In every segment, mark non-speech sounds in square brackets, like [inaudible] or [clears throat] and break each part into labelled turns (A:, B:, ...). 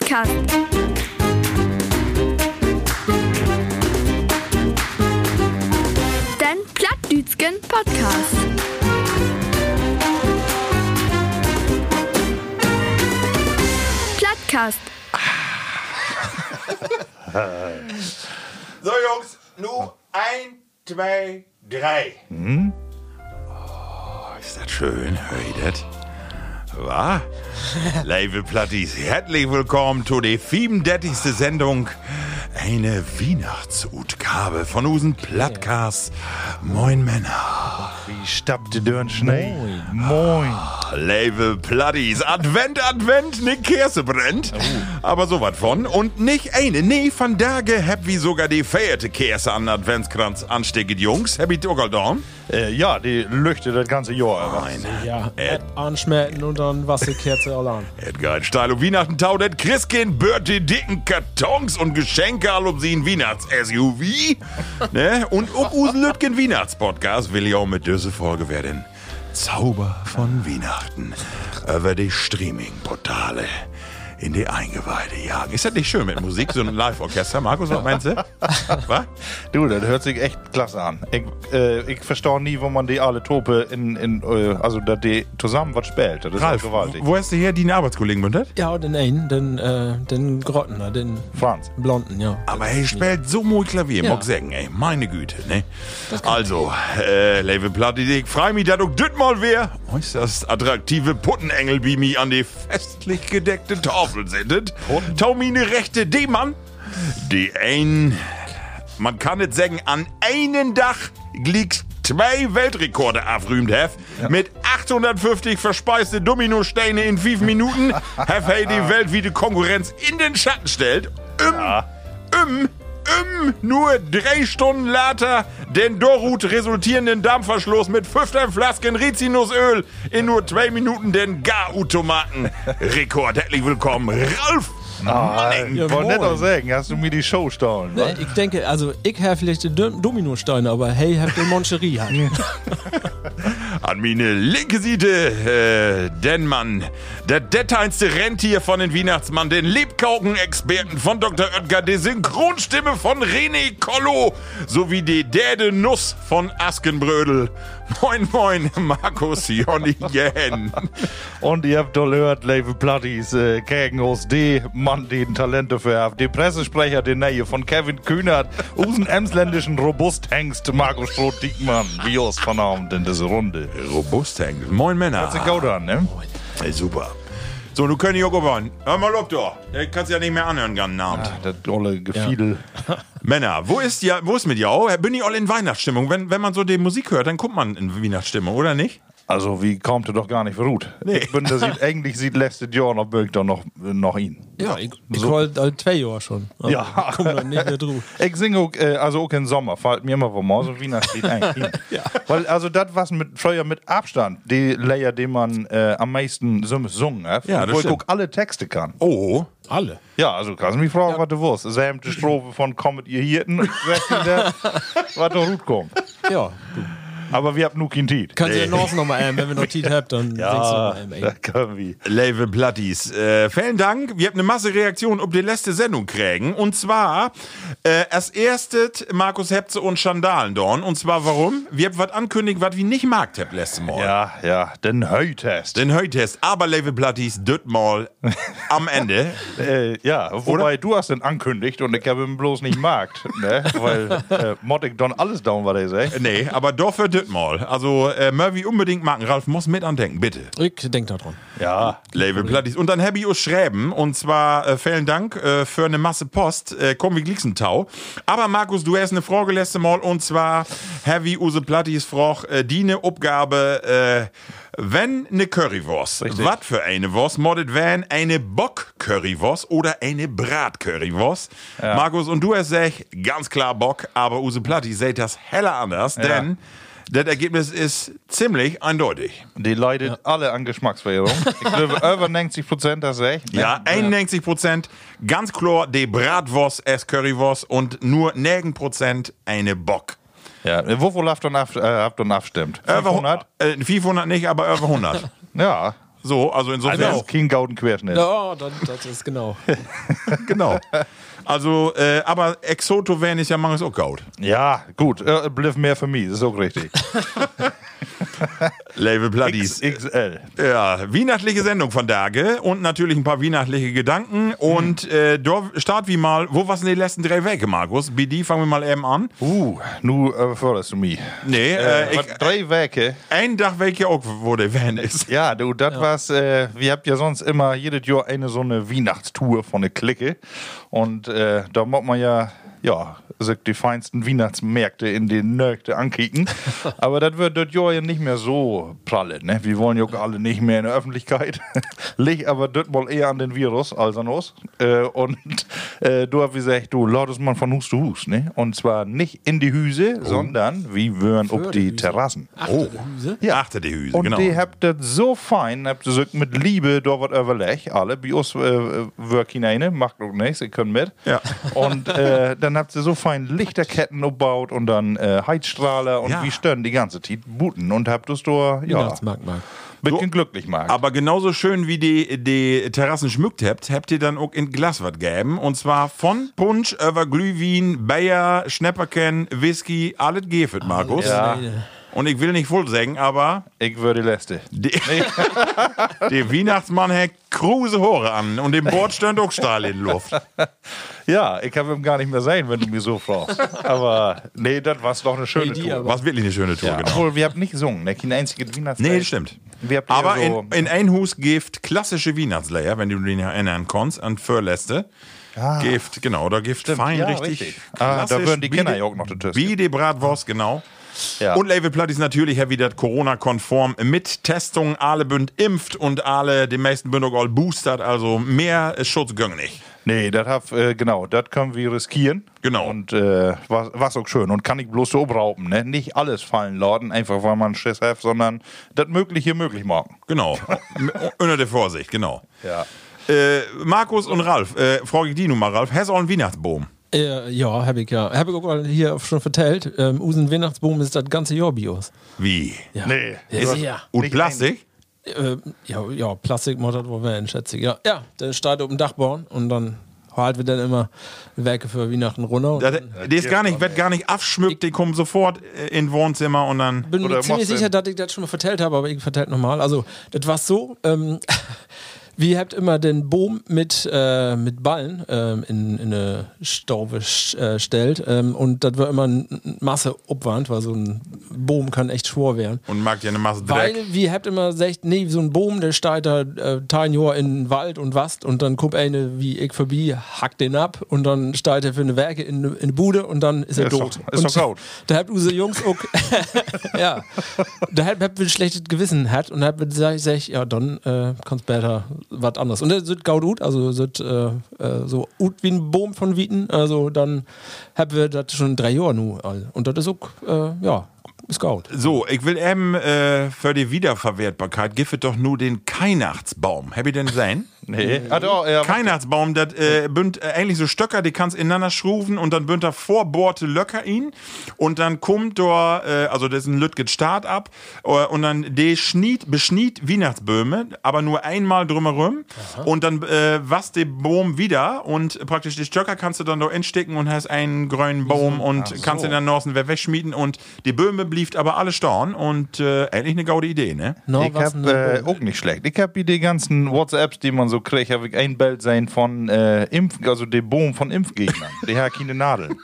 A: Podcast. Den Plattdütschen Podcast. Plattcast.
B: So Jungs, nu ein, zwei, drei.
C: Oh, Ist das schön, hör ihr das? Wa? Liebe Plattis, herzlich willkommen zu der 37. Sendung. Eine Weihnachtsutgabe von unseren Plattcast. Moin Männer.
D: Wie stappt die Dörren schnell? Moin. Moin.
C: Liebe Plattis, Advent, Advent, ne Kerze brennt. Aber so was von. Und nicht eine, nee, von daher hab wie sogar die feierte Kerze an den Adventskranz anstecket, Jungs. oh Hab ich Dorn.
D: Äh, ja, die leuchtet das ganze Jahr.
C: Nein.
E: Ja, App anschmelzen und dann Wasserkerze allein.
C: Edgar Steil um Weihnachten taudet Christkind bört die dicken Kartons und Geschenke all um sie in Weihnachts-SUV. ne? Und ob usen Lütgen Weihnachts-Podcast will ja auch mit dieser Folge werden. Zauber von Weihnachten über die Streaming-Portale in die Eingeweide jagen. Ist das nicht schön mit Musik, so ein Live-Orchester? Markus, was meinst du? Was?
D: Du, das hört sich echt klasse an. Ich, äh, ich verstehe nie, wo man die alle Tope in, in äh, also da die zusammen was spielt. Das ist
C: Ralf,
D: auch gewaltig.
C: wo hast du hier deine Arbeitskollegen bündelt?
E: Ja, den einen, den, äh, den Grottner, den
D: Franz.
E: Blonden, ja.
C: Aber er spielt so mooi Klavier,
E: Ja.
C: mag sagen, ey, meine Güte, ne? Also, äh, Level Platte, ich freu mich, dass du das mal wär. Äußerst attraktive Puttenengel, wie mich an die festlich gedeckte Tafel sendet. Taumine Rechte, die Mann, die ein, man kann nicht sagen, an einen Dach liegt zwei Weltrekorde afrühmt hef. Mit 850 verspeiste Dominosteine in fünf Minuten hef hey die Welt wie die Konkurrenz in den Schatten stellt. Im um, um, nur drei Stunden later den Dorut resultierenden Darmverschluss mit 15 Flasken Rizinusöl in nur zwei Minuten den Gar-Automaten-Rekord. Herzlich willkommen, Ralf
D: Ah,
C: Manning.
D: ich
E: Ja,
D: wollte nicht
E: moin.
D: auch sagen, hast du mir die Show stohlen?
E: Nee,
D: wa?
E: ich denke, also ich habe vielleicht den Dom- Dominostein, aber hey, hab den Moncherie
D: [laughs]
E: halt.
C: [laughs] An meine linke Seite, äh, den Mann, der detteinste Rentier von den Weihnachtsmann, den Lebkauken-Experten von Dr. Oetker, die Synchronstimme von René Collo, sowie die Däde Nuss von Askenbrödel. [laughs] Moin, moin, Markus Jonny Jähn.
D: Und ihr habt doch gehört, Level Platties, äh, gegen uns die Mann, den Talente verhaftet, die Pressesprecher, den Nähe von Kevin Kühnert, [laughs] unseren emsländischen Robusthengst Markus Roth-Diekmann, wie uns von Abend in dieser Runde.
C: Robust hängt. Moin, Männer.
D: Hört sich gut an, ne?
C: Ey, Super. So, nun können die Joko wollen. Hör mal ab, du. Ich kann's ja nicht mehr anhören, gern Abend.
D: Ah, Das olle Gefiedel.
C: Männer, wo ist ja, wo ist mit Jau? Bin ich all in Weihnachtsstimmung? Wenn, wenn man so die Musik hört, dann kommt man in Weihnachtsstimmung, oder nicht?
D: Also, wie kommt er doch gar nicht verruht. Ich bin, das [laughs] sieht, eigentlich sieht letztes Jahr noch Birk doch noch, noch ihn.
E: Ja, ich, ich wollte alle zwei Jahre schon. Also,
D: Ja.
E: ich Komm dann nicht mehr drauf.
D: Ich singe auch, äh, also auch im Sommer, fällt mir immer vom Maus und Weihnachtslied [laughs] eigentlich hin. Weil also das was mit Scheuer mit Abstand, die Layer, die man äh, am meisten so sungen hat,
C: Ja, das
D: wo ich
C: stimmt.
D: auch alle Texte kann.
C: Oh.
E: Alle.
D: Ja, also kannst du mich fragen, was du wusst. Sämte Strophe von Kommet ihr Hirten, [laughs] was da gut kommt.
E: Ja, du
D: Aber wir haben nur kein Tiet.
E: kannst ja noch nochmal ein, wenn wir noch Tiet habt, dann
D: Ah,
E: singst du nochmal
D: da
E: ein.
D: können wir.
C: Level Platties, äh, vielen Dank. Wir haben eine Masse Reaktionen, ob die letzte Sendung kriegen. Und zwar, äh, als erstes Markus Hepze und Schandalendorn. Und zwar warum? Wir haben was ankündigt, was wir nicht magt habt letzte Mal.
D: Ja, ja, den Höhtest.
C: Den Heutest, aber Level Platties, das mal am Ende.
D: Äh, ja, wobei du hast den ankündigt und ich habe ihn bloß nicht markt, ne? [laughs] Weil äh, Mottig Don alles down, was er sagt.
C: Nee, aber doch für das mal. Also, äh, Murphy unbedingt machen. Ralf muss mit andenken, bitte.
E: Ich denk da dran.
D: Ja.
C: Label Plattis. Und dann Happy Us Schräben. Und zwar äh, vielen Dank äh, für eine Masse Post. Äh, komm wie Glixentau. Aber Markus, du hast eine Frage letzte Mal. Und zwar Heavy Use Plattis fragt, äh, die eine Aufgabe, äh, wenn eine Currywurst, was für eine Wurst, moddet wenn eine Bock-Currywurst oder eine Brat-Currywurst? Markus, und du hast gesagt, ganz klar Bock, aber Use Platti seht das heller anders, denn das Ergebnis ist ziemlich eindeutig.
D: Die leidet alle an Geschmacksverirrung. Ich [laughs] glaube, über 90 Prozent, das ne? sehe ich.
C: Ja, 91 Prozent ganz klar die Bratwurst als Currywurst und nur 9 Prozent eine Bock.
D: ja. Wovon äh, habt ihr abstimmt?
C: [laughs] Über 100? Äh, 500 nicht, aber über 100.
D: Ja.
C: So, also insofern.
D: Das ist kein Gaudenquerschnitt.
E: Ja, das, das ist genau.
C: Genau. [laughs] Also, äh, aber Exoto wäre nicht ja manches auch gaut.
D: Ja, gut. Äh, Bliff mehr für mich, ist auch [laughs] richtig.
C: Label Bloodies.
D: XXL.
C: Ja, weihnachtliche Sendung von Dage und natürlich ein paar weihnachtliche Gedanken. Und äh, da starten wir mal. Wo was in den letzten drei Wege, Markus? BD, fangen wir mal eben an.
D: Uh, nu äh, förderst du mich.
C: Nee, äh,
D: was,
C: ich,
D: drei Werke.
C: ein Tag weg ja auch, wo der Van ist.
D: [laughs] Ja, du, das war's. Äh, wir habt ja sonst immer jedes Jahr eine so eine Weihnachtstour von der Clique. Und äh, da mag man ja, ja, sagt die feinsten Weihnachtsmärkte in den Nörgte [laughs] ankicken. Aber das wird das Jahr ja nicht mehr so pralle, ne? Wir wollen ja auch alle nicht mehr in der Öffentlichkeit. [laughs] Liegt aber das mal eher an den Virus als an uns. Äh, und äh, du hast gesagt, du lautest man von Hus zu Hus, ne? Und zwar nicht in die Hüse, sondern wie würden ob Oh. die
E: Hüse.
D: Terrassen.
E: Oh. Hüse.
C: Ja. Achte die Hüse,
D: Und
C: genau.
D: die habt das so fein, habt ihr sagt, mit Liebe da was überlegt, alle, bei uns äh, work hinein, macht auch nichts, ihr könnt mit.
C: Ja.
D: [laughs] Und äh, dann habt ihr so fein Lichterketten gebaut und dann äh, Heizstrahler und
C: Ja.
D: wie stören die ganze Zeit booten und habt es da, ja,
E: Weihnachtsmarkt, Marc.
D: bisschen glücklich gemacht.
C: Aber genauso schön wie die, die Terrassen schmückt habt, habt ihr dann auch in Glas was gegeben. Und zwar von Punsch über Glühwein, Bayer, Schnäpperken, Whisky, alles gefet, Markus.
D: Ah, Ja.
C: Und ich will nicht voll sagen, aber
D: ich würde die letzte.
C: die,
D: [laughs]
C: der Weihnachtsmann hat kruse Hore an und dem Bord stönt auch Stahl in die Luft.
D: Ja, ich kann ihm gar nicht mehr sein, wenn du mich
C: [laughs]
D: so fragst. aber nee, das war doch eine schöne
E: die
D: Tour.
E: aber-
C: Was wirklich eine schöne Tour,
D: Ja,
C: genau.
D: Obwohl, wir haben nicht gesungen, ne? Kein einziges Weihnachtslied.
C: Nee, das stimmt.
D: Wir habt
C: Aber
D: eher so-
C: in, in ein Hus gibt klassische Weihnachtsleier, wenn du den erinnern kannst, an Förläste. Gift, genau, da Gift fein,
D: Ah. ja,
C: richtig.
D: richtig. Ah, da
C: klassisch,
D: würden die
C: wie
D: Kinder
C: die-
D: ja auch noch die Tüste.
C: Wie die Bratwurst, genau.
D: Ja.
C: Und Level Platt ist natürlich ja wieder Corona-konform mit Testung. Alle bünd impft und alle, die meisten bünd auch all boostert. Also mehr äh, Schutz gönn nicht.
D: Nee, das hab, äh, genau, das können wir riskieren.
C: Genau.
D: Und äh, was, was auch schön. Und kann ich bloß so obrauben, ne? Nicht alles fallen laden, einfach weil man Schiss hat, sondern das Mögliche möglich machen. [laughs]
C: Genau. M- Unter der Vorsicht, genau.
D: Ja.
C: Äh, Markus und Ralf, äh, frage ich die nun mal, Ralf, hast du auch einen Weihnachtsbaum?
E: Äh, ja, habe ich ja. Habe ich auch mal hier schon vertellt. Ähm, Usen Weihnachtsbaum ist das ganze Jahr Bios.
C: Wie?
E: Ja.
D: Nee.
E: Ist, ja.
C: Und
D: Nicht
C: Plastik?
E: Äh, ja, ja, Plastikmod hat wohl werden, schätze ich. Ja, ja der steht auf dem Dachborn und dann halt wir dann immer Werke für Weihnachten runter. Und
C: Das,
E: dann
C: das ist gar nicht, wird gar nicht abschmückt, die kommen sofort äh, in Wohnzimmer und dann.
E: bin
D: Oder
E: mir ziemlich
D: machst du-
E: sicher, dass ich das schon mal vertellt habe, aber ich vertellt nochmal. Also, das war so. Ähm, [laughs] wir habt immer den Boom mit, äh, mit Ballen ähm, in, in eine Staube sch- äh, stellt ähm, und das war immer eine Masse Obwand, weil so ein Boom kann echt schwor werden.
C: Und mag ja eine Masse Dreck.
E: Weil wir habt immer gesagt, nee, so ein Boom, der steigt da äh, ein Jahr in den Wald und wast und dann kommt eine wie ich vorbei, hackt den ab und dann steigt er für eine Werke in, in eine Bude und dann ist er
D: Ist
E: tot.
D: doch- ist
E: Und
D: doch gut.
E: Da habt unsere Jungs auch, [laughs] ja, da habt habt wir ein schlechtes Gewissen hat und habt wir gesagt, sag, ja, dann äh, kannst besser was anderes. Und das sind gaut gut, also sind äh, äh, so gut wie ein Boom von Wieten, also dann habt wir das schon drei Jahre nu all. Und das ist auch, äh, ja, ist gaut.
C: So, ich will eben äh, für die Wiederverwertbarkeit giftet doch nur den Keinachtsbaum. Hab ich denn sein?
D: Nee. Ah, doch, ja.
C: Keinachtsbaum, das äh, bünd äh, eigentlich so Stöcker, die kannst ineinander schrufen und dann bünd da vorbohrte Löcker ihn und dann kommt da, äh, also das ist ein Lütget Start ab äh, und dann de schniet, beschniet Weihnachtsböhme, aber nur einmal drumherum und dann äh, was den Baum wieder und praktisch die Stöcker kannst du dann da entstecken und hast einen grünen Baum und kannst ihn dann noch wegschmieden und die Böhme blieft aber alle stauen und äh, eigentlich eine gaude Idee, ne?
E: No,
D: ich hab äh, auch nicht schlecht. Ich hab hier die ganzen WhatsApps, die man so kriegt, hab ich ein Bild sein von äh, Impf, also dem Boom von Impfgegnern. die haben keine Nadeln.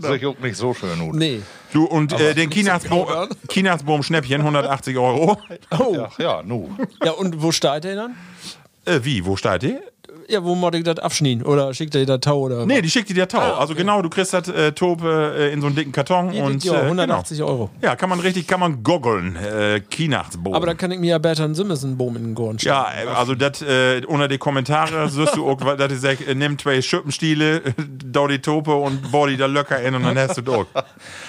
D: das ist auch nicht so schön, Ute.
E: nee.
C: Du und äh, den Kinasbaum, Kinasbaum Schnäppchen, 180 Euro.
E: Oh, ja.
D: Ach ja, nu.
E: und wo steht der dann?
C: Äh, wie, wo steht die?
E: Ja, wo muss ich das abschnien? Oder schickt er das Tau oder
C: Nee, die schickt dir der Tau. Also genau, du kriegst das äh, Tope äh, in so einen dicken Karton
E: was?
C: und
E: ja,
C: äh,
E: 180
C: genau.
E: Euro.
C: Ja, kann man richtig, kann man goggeln, äh, Kinachtsboom.
E: Aber da kann ich mir ja besser einen Simmesen-Boom in den Gorn stellen.
C: ja, äh, also das äh, unter die Kommentare [laughs] siehst du auch, weil das ist, äh, nimm zwei [laughs] Schippenstiele, da die Tope und body da Löcker in und dann hast du Druck. [laughs]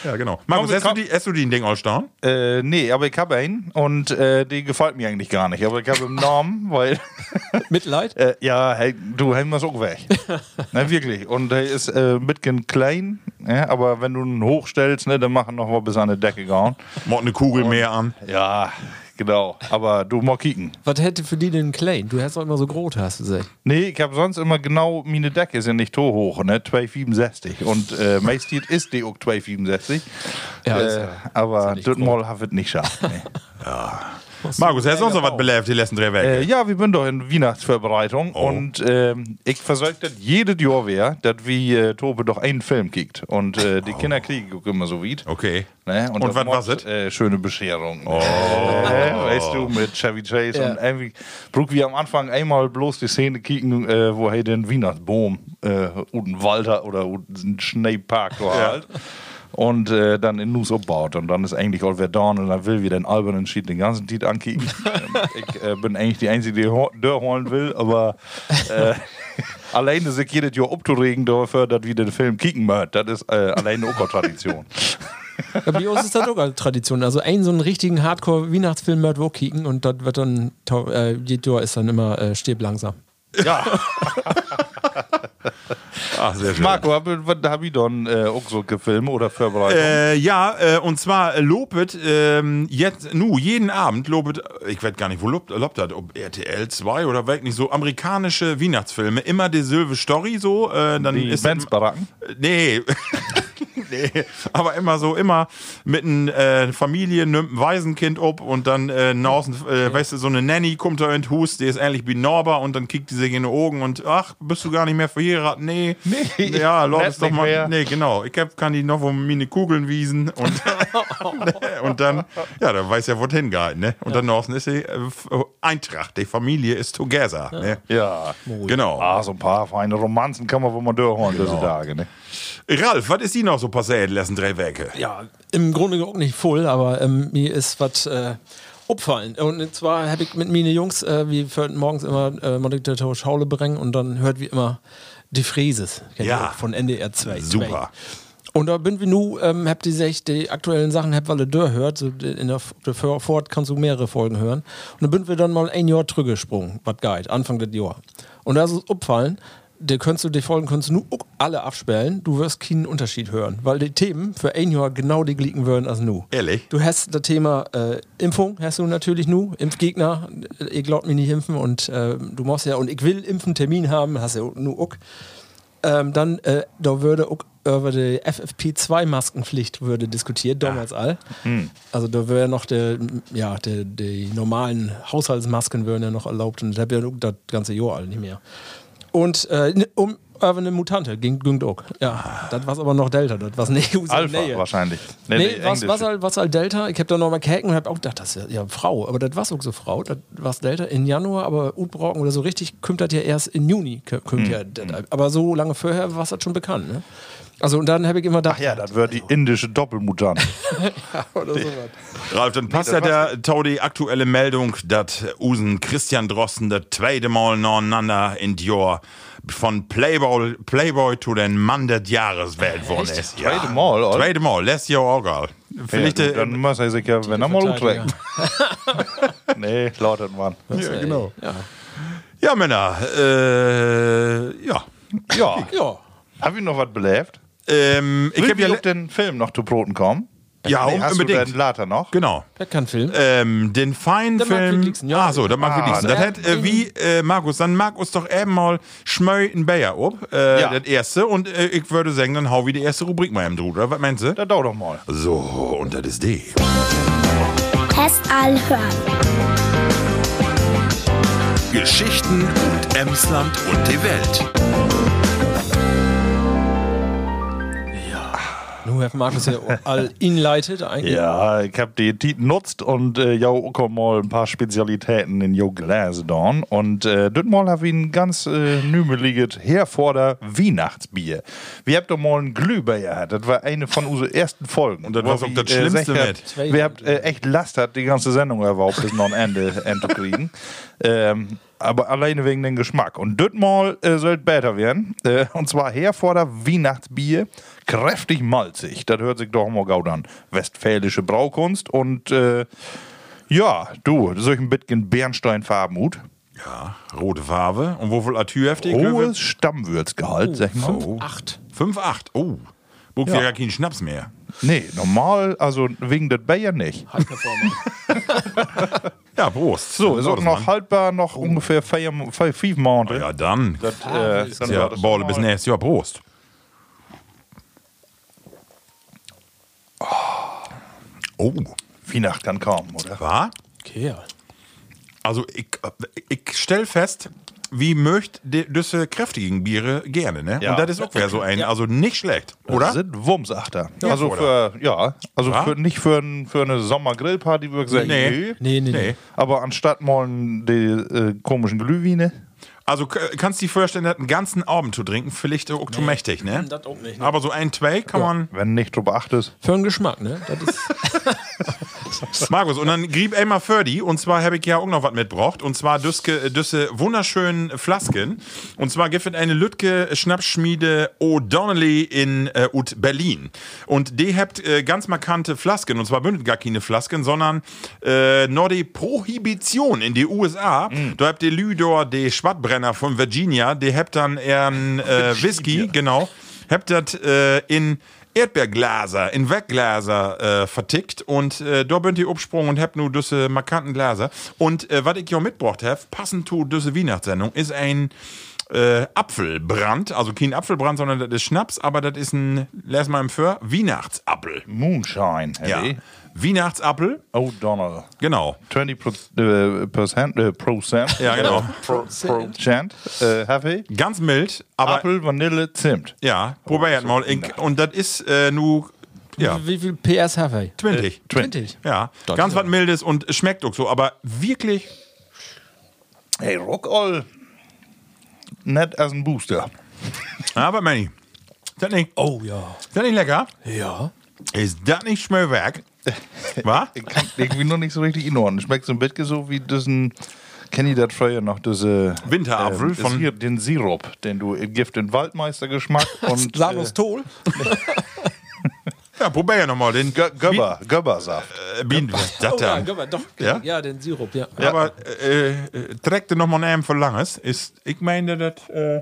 C: Ja, genau. Markus,
D: wir
C: hast du,
D: kommen-
C: die, hast du die in Ding all stauen?
D: Äh, nee, aber ich habe einen und äh, die gefällt mir eigentlich gar nicht. Aber ich habe im Namen, weil. [laughs]
E: Mitleid?
D: Äh, ja, ey, du haben wir es auch weg.
E: [laughs]
D: Na wirklich. Und der ist äh, ein bisschen klein, ja, aber wenn du ihn hochstellst, ne, dann machen noch mal bis an die Decke gehauen.
C: Mord eine Kugel mehr an.
D: Ja, genau. Aber du mal kicken.
E: Was hätte für die denn Klein? Du hast doch immer so groß, hast du gesagt.
D: Nee, ich habe sonst immer genau, meine Decke ist ja nicht so hoch, ne? 267. Und äh, meistens ist die auch 267.
E: Ja, ist
D: äh,
E: ja-
D: aber
E: nicht
D: das Mal habe ich nicht geschafft. ne. Nee.
C: Markus, hast du uns noch was belebt die letzten drei Wochen?
D: Äh, ja, wir sind doch in Weihnachtsvorbereitung und ähm, ich versorge das jedes Jahr wer, dass wie äh, Tobe doch einen Film kriegt und äh, die Kinder kriegen auch immer so weit.
C: Okay.
D: Ne?
C: Und
D: das
C: wat
D: macht,
C: was it?
D: Äh, schöne Bescherung. Oh. [laughs] weißt du, mit Chevy Chase
E: Ja.
D: und irgendwie brug wir am Anfang einmal bloß die Szene kicken, äh, wo hey den Weihnachtsbaum äh, und Walter oder einen Schneepark war halt. Und äh, dann in Nus abbaut und dann ist eigentlich all down und dann will wir den albernen Schied den ganzen
C: [laughs]
D: Tiet ankicken. Ähm, ich äh, bin eigentlich die Einzige, die ho- Dörr holen will, aber äh, [laughs] alleine sich jedes Jahr abzuregen dafür, dass wir den Film kicken möcht. Das ist äh, alleine eine Tradition.
E: Ja, bei uns
C: [laughs]
E: ist das auch eine Tradition. Also einen so einen richtigen Hardcore-Weihnachtsfilm wird wir auch kicken und das wird dann, tau- äh, jedes Jahr ist dann immer äh, stirb langsam.
D: ja.
C: Ach, Ah, sehr schön.
D: Marco, hab, was hab ich dann äh, auch so gefilmt oder vorbereitet?
C: Äh, ja, äh, und zwar äh, lobet ähm, jetzt, nu, jeden Abend lobet, ich weiß gar nicht, wo lobt, lobt das, ob RTL 2 oder weiß nicht, so amerikanische Weihnachtsfilme, immer die Silve Story so, äh, dann
D: die
C: ist das-
D: Benzbaracken.
C: Nee. [laughs] nee. Aber immer so, immer mit einer äh, Familie, nimmt ein Waisenkind ob und dann äh, draußen, äh, weißt du, so eine Nanny kommt da in Hus, die ist ähnlich wie Norber und dann kickt die sich in die Augen und ach, bist du gar nicht mehr verheiratet? Nee.
D: Nee.
C: Ja, Lord
D: Net
C: ist doch
D: nicht
C: mal.
D: mehr.
C: Nee, genau. Ich hab, kann die noch um meine Kugeln wiesen
D: [laughs]
C: und, Nee, und dann, ja, dann weiß ja, wo hingehalten, ne? Und dann draußen ist sie äh, f- Eintracht, die Familie ist together, ne?
D: Ja.
C: Genau.
D: Ah, so ein paar feine Romanzen kann man wohl mal durchholen diese Tage, ne?
C: Ralf, was ist die noch so passiert, die letzten drei Werke?
E: Ja, im Grunde genommen nicht voll, aber ähm, mir ist was äh, upfallen. Und zwar habe ich mit meine Jungs, äh, wir fördern morgens immer äh, Moderator Schaule bringen und dann hört wie immer die Fräses kennt
C: Ja.
E: ihr, von NDR 2.
C: Super.
E: Und da bin wir nu, ähm, habt ihr sich die aktuellen Sachen, habt alle Dörr hört, so de- in der, F- der F- Ford kannst du mehrere Folgen hören. Und dann bin wir dann mal ein Jahr zurückgesprungen, was geil, Anfang des Jahr. Und da ist es aufgefallen, die, könntest du, die Folgen kannst du nur auch alle abspielen, du wirst keinen Unterschied hören, weil die Themen für ein Jahr genau die gleichen würden als nu.
C: Ehrlich?
E: Du hast das Thema äh, Impfung, hast du natürlich nu, Impfgegner, äh, ihr glaubt mir nicht impfen und äh, du musst ja, und ich will impfen, Termin haben, hast ja nu auch. Ähm, dann, äh, da würde auch über die FFP2-Maskenpflicht würde diskutiert, damals all.
D: Hm.
E: Also da wäre noch der, ja, der, die normalen Haushaltsmasken wären ja noch erlaubt und das wäre auch das ganze Jahr all nicht mehr. Und äh, ne- um über eine Mutante ging, ging auch. Ja, das war aber noch Delta, das war nicht [laughs] USA.
D: Alpha wahrscheinlich.
E: Nee, was,
D: Englisch.
E: was, halt, was halt Delta? Ich habe da nochmal Käken und habe auch gedacht, das ist ja, ja Frau. Aber das war auch so Frau. Das war Delta in Januar, aber Utbrocken oder so richtig kommt das ja erst in Juni. k- Kommt ja, das, aber so lange vorher war es das schon bekannt. Ne? Also und dann habe ich immer gedacht,
D: Ach ja, das wäre
C: Also.
D: die
C: [laughs]
D: indische Doppelmutant.
E: [laughs] oder sowas.
C: Ralf, dann passt
D: Nee, das
C: ja der Tau die aktuelle Meldung, dass Usen Christian Drosten das zweite Mal nacheinander in Dior von Playboy, Playboy zu den Mann des Jahres wählt worden ist. Ja.
D: Zweite Mal, oder?
C: Zweite Mal, letztes Jahr auch. geil. Vielleicht
D: ja,
C: äh,
D: du, dann muss er sich ja, wenn er mal
E: Verteidiger.
C: [laughs]
D: umträgt. nee, lautet man.
E: Ja, genau. Ja.
C: ja, Männer, äh, ja.
D: Ja.
E: ja.
D: Hab ich noch was belebt?
C: Ähm, ich
D: Ich
C: hab
D: hab
C: ja,
D: auf den Film noch zu Broten kommen.
C: ja
D: Nee, hast du
C: unbedingt.
D: den Later noch?
C: Genau.
E: Das kann Film.
C: Ähm, den feinen
E: Der Mark
C: Film.
E: Wilkingson, ja.
C: ah, so, der Mark
D: Ah,
C: Wilkingson. Das
E: der-
C: hat, äh, wie äh, Markus, dann mag uns doch eben mal Schmöi in Bayer ob, äh,
D: Ja.
C: das erste. Und äh, ich würde sagen, dann hau wie die erste Rubrik mal im Druder. Was meinst du?
D: Da dauert doch mal.
C: So, und das ist die.
A: Test all hören.
C: Geschichten und Emsland und die Welt.
E: Nun hat Markus ja all inleitet eigentlich.
D: Ja, ich hab die Titel nutzt und äh, ja, auch mal ein paar Spezialitäten in Jo Gläsedorn. Und äh, das Mal hab ich ein ganz äh, nümeliges Herforder Weihnachtsbier. Wir habt doch mal ein Glühbirne gehabt. Das war eine von unseren ersten Folgen. Und
C: das war auch das Schlimmste
E: mit.
D: Wir habt äh, echt Last hat, die ganze Sendung überhaupt bis noch ein Ende, [laughs] Ende zu kriegen. Ähm, aber alleine wegen dem Geschmack. Und das Mal äh, soll besser werden. Äh, und zwar Herforder Weihnachtsbier, kräftig malzig. Das hört sich doch mal gaut an. Westfälische Braukunst und äh, ja, du, solch ein bisschen Bernsteinfarbenhut.
C: Ja, rote Farbe. Und wofür Atür heftig?
D: Hohes Stammwürzgehalt, sag mal.
E: 8.
C: 5,8. Oh. Buck wir
D: Ja.
C: gar keinen Schnaps mehr.
D: Nee, normal, also wegen des Bayer nicht.
E: Halt mir vor, Mann.
C: Ja, Prost.
D: So, ist auch
C: Oh, das,
D: noch
C: Mann.
D: haltbar, noch ungefähr vier, vier, fünf Monate.
C: Oh, Ja, dann.
D: Das, äh, dann
C: ja,
D: war das
C: Ball
D: normal.
C: bis nächstes Jahr. Prost. Oh.
D: Weihnachten kann kommen, oder?
C: War?
E: Okay, ja.
C: Also, ich, ich stelle fest, wie möcht die- diese kräftigen Biere gerne, ne?
D: Ja.
C: Und das ist auch wieder so ein. Also nicht schlecht, oder?
D: Das sind Wumsachter.
C: Ja,
D: also
C: oder?
D: für, ja, also
C: Ja?
D: Für, nicht für, ein, für eine Sommergrillparty würde ich sagen,
C: Nee.
D: nee.
E: Nee, nee, nee.
C: Nee.
D: Aber anstatt mal die äh, komischen Glühweine,
C: Also k- kannst du dir vorstellen, das einen ganzen Abend zu trinken, vielleicht auch zu mächtig, ne?
E: Das auch nicht, ne?
C: Aber so ein, zwei kann man.
D: wenn nicht drüber achtest.
E: Für den Geschmack, ne? Das ist,
C: Markus, und dann grieb einmal 30 und zwar habe ich ja auch noch was mitgebracht und zwar düsse, düsse wunderschönen Flasken und zwar gibt es eine Lütke Schnappschmiede O'Donnelly in äh, ut Berlin und die habt äh, ganz markante Flasken und zwar bündelt gar keine Flasken, sondern äh, nur die Prohibition in die USA, da habt ihr Lüdor, die Schwattbrenner von Virginia, die habt dann eher einen, äh, Whisky, genau, habt das äh, in Erdbeerglaser in Wegglaser äh, vertickt und äh, da bin ich absprungen und hab nur diese markanten Glaser. Und äh, was ich hier mitgebracht hab, passend zu diese Weihnachtssendung, ist ein äh, Apfelbrand. Also kein Apfelbrand, sondern das ist Schnaps, aber das ist ein, lass mal im Föhr, Weihnachtsappel.
D: Moonshine,
C: Ja.
D: hey.
C: Weihnachtsappel,
D: Oh, Donald.
C: genau.
D: 20 Proz- äh, Prozent, äh, Prozent.
C: Ja, genau.
D: [laughs] Pro, Prozent, äh, Kaffee,
C: Ganz mild, aber
D: Apfel, Vanille, Zimt.
C: ja, probiert mal. Und das ist äh, nur, ja,
E: Wie viel PS habe ich?
C: 20.
E: 20.
C: Ja,
E: Das
C: ganz
E: ist ja-
C: was Mildes und schmeckt auch so, aber wirklich
D: Hey, Rockall. Nett als ein Booster.
C: Ja, Aber Manny, das nicht,
E: Oh ja.
C: das nicht lecker?
E: Ja.
C: Ist das nicht [laughs] Schmöllwerk? Was?
D: Ich kann irgendwie noch nicht so richtig inordnen. Schmeckt so ein bisschen so wie diesen. Kenn ich das früher noch, diese.
C: Winterapfel
D: ähm,
C: von-
D: Sir- Den Sirup, den du in Gift
C: [laughs]
D: den Waldmeistergeschmack und. äh,
E: Sanus Tol?
C: Ja, probier ja nochmal den
D: Gö- Göbber, Göbbersaft.
C: Bi- äh, Bienen. Was das
E: Oh, ja,
C: dann?
E: Gabba, doch.
C: Ja?
E: den Sirup, ja.
C: Aber äh, äh, trägt er nochmal einen von Langes? Ist, ich meine, das äh,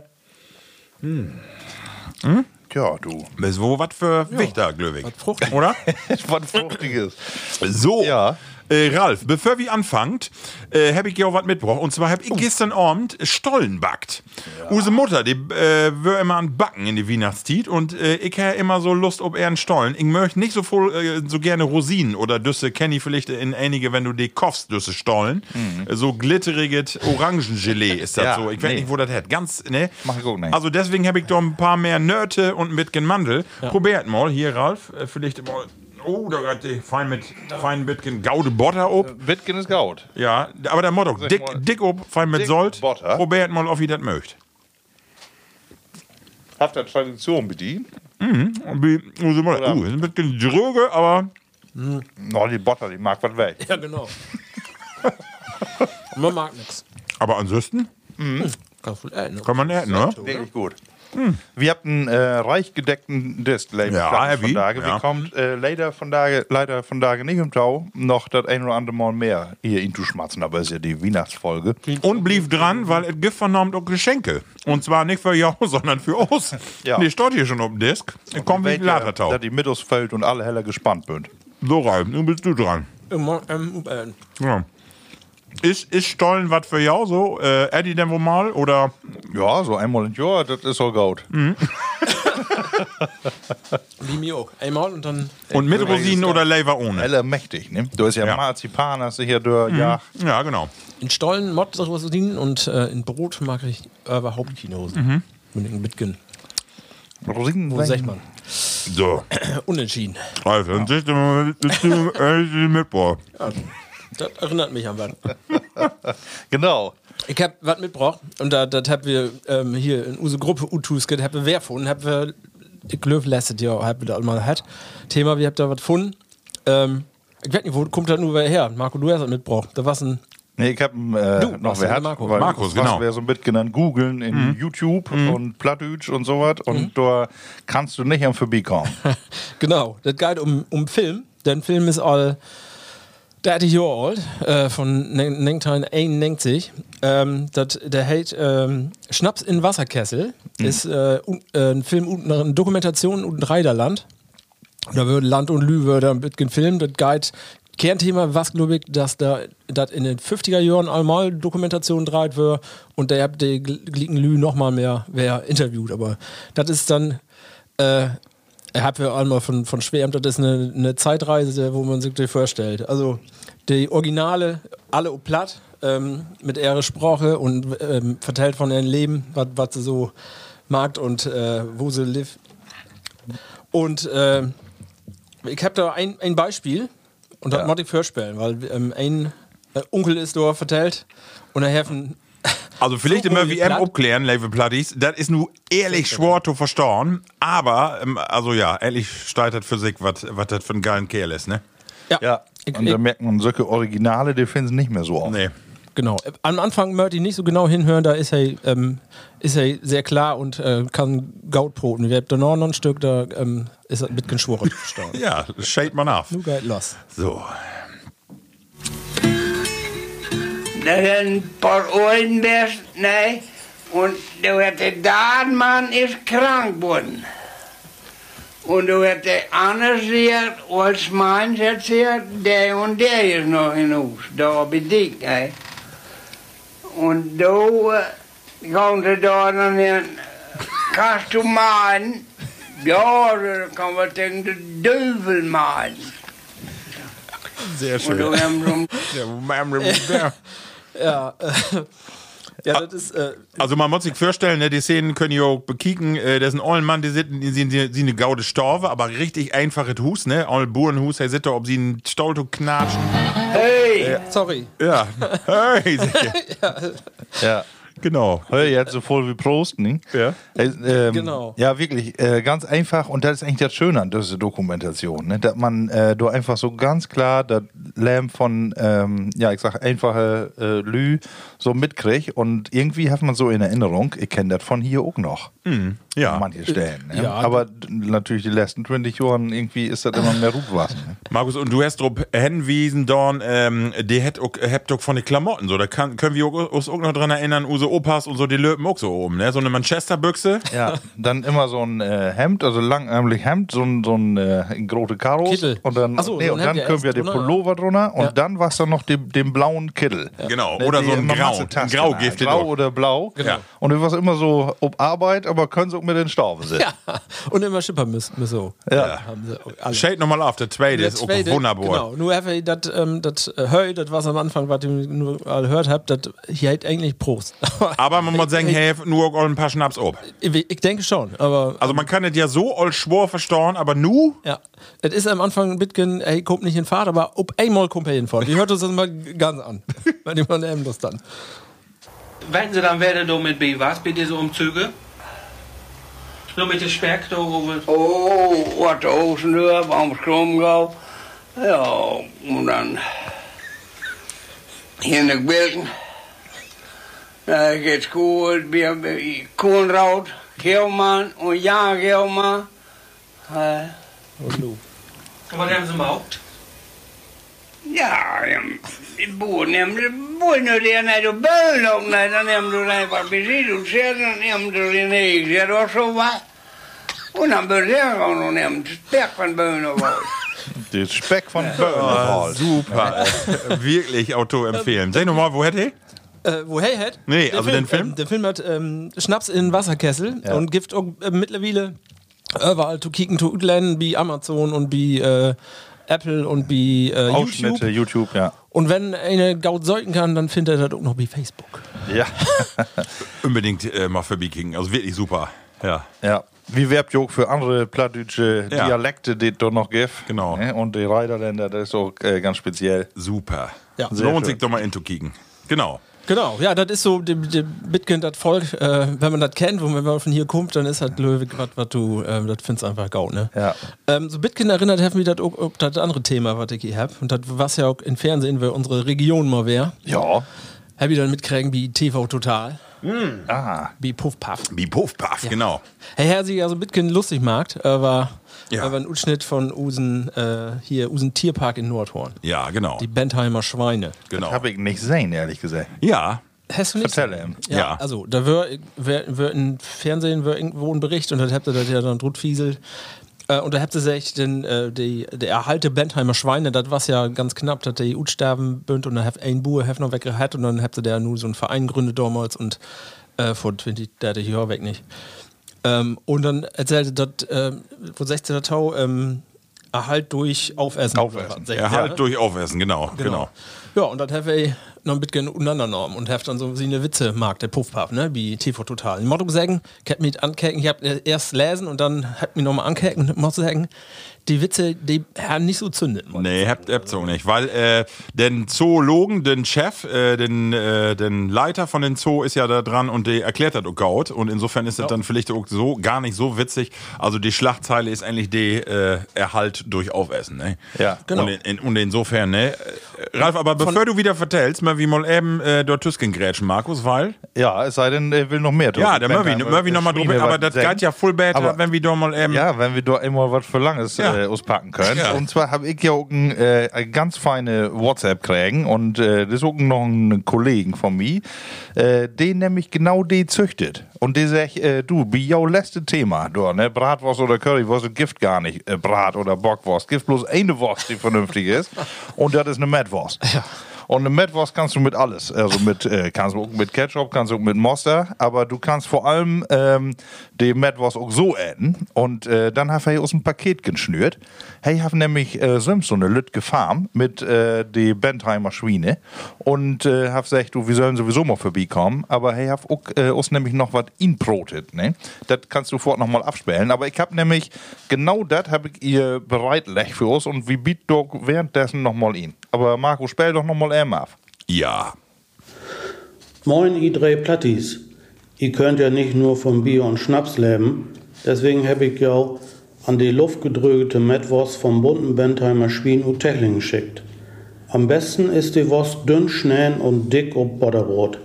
D: Tja, du. [laughs]
C: ist wo was für Wichter, glaube ich. [laughs] Oder?
D: Was Fruchtiges.
C: So,
D: Ja.
C: äh, Ralf, bevor wir anfangt, äh, habe ich dir auch was mitgebracht. Und zwar
D: Oh.
C: habe ich gestern Abend Stollen backt. Use Mutter, die äh, wär immer an Backen in die Weihnachtstiet und äh, ich habe immer so Lust ob einen Stollen. Ich möchte nicht so voll, äh, so gerne Rosinen oder Düsse, kenn ich vielleicht in einige, wenn du die kochst, Düsse Stollen. So glitteriges Orangengelee ist das
D: Mhm. Ja,
C: so. Ich weiß
D: nee.
C: nicht, wo das hat. Ganz, ne?
D: Mach ich auch nicht.
C: Also deswegen habe ich doch ein paar mehr Nörte und ein bisschen Mandel. Probiert mal, hier Ralf, äh, vielleicht mal. Oh, da hat die fein mit fein bisschen Gaude Butter ob.
D: Wittgen ist Gaut.
C: Ja, aber der Motto, dick,
D: mal.
C: dick ob, fein mit
D: Dick
C: Sold.
D: Butter.
C: Probiert mal, ob ihr das mögt.
D: Habt ihr Tradition bedient?
C: Und wie- oh, sind wir da? Uh, ist ein bisschen dröge, aber
D: Oh, die Butter, die mag was weg.
E: Ja, genau. Man mag nichts.
C: aber ansonsten
E: Kannst wohl äh, essen.
C: kann man essen, ne?
D: Wirklich gut. Wir habt einen äh, reich gedeckten Dist leider
C: Ja,
D: von
C: heavy,
D: Tage.
C: ja.
D: Wir kommt äh, leider von Tage, leider von Tage nicht im Tau, noch das ein oder andere Mal mehr hier ihn zu schmatzen, aber ist ja die Weihnachtsfolge.
C: Und blieb dran, weil es gibt vernommen auch Geschenke. Und zwar nicht für Jau, [laughs] sondern für uns.
D: Ja.
C: Die steht hier schon auf dem Disk. Ich komm wie ein Ladertau.
D: Da die Mittels fällt und alle heller gespannt sind.
C: So, Ralf, nun bist du dran.
E: Immer, ähm, ähm.
C: Ja. Ist, ist Stollen was für Jau so? Äh, Eddie denn wohl mal? Oder
D: Ja, so einmal in Jahr, das ist so gut.
C: Mhm.
E: Wie mir auch. Einmal und dann. äh,
C: und mit Rosinen oder Lever ohne?
D: Heller mächtig, ne? Du hast ja,
C: Ja.
D: Marzipan, hast du hier, du, ja.
C: Ja, genau.
E: In Stollen mod Sachen was dienen und äh, in Brot mag ich äh, überhaupt Kinosen. Mhm. Mit den Bitgen.
C: Mhm.
D: Rosinen,
E: Wo sag man?
C: So,
E: Unentschieden.
C: Ralf, dann sitzt Also, du mal mit Bohr.
E: Das erinnert mich an was.
D: Genau.
E: Ich hab was mitgebracht und da, das haben wir ähm, hier in unsere Gruppe Utus, das haben wir wer gefunden, haben wir, ich glaube, letztes Jahr haben wir das mal hat. Thema, wir habt da was gefunden. Ähm, ich weiß nicht, wo kommt das nur wer her? Marco, du hast das mitgebracht. Da war's ein. [laughs]
D: Nee, ich hab äh, noch
E: was
D: wer
E: denn,
D: hat,
E: Marco?
D: weil
C: Markus,
D: was
C: genau. Mhm.
D: wir so mitgenannt googeln in YouTube und Plattdütsch und sowas und da kannst
C: [laughs]
D: du nicht am vorbeikommen.
E: genau, das geht um, um Film. Denn Film ist all 30 Jahre alt, äh, von 1991. Ähm, dat, der hält ähm, Schnaps in Wasserkessel. Ist äh, un- äh, ein Film, und- eine Dokumentation und ein Reiderland. Da wird Land und Lü wird ein bisschen gefilmt. Das Guide Kernthema was glaube ich, dass da das in den 50er Jahren einmal Dokumentation dreht wird und der habt die Glicken Lü nochmal mehr wer interviewt. Aber das ist dann äh, ich habe ja einmal von, von Schwärmt, das ist eine, eine Zeitreise, wo man sich das vorstellt. Also die Originale, alle op platt, ähm, mit ihrer Sprache und ähm, verteilt von ihrem Leben, was was sie so mag und äh, wo sie live. Und äh, ich habe da ein, ein Beispiel und das ja. ich vorstellen, weil ähm, ein äh, Onkel ist da verteilt und er helfen.
C: Also vielleicht
E: So,
C: immer
E: Uwe
C: wie M
E: Platt.
C: abklären, Level Platties. Das ist nur ehrlich schwer zu verstauen. Aber, ähm, also ja, ehrlich steitert für sich, was was das für ein geilen Kerl ist, ne?
D: Ja,
E: Ich-
D: und da
E: ich-
D: merkt man, solche Originale, die finden sie nicht mehr so oft.
C: Nee.
E: Genau. Am Anfang möchte ich nicht so genau hinhören, da ist er, ähm, ist er sehr klar und äh, kann Gaut poten. Wir haben da noch ein Stück, da ähm, ist er mit geschworen.
C: Ja, shade man auf.
E: [laughs] Nur geil, los.
C: So.
F: Dat is een paar Oilenbest, nee. Und du hätte der Mann ist krank geworden. Und du hätte anders hier als meins erzählt, der und der ist noch in Hus, da bedingt, ey. Und du äh, konnte da dann hin, eh, kannst du malen? Ja, dann kann man den Teufel malen.
C: Sehr
F: Und du haben so
E: Ja, äh, ja das ist. Äh,
C: Also man muss sich vorstellen, ne, die Szenen können ja auch bekicken. Äh, das ist ein alten Mann, die sitzen, die sind die, die eine gaude Storve, aber richtig einfaches Hus, ne? All Burenhus, er sitzt da, ob sie einen Stolto knatschen.
F: hey!
E: sorry. [laughs]
D: [laughs]
C: Ja. Hey, sicher.
D: Ja.
C: genau.
D: Hör jetzt so voll wie Prost, ne?
C: Ja.
D: Äh, ähm,
E: Genau.
D: Ja, wirklich, äh, ganz einfach. Und das ist eigentlich das Schöne an dieser Dokumentation, ne? dass man äh, du einfach so ganz klar das Lärm von, ähm, ja, ich sag einfache äh, Lü so mitkriegt. Und irgendwie hat man so in Erinnerung, ich kenne das von hier auch noch.
C: Mhm. Ja.
D: An manchen Stellen. Ne?
E: ja.
D: Aber d- natürlich die letzten 20 Jahren, irgendwie ist das immer mehr Rufwasser. Ne?
C: Markus, und du hast drauf hingewiesen, Dorn, ähm, die hat auch, habt auch von den Klamotten, so, da kann, können wir uns auch noch dran erinnern, unsere Opas und so, die löpen auch so oben, ne? So eine Manchester-Büchse.
D: Ja, dann immer so ein äh, Hemd, also langärmlich Hemd, so ein, so ein äh, in große Karos.
E: Kittel.
D: Und dann,
E: Ach so,
D: nee,
E: so ein
D: und
E: Hemd,
D: dann
E: ja,
D: können wir
E: erst
D: den
E: drunter.
D: Pullover drunter und
E: Ja.
D: dann war es dann noch den, den blauen Kittel.
C: Genau,
D: Ne,
C: oder
D: die
C: so ein
D: immer
C: Grau.
D: ganze Tasten
C: Grau
D: hat.
C: gibt es
D: Grau
C: auch.
D: oder blau.
C: Genau.
D: Und du warst immer so ob Arbeit, aber können sie auch mit den Stauben sitzen.
E: Ja. Und immer schippern müssen. müssen so.
D: Ja.
E: Haben sie alle.
C: Shade nochmal auf, der zweite ist auch
E: zweite,
C: wunderbar.
E: Genau, nur einfach das, ähm, das Höll, das was am Anfang, was ihr nur gehört habt, das hier halt eigentlich Prost.
C: Aber
E: [laughs]
C: man muss sagen, hey, nur auch ein paar Schnaps ob.
E: ich, ich denke schon, aber
C: Also man kann es ja so all schwor verstauen, aber nu?
E: Ja, das ist am Anfang ein bisschen, ey, kommt nicht in Fahrt, aber ob einmal kommt er in Fahrt. Ich hört uns das mal g- ganz an. [laughs] Wenn jemand eben das dann.
G: Wenn Sie dann werden du mit B was bei diesen Umzüge? Nur mit der Speck da oben.
F: Oh, wat Oostendorp, Amsterdam gauw. Ja, en dan... Hier naar Bilken. Daar gaat school, Koenrood, Geelman, en Jan Geelman. Eh,
G: Und was haben Sie gemacht?
F: ja, ja, die boer neemt de boer nu weer naar de beul ook. Nee, dan neemt hij er een paar bezit, zeer, dan neemt hij er een eigen, of zo wat. En dan bezit gewoon, dan neemt hij het spek van beul nog wel.
D: Den Speck von
C: Oh, [laughs]
D: Börner.
C: super. ey. Wirklich Auto empfehlen. Sag nochmal, wo hätte ich?
E: Äh, wo hey hat?
C: Nee, also den Film?
E: Ähm, der Film hat ähm, Schnaps in Wasserkessel
D: Ja.
E: und gibt auch äh, mittlerweile überall zu kicken, zu utlen, wie Amazon und wie äh, Apple und wie äh,
D: Ausschnitte,
E: YouTube.
D: YouTube, ja.
E: Und wenn eine Gaut sollten kann, dann findet er das auch noch wie Facebook.
D: Ja.
C: Unbedingt äh, mal verbiegen. Also wirklich super. Ja.
D: [laughs] ja. Wie werbt Jog für andere plattdeutsche
C: Ja.
D: Dialekte, die es dort noch gibt?
C: Genau.
D: Ne? Und die Reiterländer, das ist auch äh, ganz speziell.
C: Super.
E: Ja.
C: Sehr Lohnt
D: schön.
C: sich doch mal into kicken. Genau.
E: Genau, ja, das ist so dem dem Bitcoin, das Volk, äh, wenn man das kennt, und wenn man von hier kommt, dann ist das Löwe, was du, ähm, das findest einfach gaut, ne?
D: Ja.
E: Ähm, so Bitcoin erinnert hat mich das auch auch das andere Thema, was ich hier hab, und das was ja auch im Fernsehen, weil unsere Region mal wär,
D: Ja.
E: hab ich dann mitkriegen wie TV Total.
D: Ah.
E: Wie Puff Puff.
C: Wie Puff Puff, genau.
E: Hey, Herr sich also Bitken lustig macht, äh, war,
C: Ja.
E: äh, war ein Ausschnitt von Usen, äh, hier, Usen Tierpark in Nordhorn.
C: Ja, genau.
E: Die Bentheimer Schweine.
C: genau.
D: Hab ich nicht gesehen, ehrlich gesagt. ähm.
C: Ja,
E: Hast du nicht?
D: Erzähle ihm.
E: Ja,
C: Ja.
E: also da wird wär, wär im Fernsehen wär irgendwo ein Bericht und dann habt ihr das ja dann drutfieselt. Äh, und da habt ihr sich den, äh, die, der erhalte Bentheimer Schweine, das war ja ganz knapp, dass die sterben bünd und dann habt ein Bue habt noch weggehabt und dann habt ihr da nur so einen Verein gegründet damals und äh, vor 20, der ich höre weg nicht. Ähm, und dann erzählte das, äh, wo 16. Tau, ähm, Erhalt durch Aufessen.
D: Aufessen.
E: Sagt
C: Erhalt
E: er.
C: durch Aufessen, genau. genau.
E: Ja, und dann habe ich noch ein bisschen untereinander genommen und habe dann so wie eine Witze mag, der Puffpuff, ne, wie TV Total. Ich muss sagen, ich habe mich ankecken, ich habe erst lesen und dann hat mich nochmal ankecken und muss sagen, die Witze, die haben nicht so zündet.
C: Nee, habt ihr so nicht, weil äh, den Zoologen, den Chef, äh, den, äh, den Leiter von den Zoo ist ja da dran und der erklärt das auch gaut. und insofern ist das dann vielleicht auch so gar nicht so witzig. Also die Schlagzeile ist eigentlich die äh, Erhalt durch Aufessen, ne?
D: Ja,
E: genau.
C: Und, in, in, und insofern, ne? Äh, Ralf, aber bevor du wieder vertellst, mal wie mal eben äh, dort Tüsken grätschen, Markus, weil
D: Ja, es sei denn, er will noch mehr.
C: ja, der Murphy, Murphy nochmal drüber, aber das geht ja voll
D: Aber-
C: besser, wenn wir doch mal eben
D: Ja, wenn wir da immer was für Langes
C: Ja.
D: äh, auspacken können.
C: Ja.
D: Und zwar habe ich ja auch ein, äh, eine ganz feine WhatsApp kriegen und äh, das ist auch noch ein Kollegen von mir, äh, den nämlich genau die züchtet. Und der sagt, äh, du, wie jou letzte Thema, du, ne, Bratwurst oder Currywurst, das Gift gar nicht, äh, Brat oder Bockwurst, Gift bloß eine Wurst, die vernünftig
C: [laughs]
D: ist und das ist eine Mettwurst. Ja. Und eine Mettwurst kannst du mit alles. Also mit, äh, kannst du auch mit Ketchup, kannst du auch mit Moster, aber du kannst vor allem ähm, die Mettwurst auch so äten. Und äh, dann habe ich aus dem Paket geschnürt. Hey, ich habe nämlich äh, Sims so eine Lütge Farm mit äh, die Bentheimer Schweine und äh, habe gesagt, du, wir sollen sowieso mal vorbeikommen. Aber hey, ich habe auch äh, uns nämlich noch was inbrotet. Ne? Das kannst du fort nochmal abspellen. Aber ich habe nämlich, genau das habe ich ihr bereitlegt für uns und wir bieten doch währenddessen nochmal ihn. Aber Marco, spell doch nochmal M ab.
C: ja.
H: Moin, ihr drei Plattis. Ihr könnt ja nicht nur von Bier und Schnaps leben. Deswegen habe ich ja auch an die Luft gedrögelte Mettwurst vom bunten Bentheimer Schwein und Techling geschickt. Am besten ist die Wurst dünn schneiden und dick ob Butterbrot.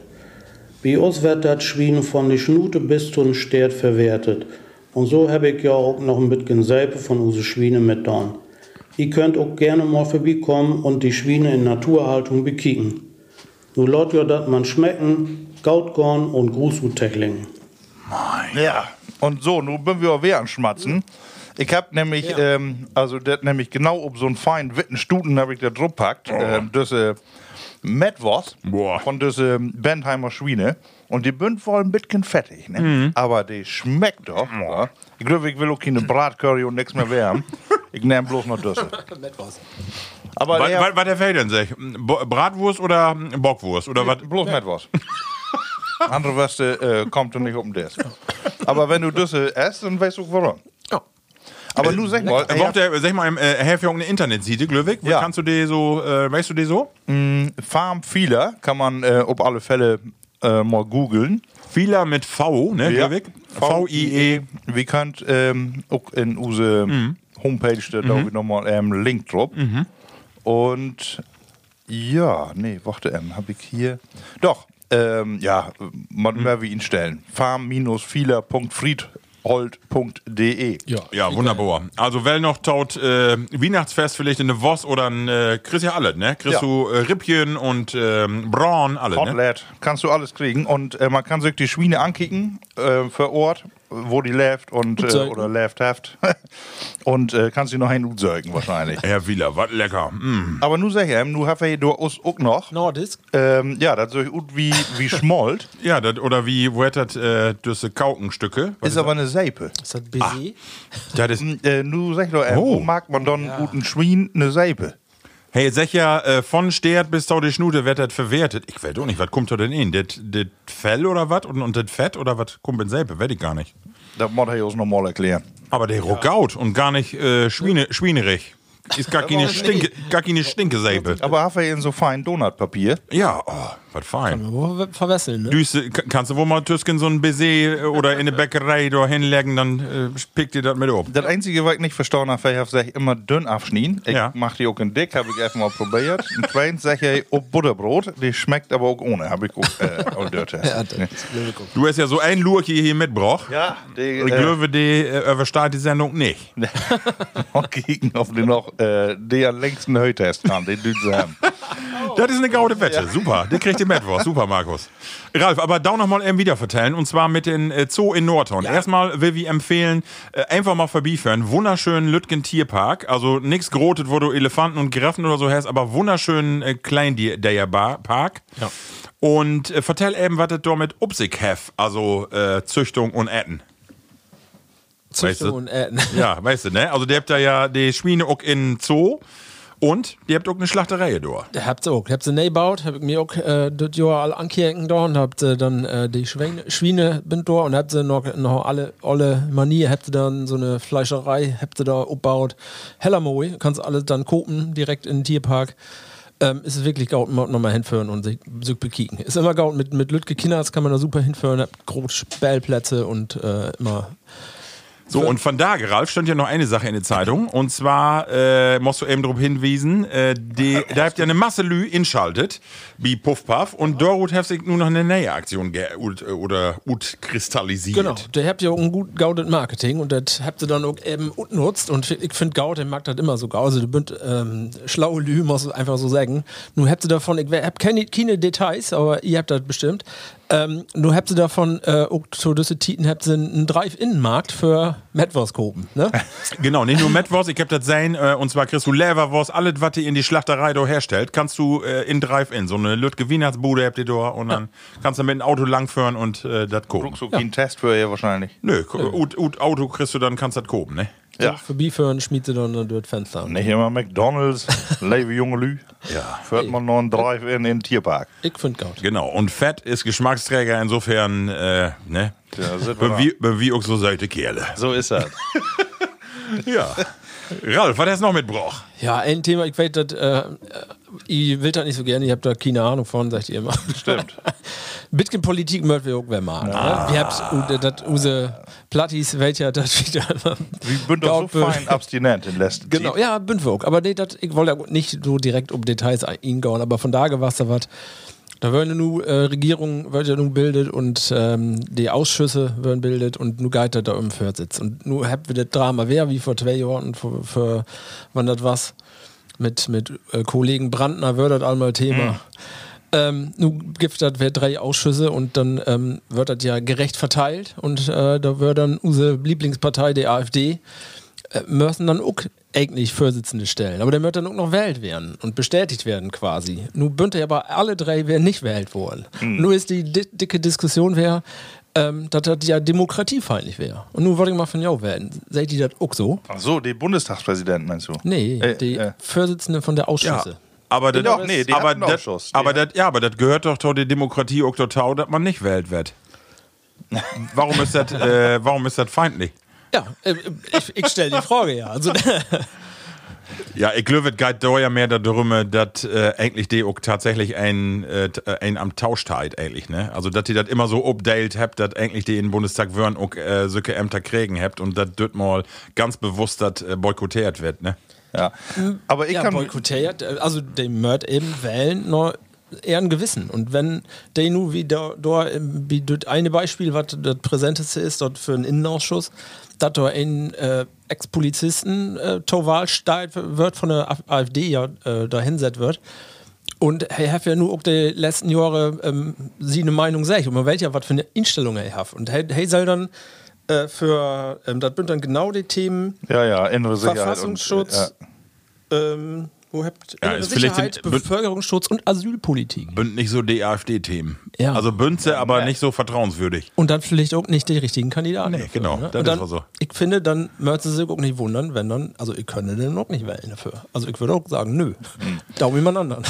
H: Bei uns wird das Schwein von die Schnute bis zum Stert verwertet. Und so habe ich ja auch noch ein bisschen Seipe von use Schweine mit dran. Ihr könnt auch gerne mal vorbeikommen und die Schweine in Naturhaltung bekicken. Du laut ja, dat man schmecken, Gautkorn und Gruß und Techling.
D: Ja. Und so, nun bin wir auch weh an Schmatzen. Ich habe nämlich, ähm, also das nämlich genau um so einen feinen Wittenstuten habe ich da drauf gepackt. Ähm, diese Metwurst
C: Boah.
D: von diese Bentheimer Schweine. Und die bünd wohl ein bisschen fettig, ne? Aber die schmeckt doch. Ja. Ich glaube, ich will auch keine Bratcurry und nichts mehr wärmen. ich nehme bloß noch das. Aber
C: Was,
D: der-
C: was, was der Feld denn sich? Bo- Bratwurst oder Bockwurst? Oder was?
D: Bloß mit was. Andere Würste äh, kommt doch nicht um das. Aber wenn du das äh, isst, dann weißt du warum.
E: Ja.
D: Aber du sag mal,
C: Äh, braucht der, sag mal, im, äh, Herr Fjong eine Internetseite, Glöwig?
D: Ja.
C: Kannst du die so, äh, weißt du die so?
D: Farm vieler kann eh, man äh, auf alle Fälle äh, mal googeln.
C: Vieler mit V, ne, Glöwig?
D: E.
C: V-I-E.
D: Wir könnt ähm, auch in unsere Homepage, da mhm. ich nochmal einen ähm, Link drauf. Und ja, nee, warte, ähm, habe ich hier. Doch, ähm, ja, man mhm. wie ihn stellen. farm-vieler.friedhold.de.
C: Ja, wunderbar. Also, wer noch taut äh, Weihnachtsfest vielleicht eine Wurst oder ein, äh, kriegst ja alles, ne? Kriegst
D: Ja.
C: du äh, Rippchen und ähm, Braun, alles, ne?
D: Hotlet, kannst du alles kriegen und äh, man kann sich die Schweine ankicken äh, vor Ort, wo die läuft und äh,
E: Utsäugen.
D: oder läuft [laughs] haft und äh, kannst sie noch einen Utsäugen wahrscheinlich.
C: Herr Wieler, was lecker. Mm.
D: Aber nu sag ich, ähm, nu hab ich du us auch noch.
E: Nordisk?
D: Ähm, ja, das soll ut wie wie schmollt,
C: Ja, dat, oder wie, wo hat das, äh, diese Kaukenstücke? Was
D: ist aber eine Seipe.
E: Ist das busy?
C: Ah. das ist
D: Äh, nu sag ich doch, ähm,
C: Oh.
D: wo mag man dann guten Schwein eine Seipe?
C: Hey, sag ja, äh, von Stert bis zu die Schnute wird das verwertet. Ich weiß auch nicht, was kommt da denn in? Das das Fell oder was? Und, und das Fett oder was kommt in selber? Weiß ich gar nicht.
D: Das muss ich uns nochmal erklären.
C: Aber der ruckaut und gar nicht äh, Schwiene, schwienerig. Ist gar keine Stinke, gar keine Stinke Seibe.
D: Aber hab ich in so fein Donutpapier.
C: Ja, oh, was fein.
E: Wo verwesseln, ne?
C: Düse, k- kannst du wohl mal Tüsken so ein Baiser äh, oder in eine Bäckerei da hinlegen, dann äh, pickt ihr das mit auf.
D: Das Einzige, was ich nicht verstanden habe, ich habe gesagt, immer dünn abschnien. Ich
C: Ja.
D: mache die auch in dick, habe ich einfach mal probiert. Ein kleines sage ich, oh Butterbrot, die schmeckt aber auch ohne, habe ich auch, äh, auch dort.
E: Ja, das
D: Nee.
C: Du hast ja so ein Lurk hier mitgebracht.
D: ja, die,
C: Ich
D: [laughs] äh,
C: glaube, die äh, übersteigt die Sendung nicht.
D: noch gegen auf den noch, äh, der längsten Höhtest haben, den Düse haben.
C: Das ist eine gaude Wette. Super. Den kriegt ihr Mittwoch. Super, Markus. Ralf, aber da nochmal eben wieder vertellen. Und zwar mit den äh, Zoo in Nordhorn. Erstmal will ich empfehlen, äh, einfach mal vorbeifahren. Wunderschönen Lütgen Tierpark. Also nichts Grotet, wo du Elefanten und Giraffen oder so hast, aber wunderschönen äh, Kleindierpark. Ja. Und äh, vertell eben, was das da mit Upsig hef, also äh, Züchtung und Etten. weißt
E: Züchtung
C: du?
E: und Äten.
C: Ja, weißt du, ne? Also, der habt da ja die Schweine auch in Zoo und die habt auch eine Schlachterei da.
E: Habt's auch. Habt's neu gebaut, hab mir auch äh, das Jahr alle ankirken da und habt äh, dann äh, die Schweine, Schweine bin da und habt sie noch, noch alle, alle Manier, habt ihr dann so eine Fleischerei, habt ihr da abgebaut. Heller moi, kannst alles dann kopen, direkt in den Tierpark. Ähm, ist wirklich gaut, maut nochmal hinführen und sich, sich bekicken. Ist immer gaut mit, mit Lütke Kinders kann man da super hinführen, habt große Spellplätze und äh, immer
C: So, und von da, Ralf, stand ja noch eine Sache in der Zeitung. Und zwar, äh, musst du eben darauf hinwiesen, äh, die, da habt ihr eine Masse Lü inschaltet, wie Puff Puff. Und Dorut hat sich nur noch eine neue Aktion ge ut, oder ut kristallisiert.
E: Genau, der habt ja auch ein gut gaudet Marketing und das habt ihr dann auch eben nutzt und ich finde Gaud, der mag das immer so gau. Also du bünd ähm, schlaue Lü, muss ich einfach so sagen. Nun habt ihr davon, ich we- hab keine, keine Details, aber ihr habt das bestimmt. Ähm, nun habt ihr davon, äh, auch zu düsse Titen habt ihr einen Drive-In-Markt für Metwurstkopen, ne?
C: Genau, nicht nur Metwurst, ich hab das sein, äh, und zwar kriegst du Leverwurst, alles, was ihr in die Schlachterei da herstellt, kannst du äh, in Drive-In, so eine Lütke Wienersbude habt ihr da, und dann kannst du mit dem Auto langfahren und äh, das gucken.
D: Ruckzuck ja. einen Test für ihr wahrscheinlich.
C: Nö, ut, ut Auto kriegst du dann, kannst das gucken, ne?
D: Ja.
E: Für Bifern schmiedet ihr dann ein Dörtfenster. Fenster.
D: Nicht immer [laughs] McDonalds, lebe junge Lü. Ja. Fährt man noch einen Drive-In in den Tierpark.
E: Ich finde Gaud.
C: Genau, und Fett ist Geschmacksträger, insofern, äh, ne?
D: Ja, sind wir
C: Bin wie, bin wie auch so seite Kerle.
D: [laughs] So ist das.
C: Ja. Ralf, was hast du noch mitgebracht?
E: Ja, ein Thema, ich weiß, das, äh, ihr wollt das nicht so gerne, ihr habt da keine Ahnung von, sagt ihr immer. [laughs] Stimmt. Bitcoin Politik möchten wir irgendwer machen. Ne? Wir habt äh, das use Plattis, welcher das [laughs] wieder.
D: Wie bin doch so fein abstinent in letzter
E: äh, Genau,
D: Zeit.
E: ja, bin wir auch. Aber nee, das, ich wollte ja nicht so direkt um Details hingauen, aber von da war es da was. Da werden nun äh, Regierung wird ja nun bildet und ähm, die Ausschüsse werden bildet und nu geht das da im Fürth sitzt. Und nu habt wir das Drama wer wie vor zwei Jahren und vor, vor wann das was mit, mit äh, Kollegen Brandner wird das einmal Thema. Ähm, nun gibt das wer drei Ausschüsse und dann ähm, wird das ja gerecht verteilt und äh, da wird dann unsere Lieblingspartei, die AfD, äh, müssen dann auch eigentlich Vorsitzende stellen. Aber der wird dann auch noch wählt werden und bestätigt werden quasi. Nun bündte aber alle drei werden nicht wählt worden.
D: Hm.
E: Nur ist die di dicke Diskussion, wer ähm, dass das ja demokratiefeindlich wäre. Und nun wollte ich mal von jou werden. Seht ihr das auch so?
D: Ach so, die Bundestagspräsidenten meinst du?
E: Nee,
D: Äh,
E: die
D: äh.
E: Vorsitzende von der Ausschüsse.
C: Aber das,
D: Doch, nee, die
C: aber
D: hatten einen
C: das,
D: Ausschuss. Die
C: aber das, ja, aber das gehört doch zur der Demokratie auch total, dass man nicht wählt
D: [laughs]
C: wird. warum ist das, äh, warum ist das feindlich?
E: Ja, äh, ich, ich stelle die Frage ja. Also,
C: Ja, ich glaube, es geht da ja mehr darüber, dass äh, eigentlich die auch tatsächlich ein, äh, t- äh, ein am Tausch teilt, eigentlich, ne? Also, dass die das immer so updated habt, dass eigentlich die in den Bundestag würden auch äh, solche Ämter kriegen habt und dass das mal ganz bewusst das äh, boykottiert wird, ne?
D: Ja. Aber ich
E: ja,
D: kann.
E: boykottiert, also den Mörd eben wählen, nur eher ein Gewissen. Und wenn der nu wie da, da wie das eine Beispiel, was das präsenteste ist, dort für einen Innenausschuss, dass da ein äh, Ex-Polizisten äh, zur Wahl steigt, wird von der AfD ja äh, dahinsetzt wird. Und ich habe ja nur auch die letzten Jahre ähm, sie eine Meinung sehe, und man weiß ja, was für eine Einstellung er hat. Und hey, hey soll dann äh, für, ähm, das sind dann genau die Themen,
D: Ja, ja, innere Sicherheit. äh,
E: Verfassungsschutz,
D: Und,
E: ähm, wo habt
C: Ja,
E: innere
C: ist vielleicht
E: Sicherheit,
C: in-
E: Bevölkerungsschutz und Asylpolitik.
C: Bünd nicht so die AfD-Themen.
E: Ja.
C: Also Bünze, aber nicht so vertrauenswürdig.
E: Und dann vielleicht auch nicht die richtigen Kandidaten.
C: Nee,
E: dafür,
C: genau,
E: ne?
C: das
E: Und
C: ist
E: dann,
C: auch so.
E: Ich finde, dann müsste sich auch nicht wundern, wenn dann, also ich könnte den auch nicht wählen dafür. Also ich würde auch sagen, nö,
C: Hm.
E: daumen
C: [laughs]
E: jemand anderen.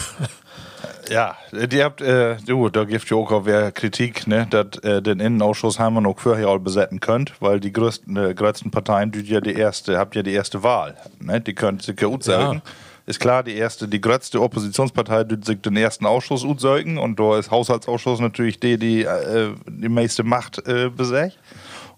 D: ja. ja, die habt, äh, du, da gibt ja auch wer Kritik, ne, dass äh, den Innenausschuss haben wir noch vorher all besetzen könnt, weil die größten, äh, größten Parteien, die ja die erste, habt ja die erste Wahl, ne, die könnt sich ja gut sagen. ist klar, die erste, die größte Oppositionspartei tut sich den ersten Ausschuss utzeugen und da ist Haushaltsausschuss natürlich die, die äh, die meiste Macht äh, besägt.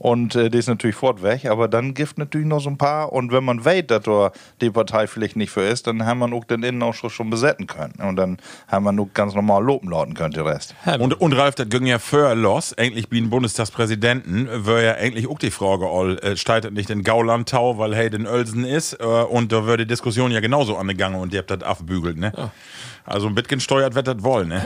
D: Und äh, die ist natürlich fortweg, aber dann gibt natürlich noch so ein paar. Und wenn man weiß, dass da die Partei vielleicht nicht für ist, dann haben wir auch den Innenausschuss schon besetzen können. Und dann haben wir nur ganz normal loben lauten können, den Rest.
E: Ähm.
C: Und, und Ralf, das ging ja für los. Eigentlich wie ein Bundestagspräsidenten, wäre ja eigentlich auch die Frage, all, äh, steigt nicht in Gaulandtau, weil hey, den Ölsen ist. Äh, und da würde die Diskussion ja genauso angegangen und ihr habt das abbügelt, ne? Also ein bisschen steuert, wird das wollen, ne?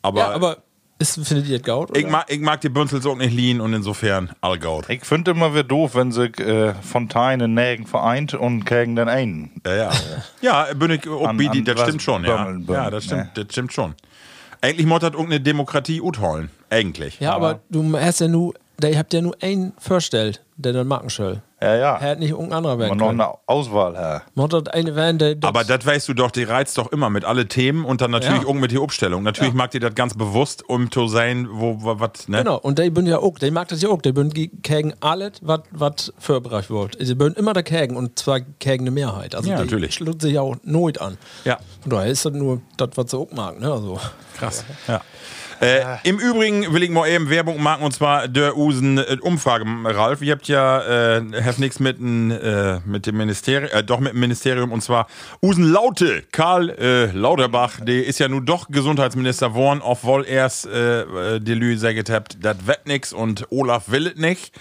C: Aber,
E: Ja, aber ist, findet ihr das gaut?
C: ich,
E: oder?
C: mag, ich mag die Bünzels auch nicht liehen und insofern allgaut.
D: Ich finde immer wieder doof, wenn sich äh, Fontaine Nägen vereint und gegen den einen.
C: Ja, ja. ja, bin ich auch
D: An-
C: bei dir,
D: an
C: das
D: was
C: stimmt schon, ja.
D: bömmeln, bömmeln,
C: Ja, das stimmt, das stimmt schon. Eigentlich muss das irgendeine Demokratie utholen. Eigentlich.
E: Ja, aber du hast ja nur, da habt ja nur einen vorstellt, der dann Markenschell.
D: Ja, ja.
E: Er hat nicht irgendein anderer
D: Und
E: werden
D: noch
E: können.
D: eine Auswahl, Herr.
E: Man hat eine werden, der
C: Aber das weißt du doch, die reizt doch immer mit alle Themen und dann natürlich
E: Ja.
C: auch mit die Aufstellung. Natürlich mag dir das ganz bewusst, um zu sein, wo, wo was, ne?
E: Genau, und die bin ja auch, die mag das ja auch, die bin gegen alles, was was vorbereitet wird. Die bin immer dagegen und zwar gegen eine Mehrheit. Also
C: Ja,
E: die
C: natürlich.
E: schluckt sich ja auch nooit an.
C: Ja.
E: Von daher ist das nur das, was sie auch mag, ne? Also.
C: Krass. Ja. Äh, Im Übrigen will ich mal eben Werbung machen und zwar der Usen äh, Umfrage. Ralf, ihr habt ja äh, habt nichts mit, n, äh, mit dem Ministerium, äh, doch mit dem Ministerium und zwar Usen Laute, Karl äh, Lauterbach, der ist ja nun doch Gesundheitsminister worden, obwohl erst äh, äh, die Lü gesagt habt, das wird nix und Olaf will es nicht.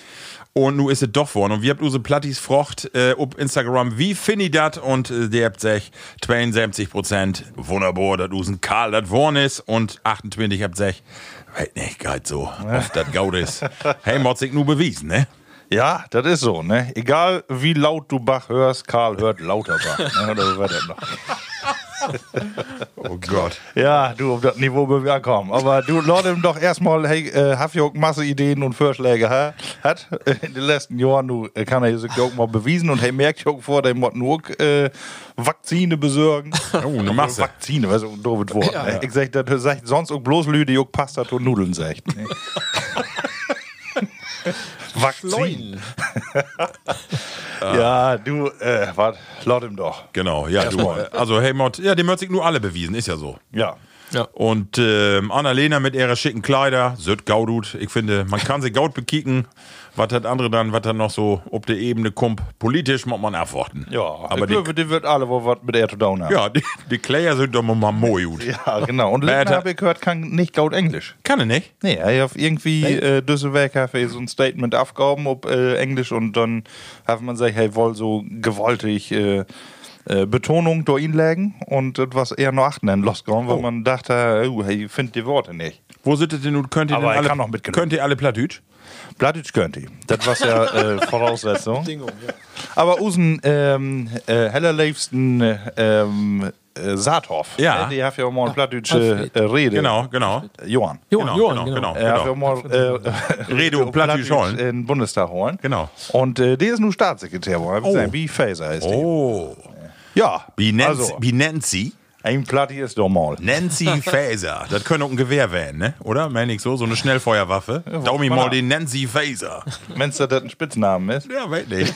C: Und nu ist es doch worden. Und wir habt Use Plattis frocht äh, ob Instagram, wie findet dat? Und äh, die habt sech 72 Prozent, wunderbar, dat Usen Karl dat worden ist. Und 28 habt sech, weit nicht, grad so, ob dat gaud ist. [laughs] hey, Motzig, nu bewiesen, ne?
D: Ja, das ist so, ne? Egal wie laut du Bach hörst, Karl hört lauter Bach. Ne? Oder wie war das noch?
C: Oh Gott.
D: Ja, du, auf das Niveau will wir ankommen. Aber du, Leute, doch erstmal, hey, äh, Hafjörg, Masse Ideen und Vorschläge, ha? Hat [laughs] äh, in den letzten Jahren, du, äh, kann er sich auch mal bewiesen und hey, merkt Jörg vor, der muss nur äh, Vakzine [laughs] besorgen.
C: Oh, eine Masse.
D: Vakzine, was ist ein doofes Wort. ne? Ich sag, das sagt sonst auch bloß Lüde, Jörg Pasta und Nudeln, sagt. [laughs] Ne? Vakzin. Ja, du, äh, warte, laut ihm doch.
C: Genau, ja, du.
D: Erstmal.
C: äh, Also, hey, Mott, ja, die Motzig nur alle bewiesen, ist ja so.
D: Ja.
C: Und ähm, Annalena mit ihrer schicken Kleider, Süd Gaudut. Ich finde, man kann sie Gaud bekicken. Was hat andere dann, was dann noch so ob der Ebene kommt? Politisch muss man antworten.
D: Ja,
C: aber
D: ich
C: die,
D: glaube, die wird alle wohl was mit Erdogan haben.
C: ja, die, die Kleider sind doch mal moi gut.
D: Ja, genau. Und Lindner,
C: Alter.
D: habe ich gehört, kann nicht laut Englisch.
C: Kann er nicht?
D: Nee, er hat irgendwie äh, Düsseldorf Café so ein Statement abgegeben, ob äh, Englisch und dann hat man gesagt, hey, wohl so gewaltig äh, äh, Betonung durch ihn legen und etwas eher nur achten dann losgegangen, weil man dachte, oh, hey, ich finde die Worte nicht.
C: Wo sitzt ihr denn nun? Könnt ihr
D: Aber
C: denn
D: er
C: alle,
D: kann noch mitgenommen.
C: könnt ihr alle Plattdütsch?
D: Plattdeutsch könnte ich. Das war ja [laughs] äh, Voraussetzung.
C: Genau,
D: Aber Usen, ähm, äh, hellerleifsten äh, ähm, äh, Saathoff,
C: Ja.
D: ne, die hat ja auch mal eine plattdeutsche äh, Rede.
C: Genau, genau.
D: Johann.
E: Johann,
C: genau, genau,
E: Johann,
C: genau.
E: genau.
D: Er hat ja mal
C: [laughs]
D: äh,
C: Rede und Plattdeutsch
D: in
C: holen.
D: den Bundestag holen.
C: Genau.
D: Und äh, der ist nun Staatssekretär, wo
C: Oh.
D: oh. wie Faser heißt die.
C: Oh.
D: Ja.
C: Wie Nancy,
D: Also,
C: wie Nancy,
D: ein Platti ist doch mal.
C: Nancy
D: [laughs]
C: Faser. Das könnte auch ein Gewehr werden, ne? oder? Meine ich so, so eine Schnellfeuerwaffe. Daumi
D: mal
C: mal
D: ab.
C: den Nancy Faser.
D: Wenn es da ein Spitznamen ist.
C: Ja, weiß nicht.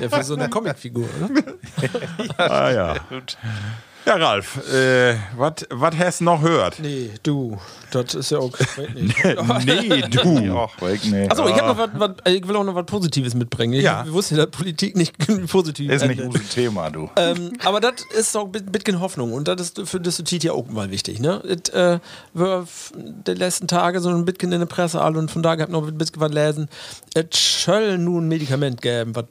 E: Der für so eine Comicfigur, ne?
C: [laughs]
E: oder?
C: ah, [laughs] ja. Ja, Ralf, äh, was hast noch gehört?
E: Nee, du. Das ist ja auch. weiß nicht.
C: [laughs] nee, du.
D: [laughs] Ach, weg, nee.
E: Achso, ich, hab noch was- was- äh, ich will auch noch was Positives mitbringen. Ich
C: Ja.
E: wusste, dass Politik nicht [laughs] positiv
D: ist nicht
E: endet.
D: unser Thema, du.
C: [laughs]
E: ähm, aber das ist auch ein bi- bisschen Hoffnung und das ist für das Tit ja auch mal wichtig. Ne? Et, äh, wir f- die letzten Tage so ein bisschen in der Presse alle und von da gehabt noch ein bisschen was lesen. Es soll nun ein Medikament geben, was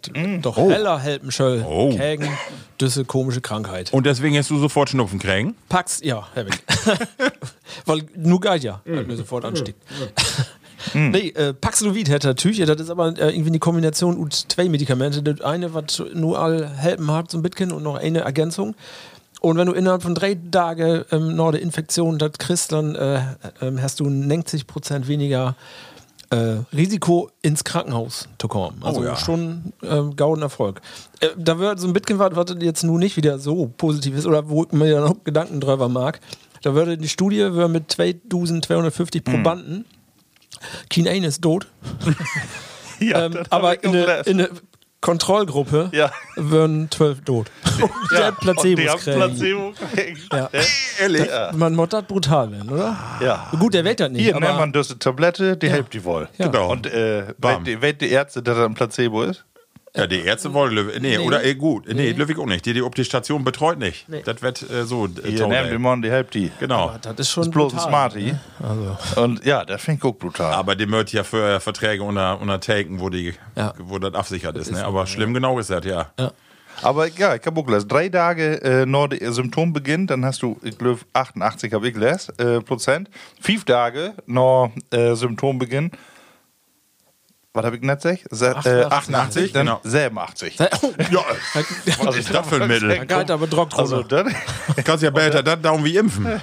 E: doch heller helfen soll
C: Oh.
E: gegen diese komische Krankheit.
C: Und deswegen hast du sofort Schnupfen kriegen?
E: Pax, ja, Herr Wick. [laughs] Weil nur Gaia hat mir sofort ansteigt. nee, äh, Paxlovid hätte natürlich, das ist aber äh, irgendwie eine Kombination und zwei Medikamente. Das eine, was nur all helfen hat, so ein bisschen und noch eine Ergänzung. Und wenn du innerhalb von drei Tagen ähm, noch eine Infektion das kriegst, dann äh, ähm, hast du 90% weniger äh, Risiko ins Krankenhaus zu kommen. Also
C: Oh ja.
E: schon ähm, gauden Erfolg. Äh, da wird so ein bisschen was, was jetzt nun nicht wieder so positiv ist oder wo ich mir dann auch Gedanken drüber mag. Da würde die Studie würde mit 2250
D: Hm.
E: Probanden, Keen Ain ist tot,
D: Ja,
E: ähm,
D: das hab
E: aber
D: ich
E: ähm, in
D: doch
E: eine,
D: gelesen.
E: in eine Kontrollgruppe
D: Ja.
E: würden 12
D: [laughs]
E: tot. Und [laughs] Der hat Placebo
D: Die haben
E: gekriegt.
D: Placebo [laughs] gekriegt.
E: Ja.
D: Ne?
C: Ehrlich?
E: Man muss das brutal werden, oder?
D: Ja.
E: Gut, der wählt das nicht.
D: Hier,
E: aber
D: nennt man das eine Tablette, die hilft die wohl.
E: Ja. Genau.
D: Und äh,
C: Bam.
D: wenn die, wenn die Ärzte, dass das ein Placebo ist?
C: Ja, die Ärzte wollen Löwe. Äh, Nee, oder eh, gut. Nee, Löwig auch nicht. Die, die ob die Station betreut nicht. Das wird äh, so. Äh,
D: Hier,
C: Tone,
D: nehmt
C: ey.
D: die Mann, die hilft die.
C: genau.
E: das ist schon.
D: Das ist bloß ein
E: brutal.
D: Smarty.
C: ne?
D: Und ja, das finde ich auch brutal.
C: Aber die wird ja für äh, Verträge unter, untertaken, wo, die,
E: Ja.
C: wo das absichert ist. Ne? Aber schlimm genau ist das, ja.
D: Aber ja, ich habe auch gelesen. Drei Tage äh, nur die Symptom beginnt, dann hast du, ich glaube, 88 habe ich gelesen, äh, Prozent. Fünf Tage nur äh, Symptom beginnt. Was habe ich nicht gesagt? Se, äh,
E: 88,
D: 88, dann
C: genau.
D: 87.
E: [laughs] Oh,
C: Ja,
E: da
C: was ist das für [laughs] ein Mittel?
E: galt aber Druck
D: Also,
E: drunter.
D: dann, [laughs]
C: Kannst ja besser das down wie impfen.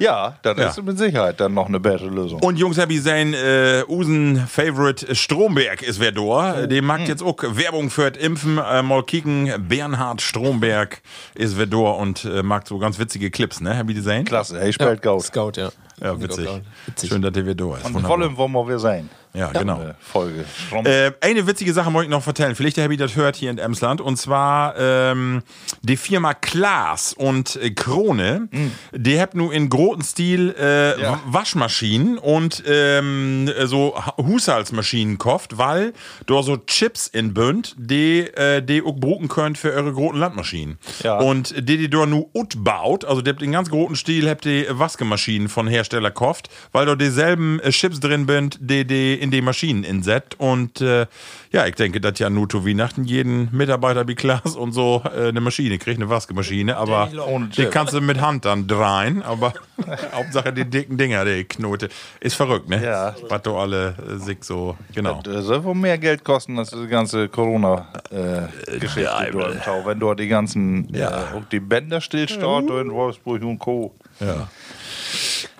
D: ja, dann
C: Ja.
D: ist mit Sicherheit dann noch eine bessere Lösung.
C: Und Jungs, hab ich sein äh, Usen-Favorite Stromberg ist wer da. Dem macht jetzt auch Werbung für das Impfen. Äh, mal kicken, Bernhard Stromberg ist wer da und äh, macht so ganz witzige Clips, ne? Hab ich gesehen?
D: Klasse, hey, spielt
E: ja,
D: Gaut.
E: Scout, ja.
C: Ja, witzig.
E: Witzig.
C: Schön, dass der wer da ist.
D: Und
C: Wunderbar.
D: voll im wollen wir sein.
C: Ja, genau.
D: Äh, Folge. Schrumpf.
C: Äh, eine witzige Sache wollte ich noch vertellen. Vielleicht habt ihr das hört hier in Emsland. Und zwar ähm, die Firma Klaas und äh, Krone, die habt nun in großen Stil äh,
D: Ja.
C: Wa- Waschmaschinen und ähm, so Ha- Haushaltsmaschinen kauft, weil da so Chips in Bünd, die äh, die auch brücken könnt für eure großen Landmaschinen.
D: Ja.
C: Und die die da nu ut baut, also die habt den ganz großen Stil, habt die Waschmaschinen von Hersteller kauft, weil da dieselben äh, Chips drin sind, die die in die Maschinen inset. Und äh, ja, ich denke, dass ja nur zu Weihnachten jeden Mitarbeiter wie Klaas und so äh, eine Maschine kriegt, eine Waschmaschine, aber
D: Ohne
C: die
D: Chip.
C: kannst du mit Hand dann dreien, aber [laughs] Hauptsache die dicken Dinger, die Knote. Ist verrückt, ne?
D: Ja.
C: Was du alle äh, sick so, genau.
D: Das äh, soll wohl mehr Geld kosten als die ganze äh, Corona-Geschichte
C: ja,
D: dort im Tau, wenn dort die ganzen
C: Ja.
D: äh, auch die Bänder stillstand in Wolfsburg und Co.
C: Ja.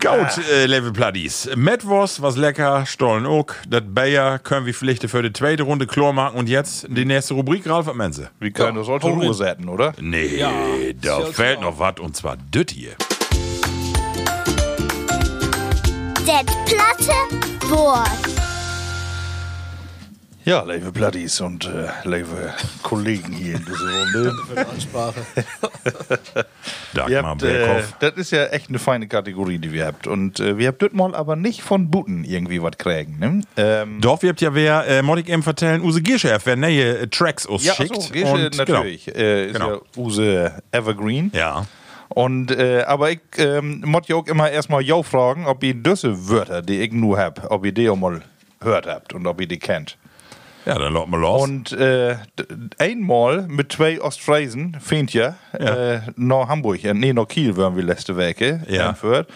C: Gut, äh, Level Pladies. Metwurst, was lecker, Stollen auch. Das Bayer können wir vielleicht für die zweite Runde klar machen. Und jetzt die nächste Rubrik, Ralf, was meinst du?
D: Wir können das heute Ruhe setzen, oder?
C: Nee, da fällt noch was und zwar das hier.
A: Det platte Wort.
D: Ja, liebe Platties und äh, liebe Kollegen hier in dieser Runde. [laughs] Ihr
C: Dagmar
D: habt, äh,
C: Berghoff.
D: das ist ja echt eine feine Kategorie, die wir habt. Und äh, wir habt das mal aber nicht von Buten irgendwie was kriegen. Ne? Ähm,
C: Doch, wir habt ja wer, äh, Modik eben vertellen, Use Gierschef, wer neue äh, Tracks uns
D: ja,
C: schickt.
D: achso, Gesche
C: Und,
D: natürlich. Äh, ist
C: Genau.
D: ja Use Evergreen.
C: Genau. Ja.
D: Und äh, aber ich ähm, mod ja auch immer erstmal jo fragen, ob ihr diese Wörter, die ich nur hab, ob ihr die auch mal gehört habt und ob ihr die kennt.
C: Ja, dann laut mal los.
D: Und äh, d- einmal mit zwei Ostfriesen, fehlt ja, äh, nach Hamburg, äh, nee, nach Kiel waren wir letzte Woche
C: Ja.
D: entführt.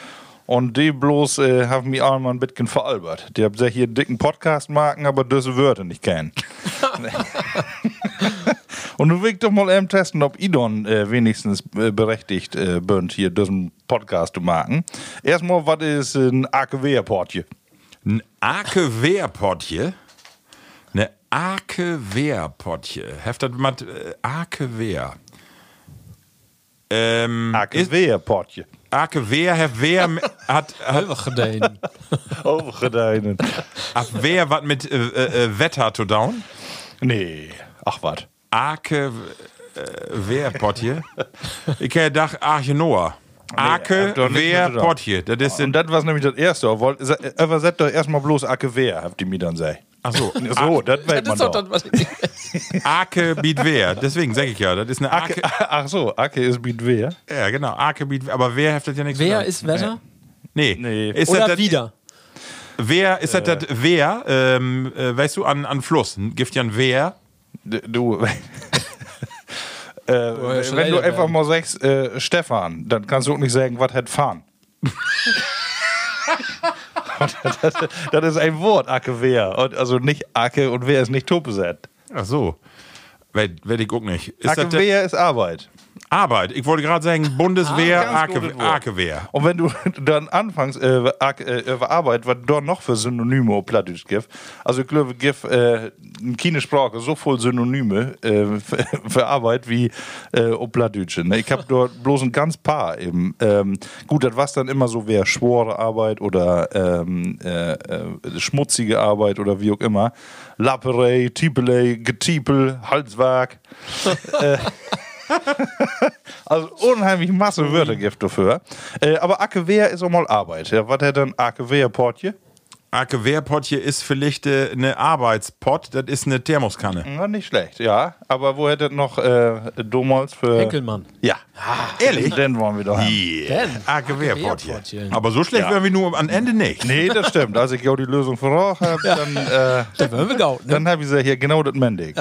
D: Und die bloß äh, haben mir einmal ein bisschen veralbert. Die haben sich hier einen dicken Podcast marken, aber diese Wörter nicht [laughs] kennen. Und du willst doch mal eben testen, ob Idon äh, wenigstens äh, berechtigt äh, bünd, hier diesen Podcast zu marken. Erstmal, was ist ein AKW-Portje?
C: Ein AKW-Potje. Eine AKW-Potje. Heftet mal äh, AKW. Ähm, ist-
D: AKW-Portje.
C: AKW, Herr
E: [laughs]
C: Wehr hat, hat
E: Einfach dein.
D: Oh, deinen.
C: auf Wehr was mit äh, äh, äh, Wetter to down?
D: Nee. Ach, was.
C: AKW, äh, Potje. Ich hätte gedacht, Arche Noah.
D: hab doch nichts
C: AKW,
D: mit zu tun.
C: Potje. Das ist
D: Und
C: in,
D: das war nämlich das Erste. Übersetzt doch erstmal bloß AKW, habt ihr mir dann gesagt.
C: ach [laughs] so,
D: [laughs] So, das weiß
E: Das
D: man
E: ist doch
D: doch.
E: das, was ich.
C: Ake beat Wehr. Deswegen sage ich ja, das ist eine Ake.
D: [laughs] Ach so, Ake ist mit W.
C: Ja, genau, Ake beat Wehr. Aber Wehr heftet ja nichts
E: [laughs] Wer
C: zu tun.
E: ist Wetter?
C: Nee.
D: Nee. Äh.
C: Ist das
E: Oder
C: das-
E: wieder?
C: Wer ist das, das Wer, ähm, äh, weißt du, an, an Fluss? Ein Gift ja ein Wer.
D: D- [laughs] Du. äh,
E: schon
D: wenn du
E: älter
D: einfach
E: werden.
D: mal sagst, äh, Stefan, dann kannst du auch nicht sagen, was
C: [laughs]
D: hat fahren. [laughs] das, das ist ein Wort, Ake Wehr. Und also nicht Ake und Wehr ist nicht Topesett.
C: Ach so. Werde ich guck nicht. Ist
D: Ake
C: das, das,
D: Wehr ist Arbeit.
C: Arbeit. Ich wollte gerade sagen, Bundeswehr,
D: Ah, ganz
C: Arke,
D: gutes Wort.
C: Arkewehr.
D: Und wenn du [laughs] dann anfängst, äh, ak- äh, über Arbeit, was da noch für Synonyme auf Plattdeutsch gibt, also ich glaube, gibt äh, keine Sprache so voll Synonyme äh, für, [laughs] für Arbeit wie äh, auf Plattdeutsch. Ne? Ich habe dort bloß ein ganz paar eben. Ähm, gut, das war dann immer so, wer schwore Arbeit oder ähm, äh, äh, schmutzige Arbeit oder wie auch immer. Lapperei, Tiepelei, Getiepel, Halswerk. Äh, [laughs] Also unheimlich Masse Wörter gibt dafür. Äh, aber AKW ist auch mal Arbeit. Ja, was hat denn AKW-Portje?
C: Arkewehrpott hier ist vielleicht äh, eine Arbeitspott, das ist eine Thermoskanne.
D: Na, nicht schlecht, ja. Aber wo hättet noch äh, Domholz für.
E: Henkelmann.
D: Ja.
C: Ehrlich?
D: Den wollen wir doch haben.
C: Yeah.
E: Denn?
C: Arkewehrpott
E: Arke Wehrpott
C: hier.
E: hier.
C: Aber so schlecht
D: Ja.
C: wären wir nur am Ende nicht.
D: Nee, das stimmt. Als ich auch die Lösung voraus habe, dann. Äh,
E: Da wären wir gaut, ne?
D: Dann habe ich gesagt, hier genau das Mendig.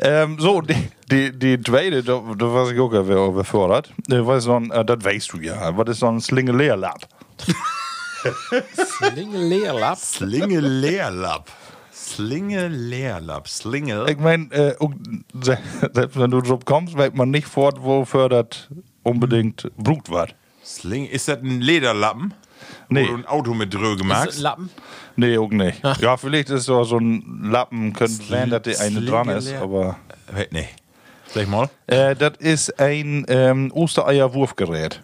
D: Ähm, so, die, die, die Tweede, da, da weiß ich auch, wer überfordert. Äh, was ist so ein, äh, das weißt du ja. Was ist so ein Slingeleerlab?
E: Slinge Leerlapp.
C: Slinge Leerlapp. Slinge Leerlapp. Slinge.
D: Ich meine, äh, und se- selbst wenn du drauf kommst, weiß man nicht fort, wofür das unbedingt brugt wird.
C: Sling. Ist das ein Lederlappen?
D: Nee.
C: Wo du ein Auto mit drüber gemacht hast?
E: Lappen.
D: Nee, auch nicht. Ja, vielleicht ist so so ein Lappen, könnte sein, dass der eine dran ist,
C: Slingeleer-
D: aber.
C: Hey, Nee. Sag mal.
D: Äh, das ist ein ähm,
C: [laughs]
D: Ostereierwurfgerät.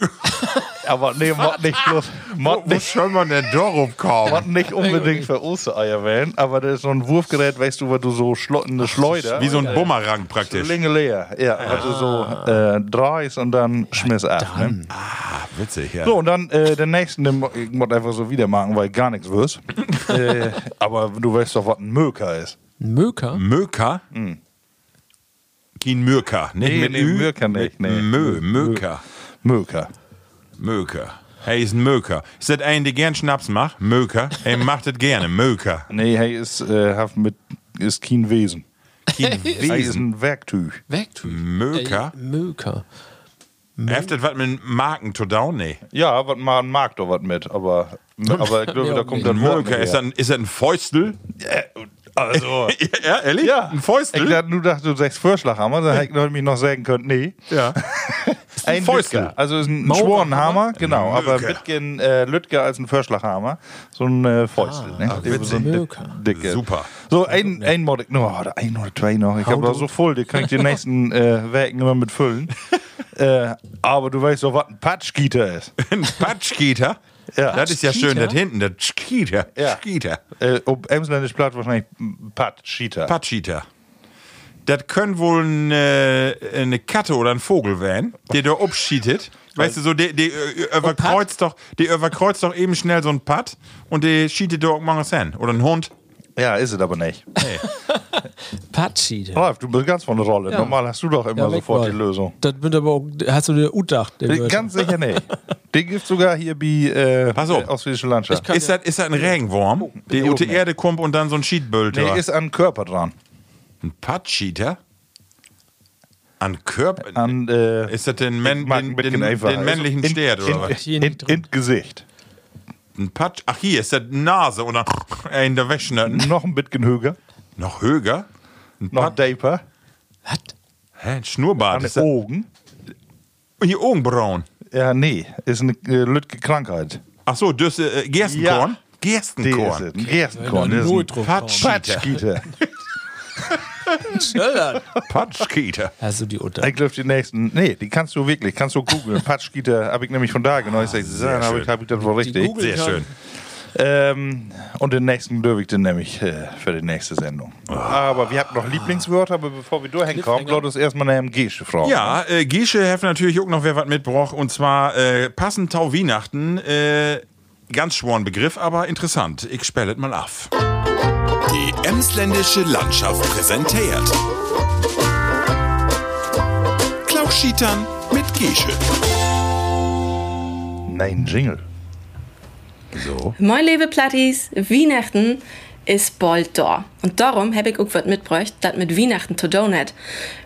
D: aber nee, mod nicht bloß. Mod nicht.
C: soll man denn darauf kommen? [laughs]
D: Mod nicht unbedingt für Ostereier wählen, aber das ist so ein Wurfgerät, weißt du, wo du so schlo eine Schleuder.
C: Wie so ein Bumerang praktisch.
D: Linge leer. Ja, was du so
C: Ah.
D: äh, dreist und dann schmiss ab. Ne?
C: Witzig, ja.
D: So, und dann äh, den nächsten, den mo- ich muss einfach so wieder machen, weil ich gar nichts [laughs] wirst. äh, aber du weißt doch, was ein Möker ist.
E: Ein Möker.
C: Möker? Kein Mürker. Nicht
D: Mm. Nee,
C: mit
D: nee,
C: Ü.
D: Mürker nicht,
C: Mit
D: nee.
C: Mö, Möker.
D: Möker.
C: Möker. Hey, ist ein Möker. Ist das ein, der gern Schnaps macht? Möker. Hey, macht das gerne. Möker.
D: Nee, hey, ist, äh, haft mit, ist kein Wesen.
C: Kein
D: [laughs] Hey, ist
C: Wesen.
D: ein Werktüch.
E: Werktüten.
C: Möker.
E: Ey, Äh, Möker.
C: Heft das was mit Marken to down? Nee.
D: Ja, was man mag doch was mit, [laughs] aber, aber ich glaube,
E: Ja,
D: da kommt
E: nee.
D: dann
C: Möker. Ist das, ein- ist das ein Fäustel?
D: Äh, Also.
C: [laughs] ja, ehrlich?
D: Ja.
C: Ein Fäustel?
D: Ich dachte, du dachtest, du sagst Vorschlaghammer, dann hätte ich mich noch sagen können, nee. [laughs]
C: ja.
D: Ein
C: Fäustel.
D: Lütger. Also ist ein
E: Maurer-
D: Schworenhammer, genau.
C: Ein Möker.
D: Aber Bitgen äh, Lütger als ein Förschlachhammer. So ein äh, Fäustel. ne? Der so ein dick-
E: Möker.
D: dicke.
C: Ah, Super.
D: So, ein, ein Mod. No, ein oder zwei noch. Ich habe da so voll, die kann ich
C: [laughs]
D: die nächsten äh, Werken immer mit füllen. äh, aber du weißt doch, was ein Patschgieter ist.
C: Ein Patschkieter.
D: Ja.
C: Das ist ja schön,
E: Patschkieter?
C: das hinten, das Schkieter.
D: Ja.
C: Schkieter.
D: Äh, ob Emsländisch platt wahrscheinlich Patschgieter.
C: Patschkieter. Das können wohl eine, eine Katte oder ein Vogel werden, der da obschietet. Weißt du, so, der, der äh, überkreuzt doch, der überkreuzt doch eben schnell so ein Patt und der schietet da irgendwann was hin. Oder ein Hund.
D: ja, ist es aber nicht.
E: Patschi.
D: Ralf, du bist ganz von der Rolle.
E: Ja.
D: Normal hast du doch immer
E: Ja, weg
D: sofort
E: mal.
D: die Lösung.
E: Das bin aber auch, hast du dir Utdacht, den Wörter.
D: Ganz sicher nicht. Den gibt sogar hier wie äh,
C: Pass auf.
D: aus Schwedische Landschaft.
C: Ist das, ist das ein Regenwurm, der
D: Oh, die
C: unter
D: oben,
C: Erde kommt und dann so ein Schiedböld
D: Nee,
C: hat?
D: ist an Körper dran.
C: Ein Patschkieter? An Körper?
D: An, äh,
C: ist das den, Män-
D: mag
C: den,
D: ein bisschen
C: den,
D: einfacher. Also
C: den männlichen
D: in,
C: Stern
D: in,
C: oder was?
E: Hier
D: In, in,
E: nicht drin.
D: Gesicht.
C: Ein Patsch. Ach, hier ist das Nase oder [laughs] in der Wäsche.
D: Noch ein bisschen höher.
C: Noch höher. Ein
D: Noch
C: Patsch.
D: deeper.
E: Was?
C: Hä, ein Schnurrbart.
D: An
C: Ist das,
D: Augen.
C: hier Augenbrauen.
D: Ja, nee. Ist eine äh, lütke Krankheit.
C: Ach so, das äh, Gerstenkorn.
D: Ja.
C: Gerstenkorn.
D: Die ist es. Ein Gerstenkorn.
E: Wenn
D: Das
E: da
D: ist
E: Null
D: ein
E: drauf
C: Patsch.
E: kommt.
D: Patschgieter.
E: Schöllern.
D: [laughs]
C: Patschkieter.
E: Hast du die Utdacht?
D: Ich glaube, die nächsten. Nee, die kannst du wirklich. Kannst du googeln. Patschgieter habe ich nämlich von da genau. Ich sag, dann habe ich,
C: Ah, schön.
D: hab ich das wohl richtig.
E: googeln
C: Sehr
E: kann.
C: schön.
D: Ähm, und den nächsten dürfe ich den nämlich äh, für die nächste Sendung. Aber wir hatten noch Lieblingswörter, aber bevor wir durchhängen kommen, lautet es erstmal eine MG-Sche, Frau.
C: Ja, äh, Gesche heft natürlich auch noch wer was mitbraucht. Und zwar äh, passend Tau Weihnachten. Äh, ganz schworen Begriff, aber interessant. Ich spell it mal ab.
I: Die Emsländische Landschaft präsentiert. Klauschietern mit Gesche.
D: Nein, Jingle.
J: Moin liebe Plattis, Weihnachten ist bald da. Und darum habe ich auch was mitgebracht, das mit Weihnachten to Donut.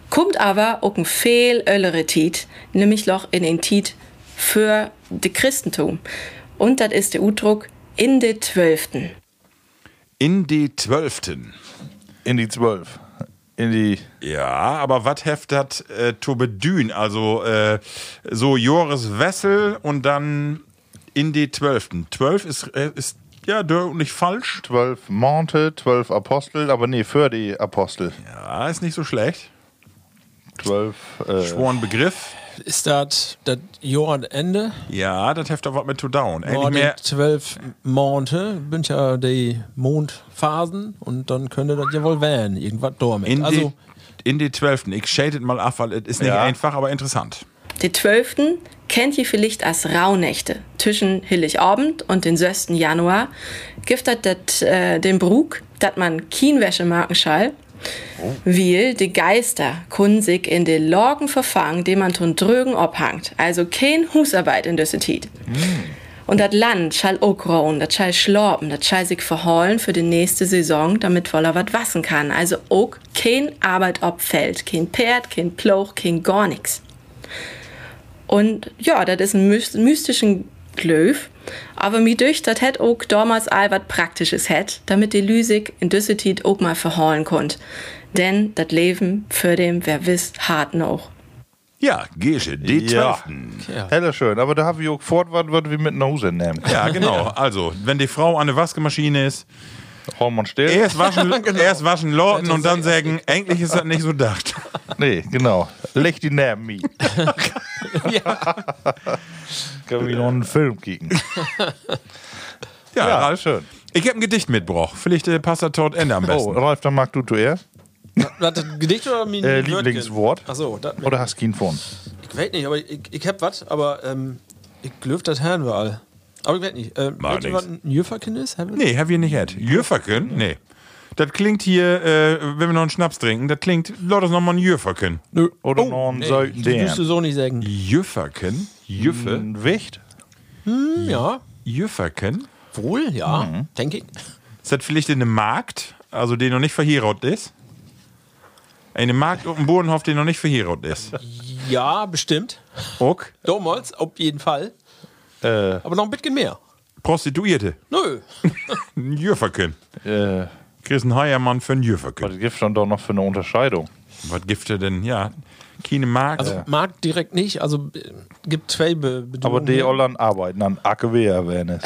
J: Kommt aber auch ein viel öllere Tiet, nämlich noch in den Tiet für de Christentum. Und das ist der Udruck in de Zwölften.
C: In die Zwölften.
D: In die Zwölf. in die.
C: Ja, aber was heftet äh, Tobedün? Also äh, so Joris Wessel und dann in die Zwölften. Zwölf ist, äh, ist ja dör- nicht falsch.
D: Zwölf Monte, zwölf Apostel, aber nee, für die Apostel.
C: Ja, ist nicht so schlecht.
D: Zwölf. Äh,
C: Schworen Begriff.
E: Ist das das Jahr und Ende?
C: Ja, das heftet was mit to down. Ähnlich
E: Ja, die
C: mehr.
E: zwölf Monate sind ja die Mondphasen und dann könnte das ja wohl werden. Irgendwas dormit.
C: In [laughs]
E: Also,
C: die, in die Zwölften. Ich shadet mal ab, weil es ist nicht
D: Ja.
C: einfach, aber interessant.
J: Die 12. kennt ihr vielleicht als Rauhnächte. Zwischen Hilligabend und den 6. Januar giftet dat, äh, den Brug, dat man Kienwäsche marken schall, weil die Geister können sich in den Lorgen verfangen, die man von drögen abhangt. Also kein Husarbeit in dieser Zeit. Und das Land schall auch rauen, das schall schlorben, das schall sich verheulen für die nächste Saison, damit voller was wassen kann. Also auch kein Arbeit abfällt, kein Pferd, kein Ploch, kein gar nix. Und ja, das ist ein myst- mystischen Glöf. Aber mir durch, das hätt auch damals all was Praktisches hätt, damit die Lüsig in Düsseldorf auch mal verhaulen konnt. Denn das Leben für dem, wer wisst, hart noch.
C: Ja, Gesche, die
D: Ja.
C: Zwölften.
D: Heller schön, aber da haben wir auch fort, was wir mit nach Hause nehmen.
C: Ja, genau. Also, wenn die Frau an der Waschmaschine [laughs] ist,
D: Hormon still?
C: erst waschen, erst waschen Lorten und dann sagen, eigentlich ist das nicht so [laughs] gedacht.
D: Nee, genau. Leg die neben mich. Können wir noch einen Film kicken.
C: Ja,
D: Ja,
C: Ralf.
D: schön.
C: Ich habe ein Gedicht mitgebracht. Vielleicht äh, passt das dort Ende am
D: Oh,
C: besten.
D: Ralf, dann mag du zuerst.
E: was das Gedicht oder mein
D: Äh,
E: Wörtchen?
D: Lieblingswort.
E: Ach so, das
D: Oder hast du ihn von?
E: Ich weiß nicht, aber ich, ich hab was, aber ähm, ich glöf das Herrn wir all. Aber ich weiß nicht. Ähm,
C: Mag
E: weißt du,
C: nix.
E: was ein Jürferkind ist? Hab ich-
C: Nee, haben wir nicht had. Jürferken? Nee. Das klingt hier, äh, wenn wir noch einen Schnaps trinken, das klingt, lass uns nochmal ein Jürferken.
E: Nö. Oh,
D: Oder noch einen Seiten
E: Das wirst du so nicht sagen.
C: Jürferken? Jüffe?
D: Ein Hm, Wicht?
E: Ja,
C: Jürferken?
E: wohl, ja,
D: Mhm.
E: denke ich.
C: Ist das vielleicht eine Markt, also die noch nicht verheiratet ist? Eine Markt auf dem Bodenhof, die noch nicht verheiratet ist.
E: Ja, bestimmt.
C: Ok.
E: Damals, auf jeden Fall.
D: Äh,
E: Aber noch ein bisschen mehr.
C: Prostituierte.
E: Nö.
C: Ein Jürferken.
D: äh,
C: Chris ein Heiermann für ein Jürferken.
D: was gibt schon doch noch für eine Unterscheidung?
C: Was gibt er denn? Ja, keine Markt.
E: Also mag direkt nicht, also äh, gibt zwei Be Bedingungen.
D: Aber die Olland arbeiten an AKW erwähnen.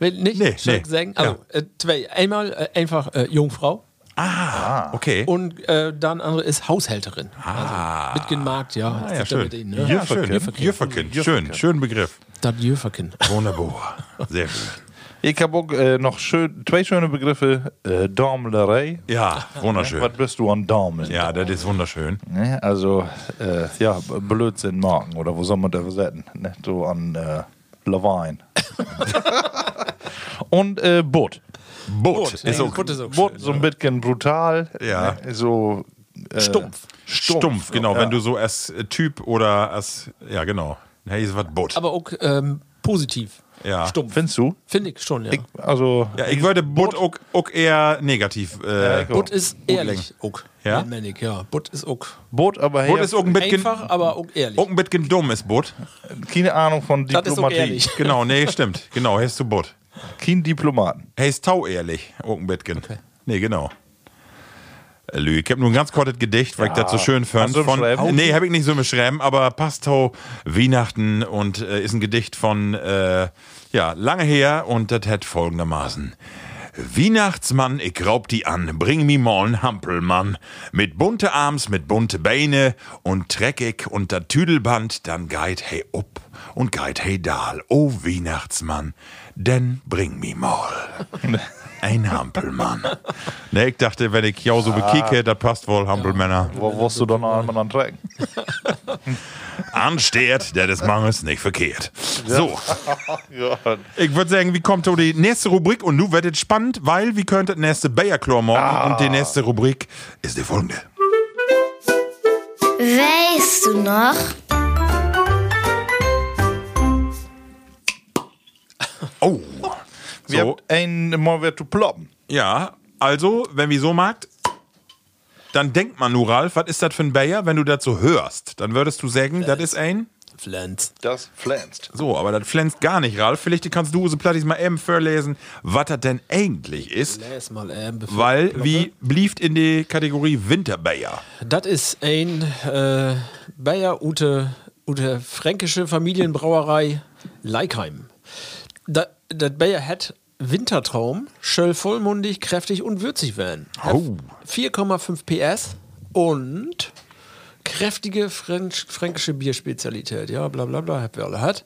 E: Wenn nicht,
C: Nee,
E: nee,
C: nee.
E: sagen. Also, äh, zwei. Einmal äh, einfach äh, Jungfrau
C: ah, okay.
E: und äh, dann andere ist Haushälterin. Ah. Also, mitgenmarkt, ja.
C: Ah,
E: das
C: ja,
E: ist dann
C: schön.
E: mit ihnen, ne?
C: Ja, schön.
E: Jürferkind.
C: Jürferkind. Schön, schön Begriff.
E: Das Jürferkind.
C: Wunderbar. Sehr schön.
D: [laughs] Ich habe auch äh, noch schön, zwei schöne Begriffe. Äh, Dormlerei.
C: Ja, wunderschön.
D: Was bist du an Daumen?
C: Ja, das ist wunderschön.
D: Ne? Also, äh, ja, B- Blödsinn marken oder wo soll man da versetzen? Ne? So an äh, Lawine. Und äh, Boot.
C: Boot ist
E: ja,
C: auch
E: Butt ist auch
D: Boot so ein bisschen brutal.
C: Ja.
D: Ne? So. Äh,
E: Stumpf.
C: stumpf, genau. Wenn du so als äh, Typ oder als, ja genau. Hey, ist was Boot.
E: Aber auch ähm, positiv.
C: Ja.
E: Stumpf.
D: Findest du?
E: Finde ich schon, ja.
D: Ich, also,
C: Ja, ich würde Boot auch, auch eher negativ. Äh,
D: ich auch.
E: Butt ist ehrlich. Auch.
C: Ja?
E: Nennt man ich, ja. Butt ist auch.
D: Boot, aber
C: Boot
D: her,
C: ist auch ein bisschen,
E: Einfach, aber auch ehrlich.
C: auch ein bisschen dumm, ist Boot.
D: keine Ahnung von
E: Das ist auch
D: Diplomatie.
E: ehrlich.
C: Genau, nee, stimmt. Genau, hey, ist zu Boot.
D: Kein Diplomaten.
C: Hey, ist tau ehrlich, auch ein bisschen. Nee, genau. Äh, Lü, ich habe nur ein ganz kurzes Gedicht, weil ich das so schön fand.
D: Hast du
C: Von,
D: beschreiben?
C: nee, habe ich nicht so beschrieben, aber passt tau Weihnachten und äh, ist ein Gedicht von äh, ja, lange her und das hat folgendermaßen. Weihnachtsmann, ich raub die an, bring mi moln Hampelmann. Mit bunte Arms, mit bunte Beine und treck ich unter Tüdelband, dann geit hey up und geit hey dal. O Weihnachtsmann, denn bring mi mol. Ein Hampelmann. Ne, ich dachte, wenn ich ja so bekicke, da passt wohl Hampelmänner.
D: Wo wirst du dann einmal antrecken?
C: Ansteht, der des Mangels nicht verkehrt. So,
D: [laughs] ja.
C: ich würde sagen, wie kommt so die nächste Rubrik? Und nu wird es spannend, weil wie könnte das nächste Bayer Chlor morgen? Und die nächste Rubrik ist die folgende.
A: Weißt du noch?
C: Oh,
D: Wir
C: so,
D: haben einen Mal wieder zu ploppen.
C: ja, also, wenn wir so magt, dann denkt man nur, Ralf, was ist das für ein Bayer? Wenn du das so hörst, dann würdest du sagen, das ist ein
E: Pflanzt.
D: Das pflanzt.
C: So, aber das pflänzt gar nicht, Ralf. Vielleicht kannst du so plattis mal eben vorlesen, was das denn eigentlich ist.
E: Läs mal ähm, bevor-
C: Weil, wie blieft in die Kategorie Winterbayer.
E: Das ist ein äh, Bayer Ute, Ute fränkische Familienbrauerei Leikheim. Das Bayer hat Wintertraum, schöll vollmundig, kräftig und würzig werden. Hat
C: Oh.
E: 4,5 PS und kräftige Fränk fränkische Bierspezialität. Ja, bla bla bla, habt ihr alle hat.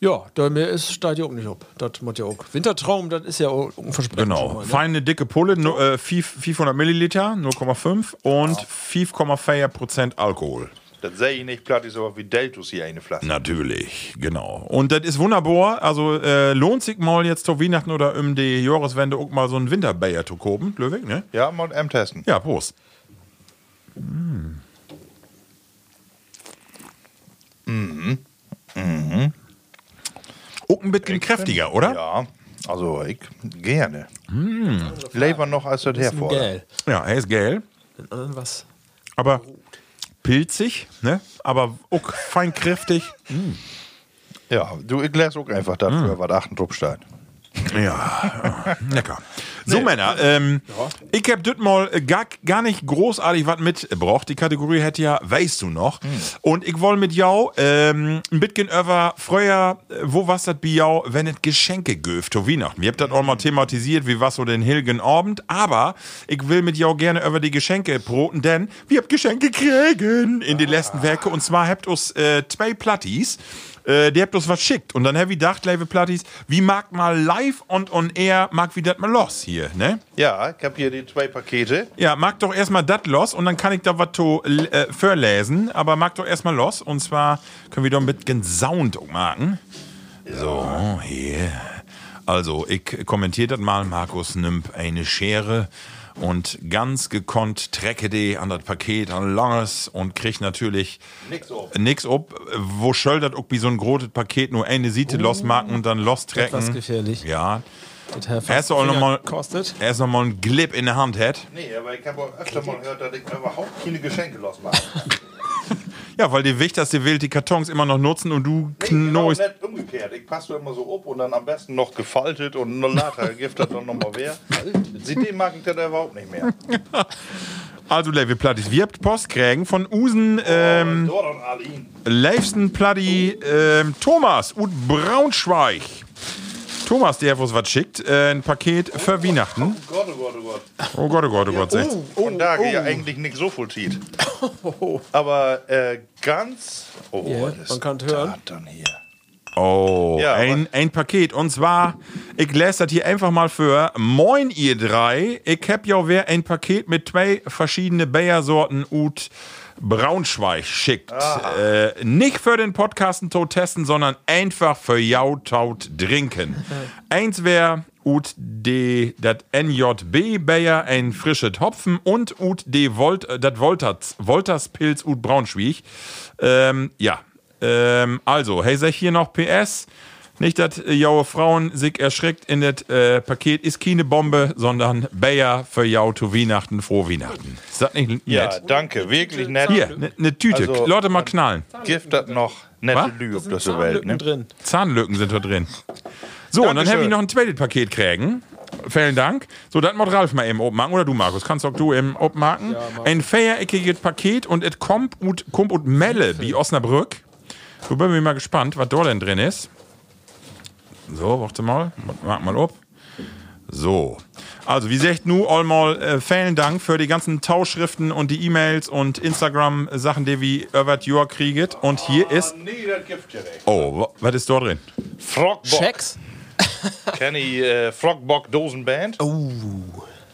E: Ja, da mir ist steigt ja auch nicht ob. Das macht ja auch. Wintertraum, das ist ja auch ein Versprechen. schon
C: Genau.
E: mal, ne?
C: Feine, dicke Pulle, nur, äh, 5- 500 Milliliter, 0,5 und 5,4 Prozent Alkohol.
D: Das sehe ich nicht platt, ist aber wie Deltus hier eine Flasche.
C: Natürlich, genau. Und das ist wunderbar. Also äh, lohnt sich mal jetzt zur Weihnachten oder um die Jahreswende auch mal so einen Winterbayer zu kopen, Löwig, ne?
D: Ja, mal M testen.
C: Ja, Prost.
E: Mm. Mhm.
C: Mm. Mhm. Auch ein bisschen kräftiger, oder?
D: Ja, also ich gerne. Leber noch als Mm. das hervor.
E: Geil.
C: Ja, er ist gelb,
E: Den anderen äh, was.
C: aber pilzig, ne? Aber auch fein kräftig.
D: Ja, du, ich lässt auch einfach dafür, was achten drauf steht.
C: Ja, lecker. So, Männer, ähm, ich hab das mal äh, gar, gar nicht großartig was mitgebracht. Die Kategorie hätte ja, weißt du noch. Und ich woll mit jou ähm, ein bisschen über früher, äh, wo was das bei jou, wenn es Geschenke göft, zu Weihnachten. Wir habt das auch mal thematisiert, wie was so den Hilgen Abend. Aber ich will mit jou gerne über die Geschenke broten, denn wir habt Geschenke kriegen in den letzten Werke. Und zwar habt uns äh, zwei Plattis äh, die habt uns was schickt. Und dann hab ich gedacht, liebe Plattis, wie mag mal live und on air, mag wie dat mal los hier, ne?
D: Ja, ich habe hier die zwei Pakete.
C: Ja, mag doch erstmal dat los und dann kann ich da was to äh, verlesen, aber mag doch erstmal los. Und zwar können wir doch mit gen Sound machen. So, hier. Also, ich kommentiere das mal. Markus nimmt eine Schere und ganz gekonnt trecke die an das Paket, an langes und kriegt natürlich
D: Nix ob.
C: nix ob, wo schöll das ob wie so ein grotes Paket nur eine Siete losmachen und dann lostrecken.
E: Uh, Etwas gefährlich.
C: Ja.
E: Das hat
C: Erst auch nochmal
E: kostet.
C: erst noch mal ein Glip in der Hand hat.
D: Nee, aber ich habe auch öfter mal gehört, dass ich überhaupt keine Geschenke losmache.
C: Ja, weil die wichtig, dass die wild die Kartons immer noch nutzen und du knoist.
D: nicht umgekehrt. Ich passe immer so ob und dann am besten noch gefaltet und noch nachher gibt das dann nochmal wer. Seitdem mag ich das überhaupt nicht mehr.
C: Also Level Plattis, wir habt Post kriegen von Usen ähm,
D: Dort und Alin.
C: Leifsten Platti ähm, Thomas und Braunschweig. Thomas, der hat uns was schickt, äh, ein Paket für Weihnachten.
D: Gott, oh Gott, oh Gott.
C: Oh Gott, oh Gott, oh Gott, sagt's.
D: Von da geht ja eigentlich nicht so viel Tiet. Aber äh, ganz. Oh,
E: Ja,
D: was
E: man kann's
D: das
E: hören.
D: Dann hier.
C: Oh,
D: Ja, aber-
C: ein, ein Paket. Und zwar, ich lese das hier einfach mal für. Moin, ihr drei. Ich hab ja wer ein Paket mit zwei verschiedene Bayer-Sorten ut Braunschweig schickt. Äh, nicht für den Podcasten tot testen, sondern einfach für jou taut trinken. Eins wär ut de dat NJB Bayer ein frisches Hopfen und ut de Volt, äh, dat Wolters, Wolters Pilz ut Braunschweig. Ähm, ja. Ähm, also, hey, sag hier noch PS. Nicht, dass äh, jaue Frauen sich erschreckt in das äh, Paket ist keine Bombe, sondern Bayer für jau zu Weihnachten, frohe Weihnachten. Ist das nicht nett?
D: Ja, danke, wirklich nett.
C: Hier, eine ne Tüte.
D: Also,
C: Leute, mal knallen.
D: Gift das noch
C: Was?
D: nette Lüge auf der Welt. Ne?
E: drin.
C: Zahnlücken sind da drin. So, und dann habe ich noch ein zweites Paket kriegen. Vielen Dank. So, dann muss Ralf mal eben obmachen. Oder du, Markus, kannst auch du eben obmachen. ein feiereckiges Paket und es kommt und, kommt und Melle wie Osnabrück. So bin ich mal gespannt, was da denn drin ist. So, warte mal. Mach mal ob. So. Also, wie gesagt, nu allmal äh, vielen Dank für die ganzen Tauschschriften und die E-Mails und Instagram-Sachen, die wir über das Jahr kriegen. Und hier ist.
D: Ah, Nee, das gibt ja nicht.
C: Oh, wa- was ist da drin?
D: Frogbock.
E: Checks?
D: Kenny äh, Frogbock Dosenband. Oh.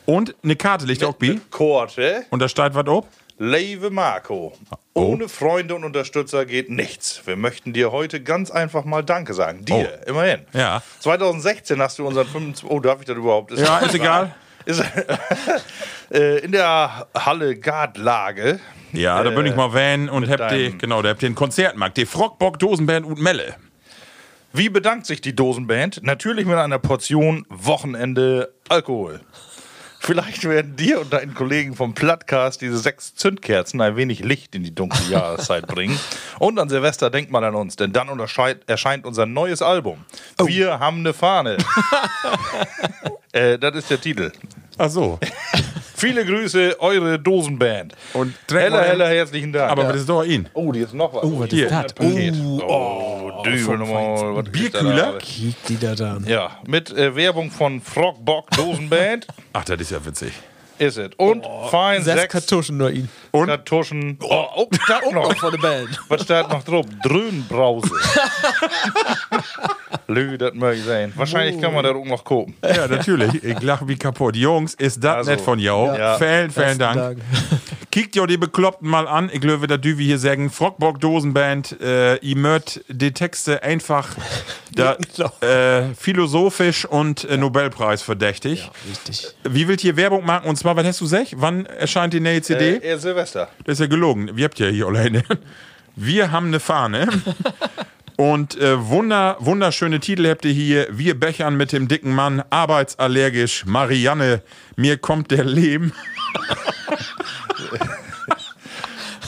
C: Und eine Karte liegt auch bi.
D: Korte.
C: Und da steht was ob.
D: Leve Marco.
C: Oh.
D: Ohne Freunde und Unterstützer geht nichts. Wir möchten dir heute ganz einfach mal Danke sagen. Dir, immerhin.
C: Oh. Ja.
D: 2016 hast du unseren 25. Oh, darf ich das überhaupt? Ist
C: Ja,
D: das
C: ist egal.
D: Ist, [laughs] äh, in der Halle Äh, Gardlage.
C: Ja, da bin ich mal Van und hab die,
D: deinem-
C: genau, da hab den Konzertmarkt. Die Frockbock, Dosenband und Melle.
D: Wie bedankt sich die Dosenband? Natürlich mit einer Portion Wochenende Alkohol. Vielleicht werden dir und deinen Kollegen vom Plattcast diese sechs Zündkerzen ein wenig Licht in die dunkle Jahreszeit bringen. Und an Silvester denkt mal an uns, denn dann unterscheid- erscheint unser neues Album.
C: Oh.
D: Wir haben
C: [laughs]
D: eine Fahne. äh, das ist der Titel.
C: Ach so.
D: Viele Grüße, eure Dosenband.
C: [laughs] Und
D: Heller, heller, herzlichen Dank.
C: Aber
D: Ja.
C: das ist doch ihn.
D: Oh, die ist noch was.
E: Oh, was ist
D: Hier,
E: das?
D: Paket.
E: Oh,
D: Oh, Dübel nochmal. Was gibt's da
C: Bierkühler?
D: da?
E: Kiek die da an.
D: Ja, mit äh, Werbung von Frogbock Dosenband
C: Ach, das ist ja witzig.
D: ist es. Und fein
E: Sechs
D: sechs
E: Kartuschen nur ihn.
D: und Kartuschen. Oh, oh, da noch.
E: Von der Band.
D: Was steht noch drauf? Dröhnbrause. Lü, das mag ich sein. Wahrscheinlich kann man da oben noch gucken.
C: Ja, natürlich. [laughs] Ich lache wie kaputt. Jungs, ist das
D: Also,
C: nett von jou.
D: ja.
C: Vielen, vielen Dank. [laughs] Kickt jo die Bekloppten mal an. Ich löwe da Düvi hier sagen, Frockbock Dosenband, äh, ihr mört die Texte einfach
D: [laughs]
C: da,
D: genau.
C: äh, philosophisch und äh, Nobelpreis verdächtig.
E: Richtig.
C: Wie willt ihr Werbung machen? Und zwar, was hast du gesagt? Wann erscheint die neue CD?
D: Äh, äh, Silvester.
C: Das ist ja gelogen. Wir habt ja hier alleine. Wir haben eine Fahne. Und äh, wunder, wunderschöne Titel habt ihr hier. Wir bechern mit dem dicken Mann, arbeitsallergisch, Marianne, mir kommt der Lehm.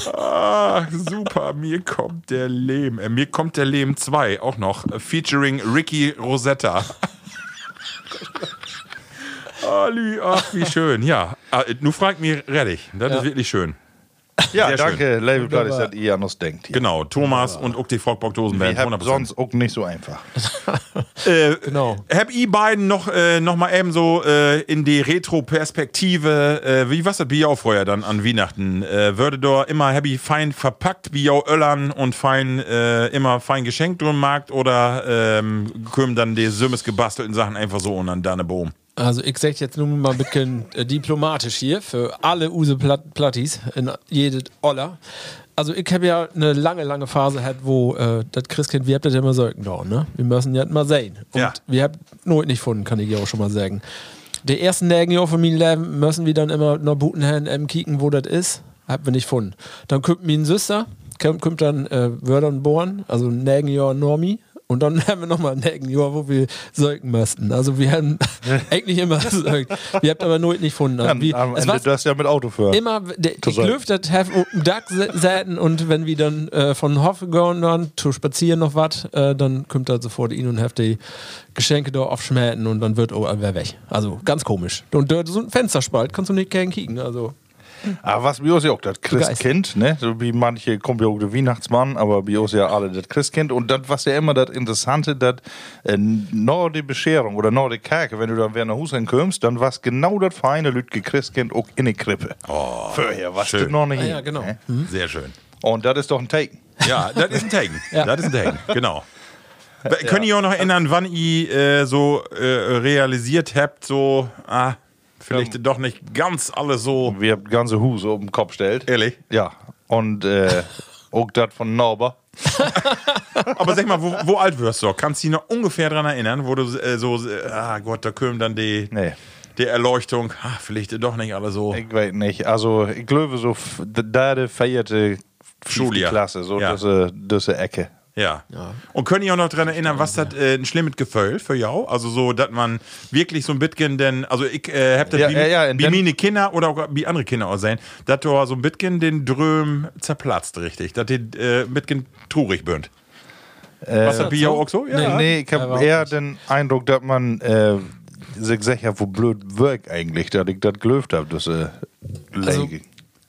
C: [laughs] ah, super, mir kommt der Lehm. Äh, mir kommt der Lehm 2 auch noch. äh, Featuring Ricky Rosetta. [laughs] Ah, Lü, ach, wie schön. Ja, Ah, äh, nur fragt mir redig. Das ist wirklich schön.
D: Ja,
C: Sehr schön.
D: danke, Label Plattis, dass ihr an uns denkt. Hier.
C: Genau, Thomas und Uck die Frockbock Dosenband.
D: Ich hab
C: 100%.
D: sonst auch nicht so einfach.
C: Äh,
E: Genau.
C: Hab ich beiden noch, äh, noch mal eben so äh, in die Retro-Perspektive, äh, wie was das Bier auch vorher dann an Weihnachten? Äh, würde da immer happy fein verpackt Bier öllern und fein äh, immer fein geschenkt im Markt oder ähm, kommen dann die Sümmes gebastelten Sachen einfach so und dann da eine Boom?
E: Also ich sag jetzt nun mal ein bisschen äh, diplomatisch hier für alle Use Plat- Plattis in jedes Oller. Also ich habe ja eine lange, lange Phase gehabt, wo äh, das Christkind, wir habt das ja immer sagen dauern, ne? Wir müssen ja mal sehen. Und
C: Ja.
E: wir habt Not nicht gefunden, kann ich ja auch schon mal sagen. Die ersten Nägen hier von meinem Leben müssen wir dann immer nach Butenherren ähm, kicken, wo das ist. Haben wir nicht gefunden. Dann kommt meine Süster, kommt, kommt dann äh, Wördern bohren, also Nägen hier Normi. Und dann [laughs] haben wir nochmal Nägen hier, wo wir säugen müssten. Also wir
D: [laughs]
E: haben eigentlich immer gesäugt. Wir haben aber Not nicht gefunden. Also, wie,
D: Am
E: es
D: Ende
E: war
D: das ja mit Autofahren.
E: immer, der, ich
D: sein.
E: löf das Heft und Duck säten und wenn wir dann äh, von Hoffe gehen, dann zu spazieren noch was, äh, dann kommt da sofort ihn und heft die Geschenke da aufschmähten und dann wird oh, wer weg. Also ganz komisch. Und da so ein Fensterspalt, kannst du nicht gern kicken. Also
D: Aber Ah, was bei uns ja auch das Christkind, ne? So wie manche kommen ja auch der Weihnachtsmann, aber bei uns ja alle das Christkind. Und das, was ja immer das Interessante, das äh, nur die Bescherung oder nur die Kerke, wenn du dann wieder nach Hussein kommst, dann war es genau das feine Lütke Christkind auch in die Krippe. Oh, Vorher warst du
C: schön.
D: noch nicht.
E: ja,
D: hin,
E: genau.
D: ne?
C: Sehr schön.
D: Und das ist doch ein Taken.
C: Ja, das ist ein Tagen. Das ist ein Tagen, genau. Könnt ihr auch noch erinnern, wann ihr äh, so äh, realisiert habt, so, ah, vielleicht doch nicht ganz alles so.
D: Wir haben ganze Huse auf den Kopf stellt.
C: Ehrlich?
D: Ja.
C: [laughs]
D: Und äh, auch das von Norber.
C: Aber sag mal, wo, wo alt wirst du? Kannst du dich noch ungefähr dran erinnern, wo du äh, so, äh, ah Gott, da kommt dann die,
D: Nee.
C: die Erleuchtung, ah, vielleicht doch nicht alle so.
D: Ich weiß nicht. Also, ich glaube, so f- da der feierte
C: Schuljahr.
D: Klasse, so
C: Ja.
D: diese, diese Ecke.
C: Ja. Und könnt ihr auch noch dran erinnern, was das äh, ein schlimmes Gefühl für jou? Also so, dass man wirklich so ein bisschen, denn, also ich äh, hab das
D: Ja,
C: wie,
D: ja, ja, und
C: wie
D: dann-
C: meine Kinder oder auch wie andere Kinder auch sein, dass du so ein bisschen den Dröm zerplatzt, richtig. Dass die äh, ein bisschen trurig bünd. was das bei jou auch so?
D: Äh, Nee,
C: Ja.
D: nee ich
E: aber auch
D: habe eher den Eindruck, dass man äh, sich sicher, wo blöd wirkt eigentlich, dass ich das gelöft habe, das äh,
E: Also-
D: Lege.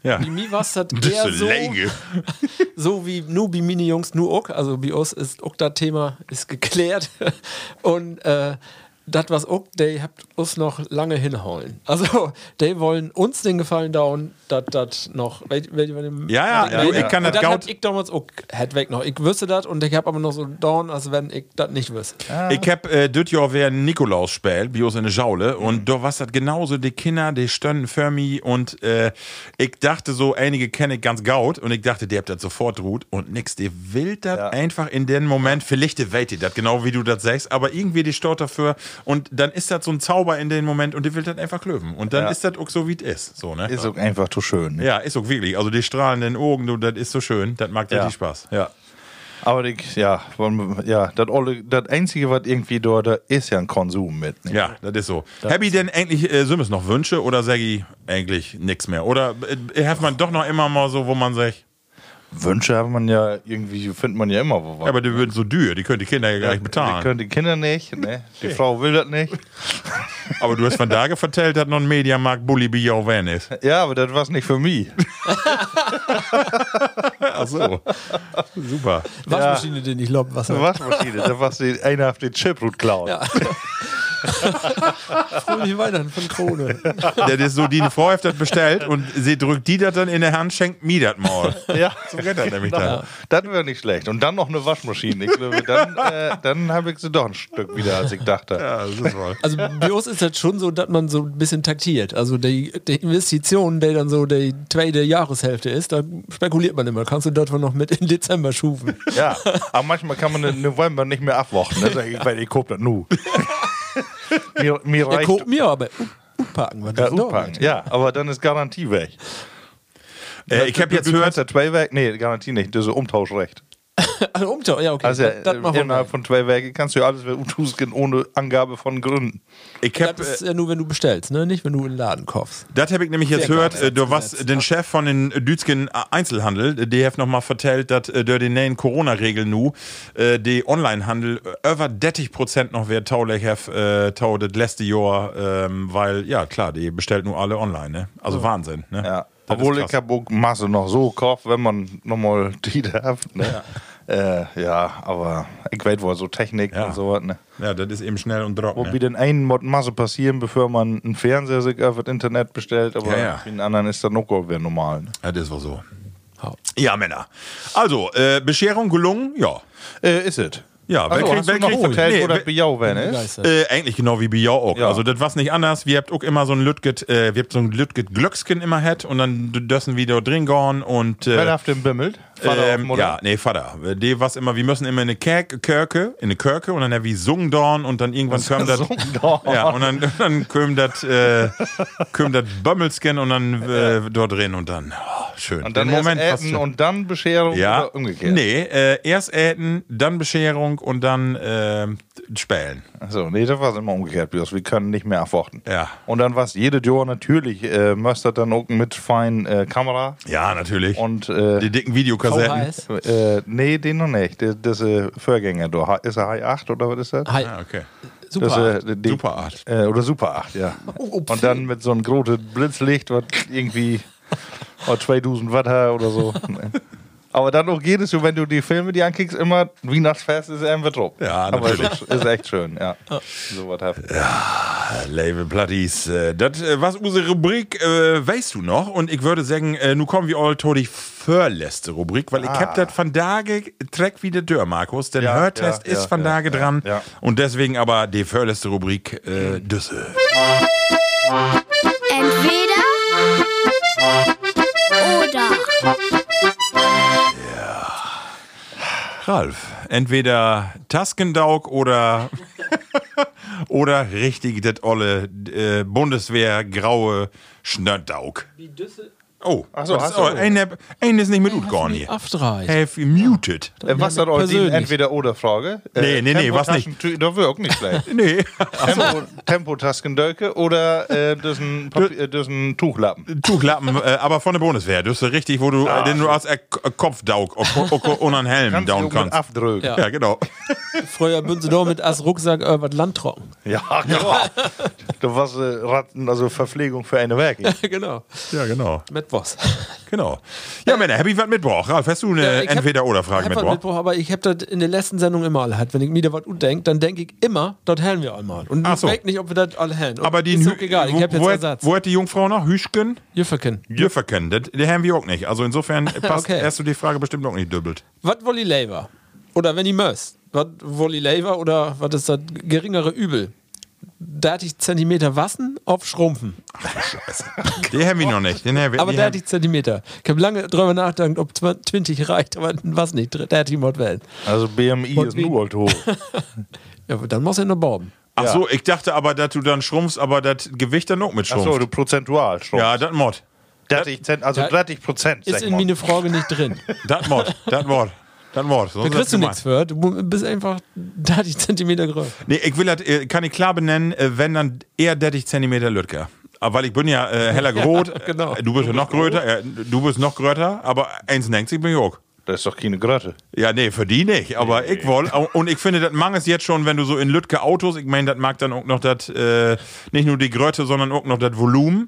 C: Ja.
E: bei mir war es das
C: Das
E: eher
C: ist
E: so,
C: Läge.
E: [laughs] so wie nur bei mini Jungs, nur auch. Also bei uns ist auch das Thema ist geklärt. [laughs] Und äh, das was auch, die habt uns noch lange hinhauen. Also, die wollen uns den Gefallen dauern, dass das noch. Wel, wel, wel,
C: Ja, ja, du, ich kann das
E: das
C: gaut-
E: hab Ich damals auch weg noch. Ich wüsste das und ich hab aber noch so dauern, als wenn ich das nicht wüsste.
C: Ich hab äh, dit Jahr wer Nikolaus spielt, bei uns in der Schaule, und da war das genauso, die Kinder, die stönnen für mich, und äh, ich dachte so, einige kenne ich ganz gaut, und ich dachte, die habt das sofort ruht, und nix, die will das einfach in den Moment, vielleicht die Welt die das, genau wie du das sagst, aber irgendwie die stört dafür, und dann ist das so ein Zauber in den Moment, und die will das einfach klöven, und dann ist das auch so, wie es ist, so, ne?
D: Ist auch einfach zu schön. ne?
C: ja, ist auch wirklich, also die strahlenden Augen, du, das ist so schön, das mag dir
D: Ja.
C: die Spaß, ja.
D: Aber die, ja, wann- ja das olle- das Einzige, was irgendwie dort ist, ja ein Konsum mit. ne?
C: Ja, das ist so. Happy denn eigentlich, äh, sind es noch Wünsche oder Saggy eigentlich nichts mehr? Oder äh, hat man doch noch immer mal so, wo man sagt,
D: Wünsche hat man ja irgendwie, findet man ja immer wo
C: ja, aber die würden so dür, die können die Kinder ja gar nicht
D: Die
C: bezahlen.
D: können die Kinder nicht, ne? Die Frau will das nicht.
C: Aber du hast von Tage vertellt, dass noch ein Mediamarkt Bulli Bio Van ist.
D: Ja, aber das war's nicht für mich.
C: [laughs] Ach so. Super.
E: Waschmaschine, den ich lob, was
D: Das war's Maschine. Das war's die, einer auf den Chiprut klaut. Ja.
E: Fröhliche Weihnachten
C: [laughs]
E: von Krone.
C: Das ist so, die eine Frau hat das bestellt und sie drückt die das dann in der Hand, schenkt mir das mal. So geht das nämlich dann.
D: Das wäre nicht schlecht. Und dann noch eine Waschmaschine. Ich glaube, dann, äh, dann habe ich sie doch ein Stück wieder, als ich dachte.
C: Ja, das ist wohl.
E: Also Bios ist das schon so, dass man so ein bisschen taktiert. Also die, die Investition, der dann so die zweite Jahreshälfte ist, da spekuliert man immer. Kannst du davon noch mit in Dezember schufen? [laughs]
D: Ja, aber manchmal kann man den November nicht mehr abwarten. Das sag ich, weil ich gucke das
E: [laughs]
D: nu. mir, mir
E: Ja,
D: reicht.
E: guck mir, aber Upacken, was
D: Ja,
E: ist noch?
D: Upacken. ja, aber dann ist Garantie weg.
C: Äh, ich habe jetzt
D: du
C: gehört,
D: kannst ja zwei Werke, nee, Garantie nicht, das ist Umtauschrecht.
E: Also Umtau, ja, okay.
D: Also
E: das, das
D: äh,
E: machen wir.
D: innerhalb
E: mal.
D: von zwei Werken kannst du ja alles wieder umtauschen ohne Angabe von Gründen.
C: ich äh, habe
E: Das ist
D: äh,
E: ja nur, wenn du bestellst, ne? nicht wenn du in den Laden kaufst.
C: Das habe ich nämlich jetzt
E: Ja, klar,
C: gehört,
E: das
C: äh, du
E: ist
C: warst
E: jetzt-
C: den Chef von den Dütsken Einzelhandel, der hat nochmal vertellt, dass äh, der die neuen Corona-Regeln nu, äh, die Onlinehandel äh, über 30% noch wert taulich hef, äh, tau das letzte Jahr, ähm, weil, ja klar, die bestellt nur alle online, ne? Also Wahnsinn, ne?
D: Ja.
C: Das
D: Obwohl
C: ist
D: ich
C: krass.
D: habe auch Masse noch so gekauft, wenn man nochmal [laughs] die darf. Ne? Ja. Äh, ja, aber ich weiß wohl so Technik
C: Ja.
D: und sowas. Ne?
C: Ja, das ist eben schnell und
D: Wo
C: trocken.
D: wie
C: Ne?
D: den einen Mod Masse passieren, bevor man einen Fernseher sich auf das Internet bestellt, aber
C: Ja, ja.
D: für den anderen ist das noch gar wieder normal. Ne?
C: Ja, das war so.
E: Hau.
C: Ja, Männer. Also, äh, Bescherung gelungen, ja.
D: Äh, ist es?
C: Ja,
D: Also, hast du noch vertellt,
C: nee,
D: wo das
C: wer-
D: Bejau werden ist?
E: Begeistert.
C: Äh, eigentlich genau wie Bier auch.
D: Ja.
C: Also das war's nicht anders. Wir habt auch immer so ein Lütget, äh, wir habt so ein Lütget Glöckskin immer hat und dann d- dürfen wir da drin gehen und
D: Wer
C: äh,
D: darf den bimmelt?
C: ähm, ja, nee, Vater. Äh, Die was immer, wir müssen immer in eine Kerk, Kirke, in eine Kirke und dann ja wie Sungdorn und dann irgendwann kommt das
D: Sungdorn.
C: Ja, und dann [laughs] dann kommt das äh, kommt das Bömmelskin und dann äh, dort drin und dann oh, schön.
D: Und dann
C: Den
D: Moment
C: passt
D: essen
C: schon.
D: und dann Bescherung
C: ja,
D: oder umgekehrt?
C: Nee, äh, erst Äten, dann Bescherung und dann äh, spälen.
D: Achso, nee, das war immer umgekehrt, Bios. Wir können nicht mehr erwarten.
C: Ja.
D: Und dann was jede Jahr natürlich, äh, möstert dann auch mit fein äh, Kamera
C: Ja, natürlich.
D: und äh,
C: die dicken Videokassetten.
E: VHS?
D: äh, nee, den noch nicht. Das, das äh, Vorgänger, du. Ha- Ist er High 8 oder was ist das?
E: Hi,
C: Ah, okay.
E: super.
D: Das, äh, die-
C: Super 8.
D: Äh, oder Super
C: [laughs]
D: 8, ja.
E: Oh, oh,
D: und dann mit so einem großen Blitzlicht, was
C: [laughs]
D: irgendwie oh, 2000 Watt hat oder so. Nee. Aber dann auch jedes Jahr, wenn du die Filme die ankickst, immer Weihnachtsfest ist einfach drauf.
C: Ja,
D: Aber es
C: natürlich.
D: ist, ist echt schön, ja. So was habt ihr.
C: Äh, Label Platties. äh, Das äh, was unsere Rubrik, äh, weißt du noch? Und ich würde sagen, äh, nun kommen wir all to die vorletzte Rubrik, weil ich hab das von Tage track wie der Dörr, Markus. Denn
D: Ah. Ja,
C: Hörtest
D: ja,
C: ist
D: ja,
C: von
D: ja,
C: Tage
D: ja,
C: dran.
D: ja.
C: Und deswegen aber die vorletzte Rubrik, äh, Düsse.
A: Entweder oder.
C: Ralf, entweder Taskendauk oder [laughs] oder richtig das olle äh, Bundeswehr graue Schnördauk. Die Düsse. Oh,
D: Ach so,
C: das
D: hast
C: ist,
D: du-
C: oh ein, ein ist nicht mit gut gegangen hier.
E: Aftreit.
C: Have you muted.
D: Äh, was hat euch die
E: persönlich.
D: Entweder-Oder-Frage?
C: Nee, nee, nee, was nicht.
D: Tempotaschentü- Da
C: [laughs]
D: wirkt nicht schlecht.
C: Nee.
D: Tempo, Tempotaskendölke oder äh, das ein Papier- äh, das ein Tuchlappen.
C: Tuchlappen, äh, aber von der Bundeswehr. Das ist richtig, wo du, äh,
D: Ah,
C: den du als äh, K- Kopfdauk und einen Helm
D: Kannst du
C: down
D: mit
C: kannst.
D: abdrücken.
E: Ja.
C: Ja,
D: [laughs]
C: genau.
E: Früher Bünze doch mit Ass Rucksack äh, was landtrocken.
D: Ja, [laughs] genau. du warst äh, Ratten, also Verpflegung für eine Werke.
E: [laughs] genau.
C: Ja, genau.
E: Mit was?
C: Genau. Ja, Männer, hab ich was mitgebracht? Ralf, hast du
E: Ja,
C: eine
E: ich hab-
C: Entweder-Oder-Frage
E: Ich hab was
C: mitgebracht?
E: mitgebracht, aber ich habe das in der letzten Sendung immer alle hat. Wenn ich mir da was denke, dann denke ich immer, dort hellen wir einmal. Und
C: Ach
E: ich
C: so.
E: merk nicht, ob wir das alle hellen. Und
C: Aber die
E: Äh, ist auch
C: Hü-
E: egal, ich
C: wo-
E: habe jetzt
C: wo,
E: Ersatz.
C: Wo hat die Jungfrau noch? Hüschken?
E: Jüfferken.
C: Jüfferken. Das, die haben wir auch nicht. Also
E: [laughs]
C: insofern passt,
E: Okay.
C: hast du die Frage bestimmt auch nicht dübbelt.
E: Was wollt ihr Lever? Oder wenn ihr mößt. Was wollt ihr Lever oder was ist das geringere Übel? 30 Zentimeter Wassen auf Schrumpfen.
C: Die haben wir noch nicht. Den haben wir,
E: Aber
C: die haben,
E: 30 Zentimeter. Ich habe lange drüber nachgedacht, ob 20 reicht, aber was nicht. 30 Mordwellen.
D: Also BMI
E: Und
D: ist
E: wie-
D: nur alt hoch.
E: Ja, aber dann muss er nur bauen.
C: ach so, ich dachte aber, dass du dann schrumpfst, aber das Gewicht dann auch mit schrumpft.
D: Achso, du prozentual schon.
C: ja, das Mod.
D: 30 Cent, also
E: Ja.
D: 30 Prozent,
E: Ist
D: sag
E: in
D: mal.
C: [laughs]
E: meine Frage nicht drin. [laughs]
C: Das Mod. Das Mod. Dann Mord.
E: Da kriegst du nichts für. Du bist einfach [laughs] 30 Zentimeter größer.
C: Nee, ich will das, äh, kann ich klar benennen, äh, wenn dann eher 30 Zentimeter Lütke. Aber weil ich bin ja äh,
E: [laughs]
C: heller Grot,
E: genau.
C: äh, du bist ja noch größer, äh, du bist noch größer, aber eins denkt sich, bin ich auch.
D: Das ist doch keine Grötte.
C: Ja, nee, für die nicht, aber ich woll. Und ich finde, das Mang ist jetzt schon, wenn du so in Lütke Autos, ich meine, das mag dann auch noch das, äh, nicht nur die Grötte, sondern auch noch das Volumen.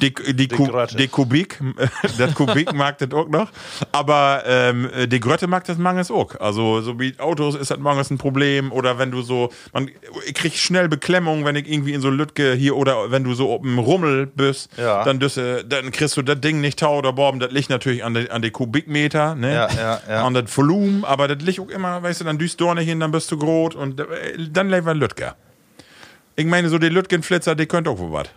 C: die, die, Ku,
D: Grötte.
C: die Kubik, [laughs] das Kubik mag das auch noch. Aber ähm, die Grötte mag das Mang ist auch. Also, so wie Autos ist das Mang ist ein Problem. Oder wenn du so, man, ich krieg schnell Beklemmung, wenn ich irgendwie in so Lütke hier oder wenn du so auf dem Rummel bist,
D: Ja.
C: dann, düsse, dann kriegst du das Ding nicht tau oder borben. Das liegt natürlich an den an die Kubikmeter, ne?
D: Ja, ja, ja.
C: An das Volumen, aber das liegt auch immer, weißt du, dann düst du nicht hin, dann bist du groß und äh, dann leben wir Lütger. Ich meine, so die Lütgenflitzer, die könnt auch wo was.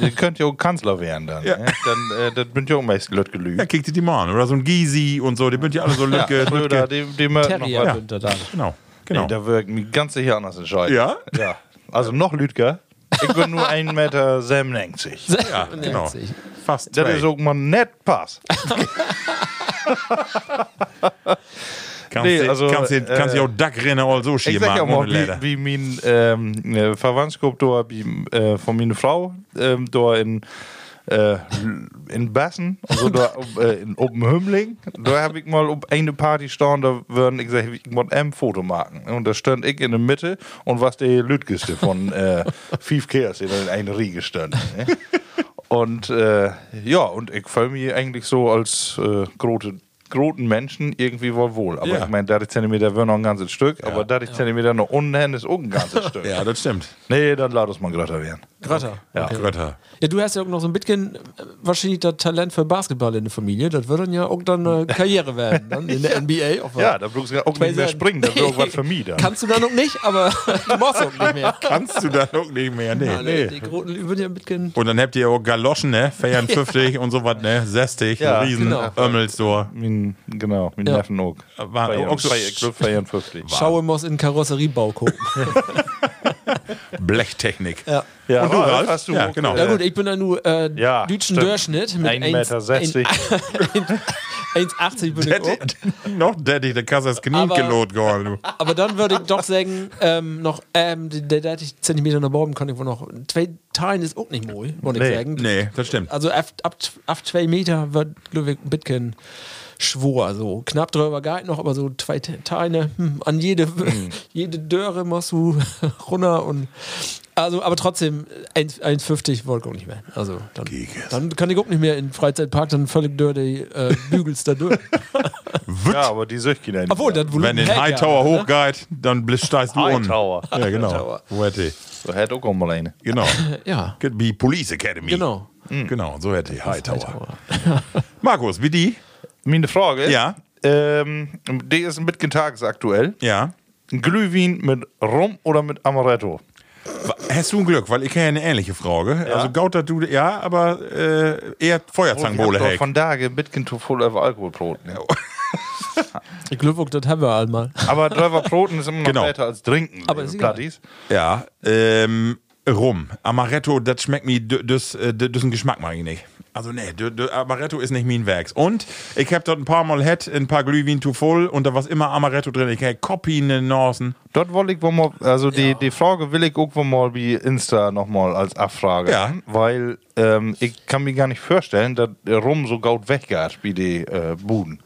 D: Ihr könnt ja auch Kanzler werden dann.
C: Ja.
D: ne? Dann äh, das bin ja auch meist Leute
C: Ja,
D: gelügt.
C: kick die die mal an. Oder so ein Gysi und so, die sind ja alle so Lütge.
D: Schröder,
C: Lütge.
D: die, die mögen noch
E: Terrier
D: was.
E: ja. da dann.
C: Genau,
D: Genau.
C: genau.
D: Nee, da würde ich mich ganz sicher anders entscheiden.
C: Ja?
D: Ja. Also noch Lüdger. Ich bin nur 1,97 Meter. 97.
C: ja, genau.
E: Witzig.
C: Fast
D: Das
C: zwei.
D: ist auch mal nett Pass.
C: kannst
D: nee,
C: du
D: also,
C: kannst, du- kannst
D: äh,
C: du auch Dackrinne all so
D: Ich
C: schieben
D: sag ja
C: machen,
D: mal,
C: ohne
D: wie,
C: Leder.
D: wie mein ähm, äh, Verwandtschaft da, wie, äh, von meiner Frau ähm, da in, äh, in Bassen, also
C: [laughs]
D: da ob, äh, in Oppenhümling, da habe ich mal auf eine Party stehen, da würden ich gesagt, ich muss ein Foto machen. Und da stand ich in der Mitte und was der Lütgeste von äh,
C: [laughs]
D: Fief Kers in einer Riege stand. Ne? Und äh, ja, und ich fühle mich eigentlich so als äh, grote groten Menschen irgendwie wohl wohl. Aber
C: Ja.
D: ich meine, 30 Zentimeter wäre noch ein ganzes Stück, aber 30 Zentimeter noch unten ist auch ein
C: [laughs]
D: ganzes Stück.
C: Ja, das stimmt.
D: Nee, dann lass uns mal größer werden.
E: Grötter.
D: Ja.
C: Grötter.
E: Ja, du hast ja auch noch so ein bisschen äh, wahrscheinlich das Talent für Basketball in der Familie. Das wird dann ja auch dann eine Karriere werden, dann in der
D: [laughs]
E: NBA. Auch was.
D: Ja, da brauchst du auch nicht mehr springen, da wird auch was vermieden.
E: Kannst du dann auch nicht, aber [laughs] du machst auch nicht
D: [laughs]
E: mehr.
C: Kannst du da auch nicht mehr, nee.
E: Nee. Die Groten würden ja mitgehen.
C: Und dann habt ihr auch Galoschen,
D: [laughs]
C: ne? 54 und sowas, ne? 60,
D: Ja,
C: riesen
E: genau.
C: Ömmels so.
D: Mein, genau, mein
E: Ja.
D: Neffen auch.
C: War-
D: Feiern-
C: auch so-
D: Feiern- Club 54.
E: Schaue muss in Karosseriebau
D: [laughs]
E: gucken.
C: Blechtechnik. [laughs]
E: Ja.
D: Ja,
C: Und du,
D: aber
C: Ralf?
D: hast du
C: ja,
D: auch,
C: genau.
D: äh,
E: Ja gut, ich bin da nur äh,
D: Ja,
E: deutschen
D: stimmt.
E: Durchschnitt mit
D: 1,60 1,60.
E: [laughs] 1,80 bin ich auch.
C: Daddy, noch Daddy, der Kasse ist genug
E: Aber-
C: gelohnt
E: [laughs]
C: geworden. du.
E: Aber dann würde ich doch sagen, ähm, noch ähm, die- der 30 Zentimeter nach oben kann ich wohl noch. Zwei Teilen ist auch nicht mooi, wollte ich
D: Nee,
E: sagen.
C: Nee, das stimmt.
E: Also ab, ab, ab zwei Meter wird Ludwig Bitken schwor. So also knapp drüber geht noch, aber so zwei Te- Teile hm, an jede, [laughs] jede Döre musst du [laughs] runter und. Also, aber trotzdem, 1 1,50 wollte ich auch nicht mehr. Also, dann, dann kann ich auch nicht mehr in den Freizeitpark dann völlig dirty äh, bügels
C: [laughs]
E: da durch.
D: Ja, aber die Söchkinder.
E: Obwohl, das Volumen
C: Wenn den
E: hält ja.
C: Hightower hochgeht, dann steigst du unten.
D: Hightower.
C: Ja, genau. Wette.
D: So hätte auch mal eine.
C: Genau.
E: [laughs] Ja,
C: Could be Police Academy.
E: genau.
C: Genau, so hätte ich Hightower. Markus, wie die?
D: Meine Frage ist,
C: Ja.
D: ähm, die ist ein bisschen tagesaktuell.
C: Ja.
D: Ein Glühwein mit Rum oder mit Amaretto?
C: Wa- Hast du ein Glück, weil ich kenne ja eine ähnliche Frage. Also Gauter du, ja, aber äh, eher Feuerzangenbowle,
D: doch
C: hey.
D: von da ein bisschen zu voll auf Alkoholbrot. Ne?
E: Ich Glückwunsch, das haben wir halt einmal.
D: Aber Dröverbroten ist immer noch
C: Genau.
D: besser als Trinken.
E: Aber
D: liebe
E: ist egal.
D: Plattis.
C: Ja, ähm, Rum. Amaretto, das schmeckt mir, das ein Geschmack mag ich nicht. Also nee, dü- dü- Amaretto ist nicht mein Werks. Und ich hab dort ein paar Mal het, ein paar Glühwein zu voll und da war immer Amaretto drin. Ich hab Kopie in den Nasen.
D: Dort wollte ich wohl mal, also die, die Frage will ich irgendwo mal wie Insta nochmal als Abfrage.
C: Ja.
D: Weil ähm, ich kann mir gar nicht vorstellen, dass der Rum so gaut weggeht wie die äh, Buden.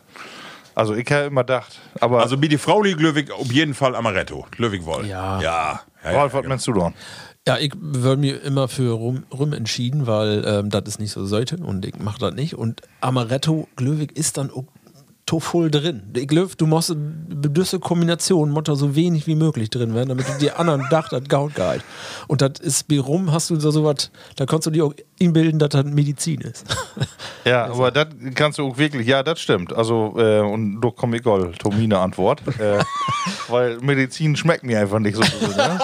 D: Also ich habe immer gedacht, aber
C: Also wie die Frau liegt, Glöwig, auf jeden Fall Amaretto. Glöwig wohl. Ja.
E: Ja.
C: ja, genau.
D: Ralf,
C: ja,
D: was meinst du dann?
E: Ja, ich würde mir immer für Rum, Rum entschieden, weil ähm, das ist nicht so sollte und ich mache das nicht. Und Amaretto Glöwig ist dann auch to voll drin. Ich glaube, du musst bedürfte Kombination muss da so wenig wie möglich drin werden, damit du die anderen dacht, das gaut geil. Und das ist bei Rum hast du da sowas, da kannst du dir auch inbilden, dass das Medizin ist.
D: [laughs] Ja, aber das kannst du auch wirklich, ja, das stimmt. Also, äh, und da komme ich all,
C: [laughs] [laughs]
D: Tomine Antwort. äh, weil Medizin schmeckt mir einfach nicht so gut. Ne?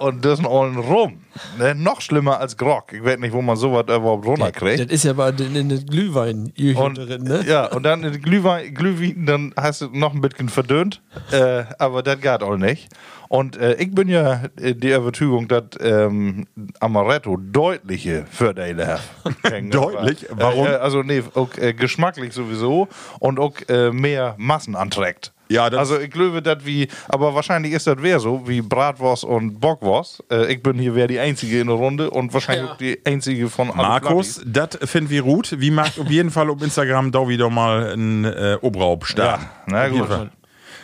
D: und das ist allen rum. Ne? Noch schlimmer als Grog. Ich weiß nicht, wo man sowas überhaupt runterkriegt.
E: Das ist ja mal in den Glühwein
D: Und,
E: drin, ne?
D: Ja, und dann in Glühwein, Glühwein, dann hast du noch ein bisschen verdünnt, äh, aber das geht auch nicht. Und äh, ich bin ja äh, der Überzeugung, dass ähm, Amaretto deutliche Vorteile
C: [laughs]
D: hat.
C: Deutlich? Warum?
D: Äh, äh, also nee, auch äh, geschmacklich sowieso und auch äh, mehr Massen anträgt.
C: Ja, das-
D: also ich glaube, das wie, aber wahrscheinlich ist das wer so, wie Bratwurst und Bockwurst. Äh, ich bin hier wer die Einzige in der Runde und wahrscheinlich auch die Einzige von allen Plattis.
C: Markus, das finden wir gut. Wie mag auf jeden Fall auf Instagram da wieder mal ein äh, Obraub starten.
D: Ja, na
C: Auf jeden
D: gut.
C: Fall.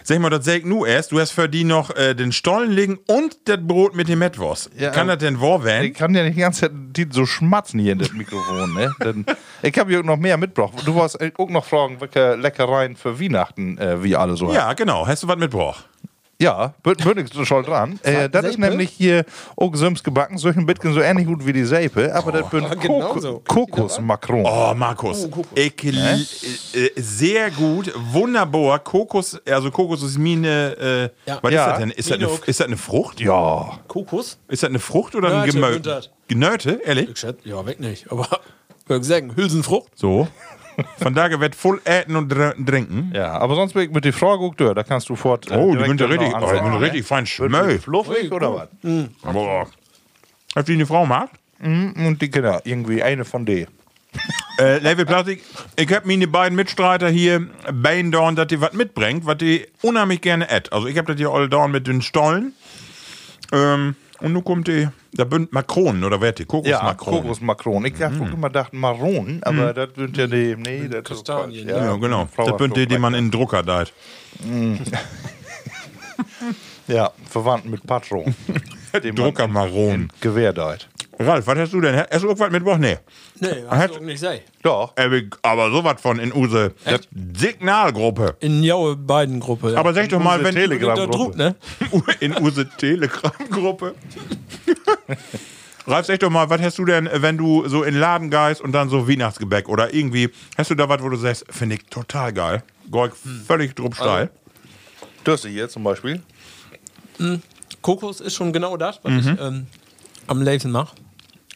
C: Sag mal, das säg nu erst. Du hast für die noch äh, den Stollen legen und das Brot mit dem Metwurst.
D: Ja,
C: Kann
D: äh,
C: das denn wahr werden?
D: Ich kann ja nicht die ganze Zeit die so schmatzen hier in das Mikrofon, ne? Denn ich habe hier auch noch mehr mitgebracht. Du warst äh, auch noch fragen, welche Leckereien für Weihnachten äh, wie alle so
C: Ja, genau. Hast du was mitgebracht?
D: ja bin, bin ich schon dran. Äh, das ist
E: Seipe?
D: nämlich hier auch Sims gebacken, so ein bisschen so ähnlich gut wie die Seipe, aber das bin
E: genau
D: Kok
E: so.
D: Kokosmakron.
C: Oh, Markus. ich, li- äh, sehr gut. Wunderbar. Kokos, also Kokos ist Mine. Äh,
E: Ja.
C: Was
D: Ja.
C: ist das denn? Ist das, eine,
E: Minok.
C: ist das eine Frucht?
D: Ja,
E: Kokos?
C: Ist das eine Frucht oder ein
E: Nörte,
C: Gemö
E: Günther.
C: Genörte? Ehrlich?
E: Ich schätze, ja, weg nicht. Aber, [laughs] würde ich sagen, Hülsenfrucht.
D: [laughs]
C: So. Von daher wird voll äten und dr- trinken.
D: ja, aber sonst bin ich mit die Frage auch durch, da kannst du fort. äh,
C: Oh, die
D: direkt
C: sind ja
D: genau
C: richtig, oh, die
D: anfangen,
C: sind
D: ne?
C: richtig fein
D: Wird die
C: schmöll.
D: Fluffig oder was?
C: Boah. Als die eine Frau mag.
D: Mhm, Und die Kinder, irgendwie eine von denen.
C: Äh, Level Plastik, ich hab meine beiden Mitstreiter hier beiden Dorn, dass die was mitbringt, was die unheimlich gerne ätt. Also ich hab das hier all Dorn mit den Stollen. Ähm, und nun kommt die, da bünd Makronen, oder wer hat die?
D: Ja,
C: Kokosmakronen.
D: Kokosmakronen. Ich habe
C: Hm.
D: mm. immer gedacht, Maronen, aber das sind ja die. Nee, das Kastanien, ist Quatsch.
C: ja, genau. Das bünd die, die man in den Drucker deit.
D: Ja, verwandt
C: [laughs]
D: mit Patron. den
C: Druckermaronen.
D: Gewehr deit.
C: Ralf, was hast du denn? Hast du irgendwas mitgebracht? Nee.
E: Nee,
C: Hat-
E: hast du auch nicht sei.
D: Doch.
C: Äh, Aber sowas von in Use.
E: Echt?
C: Signalgruppe.
E: In Jaue beiden Gruppe.
C: Aber sag doch mal, wenn
E: da drüben, ne?
C: [laughs] in unsere Telegram-Gruppe. Ralf, sag doch mal, was hast du denn, wenn du so in den Laden gehst und dann so Weihnachtsgebäck oder irgendwie, hast du da was, wo du sagst, finde ich total geil. Gorg
D: Hm.
C: völlig drupp
D: Also-
C: steil.
D: Das hier zum Beispiel.
E: Kokos ist schon genau das, was ich ähm, am liebsten mache.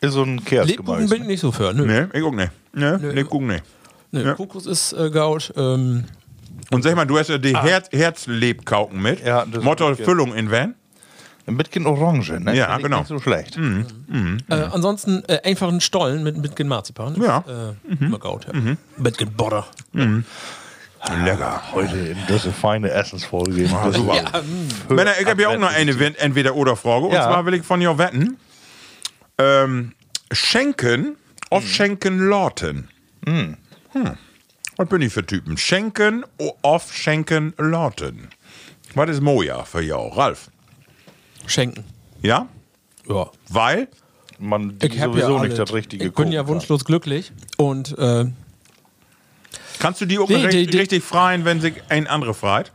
D: Ist so ein Kerzgemäß.
E: Lebkuchen bin ich nicht so für. Nö.
C: Nee, ich guck nicht. Nee, nee, guck nicht.
E: Nö,
C: Ja.
E: Kokos ist äh, gaut. Ähm,
C: Und sag mal, du hast ja die Herz Herzlebkauken mit.
D: Ah. Ja, das-
C: Motto Füllung in Van.
D: Mit Kind Orange, ne?
C: Ja,
D: Find ich
C: genau.
D: Nicht so schlecht.
E: äh, ansonsten äh, einfach einen Stollen mit, mit gen Marzipan.
C: Ja.
E: Ist, Äh, Immer gaut, ja. Mit gen Butter.
C: Lecker.
D: Heute in diese feine Essensfolge.
C: Ah, super. Männer, ich habe ja auch noch eine Wen- Entweder-Oder-Frage. Und
D: Ja.
C: zwar will ich von dir wetten. Ähm, schenken auf Schenken Lorten. Hm. Was bin ich für Typen? Schenken auf Schenken Lorten. Was ist Moja für jou, Ralf?
E: Schenken.
C: Ja?
E: Ja.
C: Weil?
D: Man die
E: hab
D: sowieso
E: alle-
D: nicht das richtige
E: Ich bin ja
D: gucken kann.
E: wunschlos glücklich. Und äh,
C: Kannst du die auch
E: Nee,
C: recht,
E: die- die-
C: richtig freien, wenn sie ein andere freit?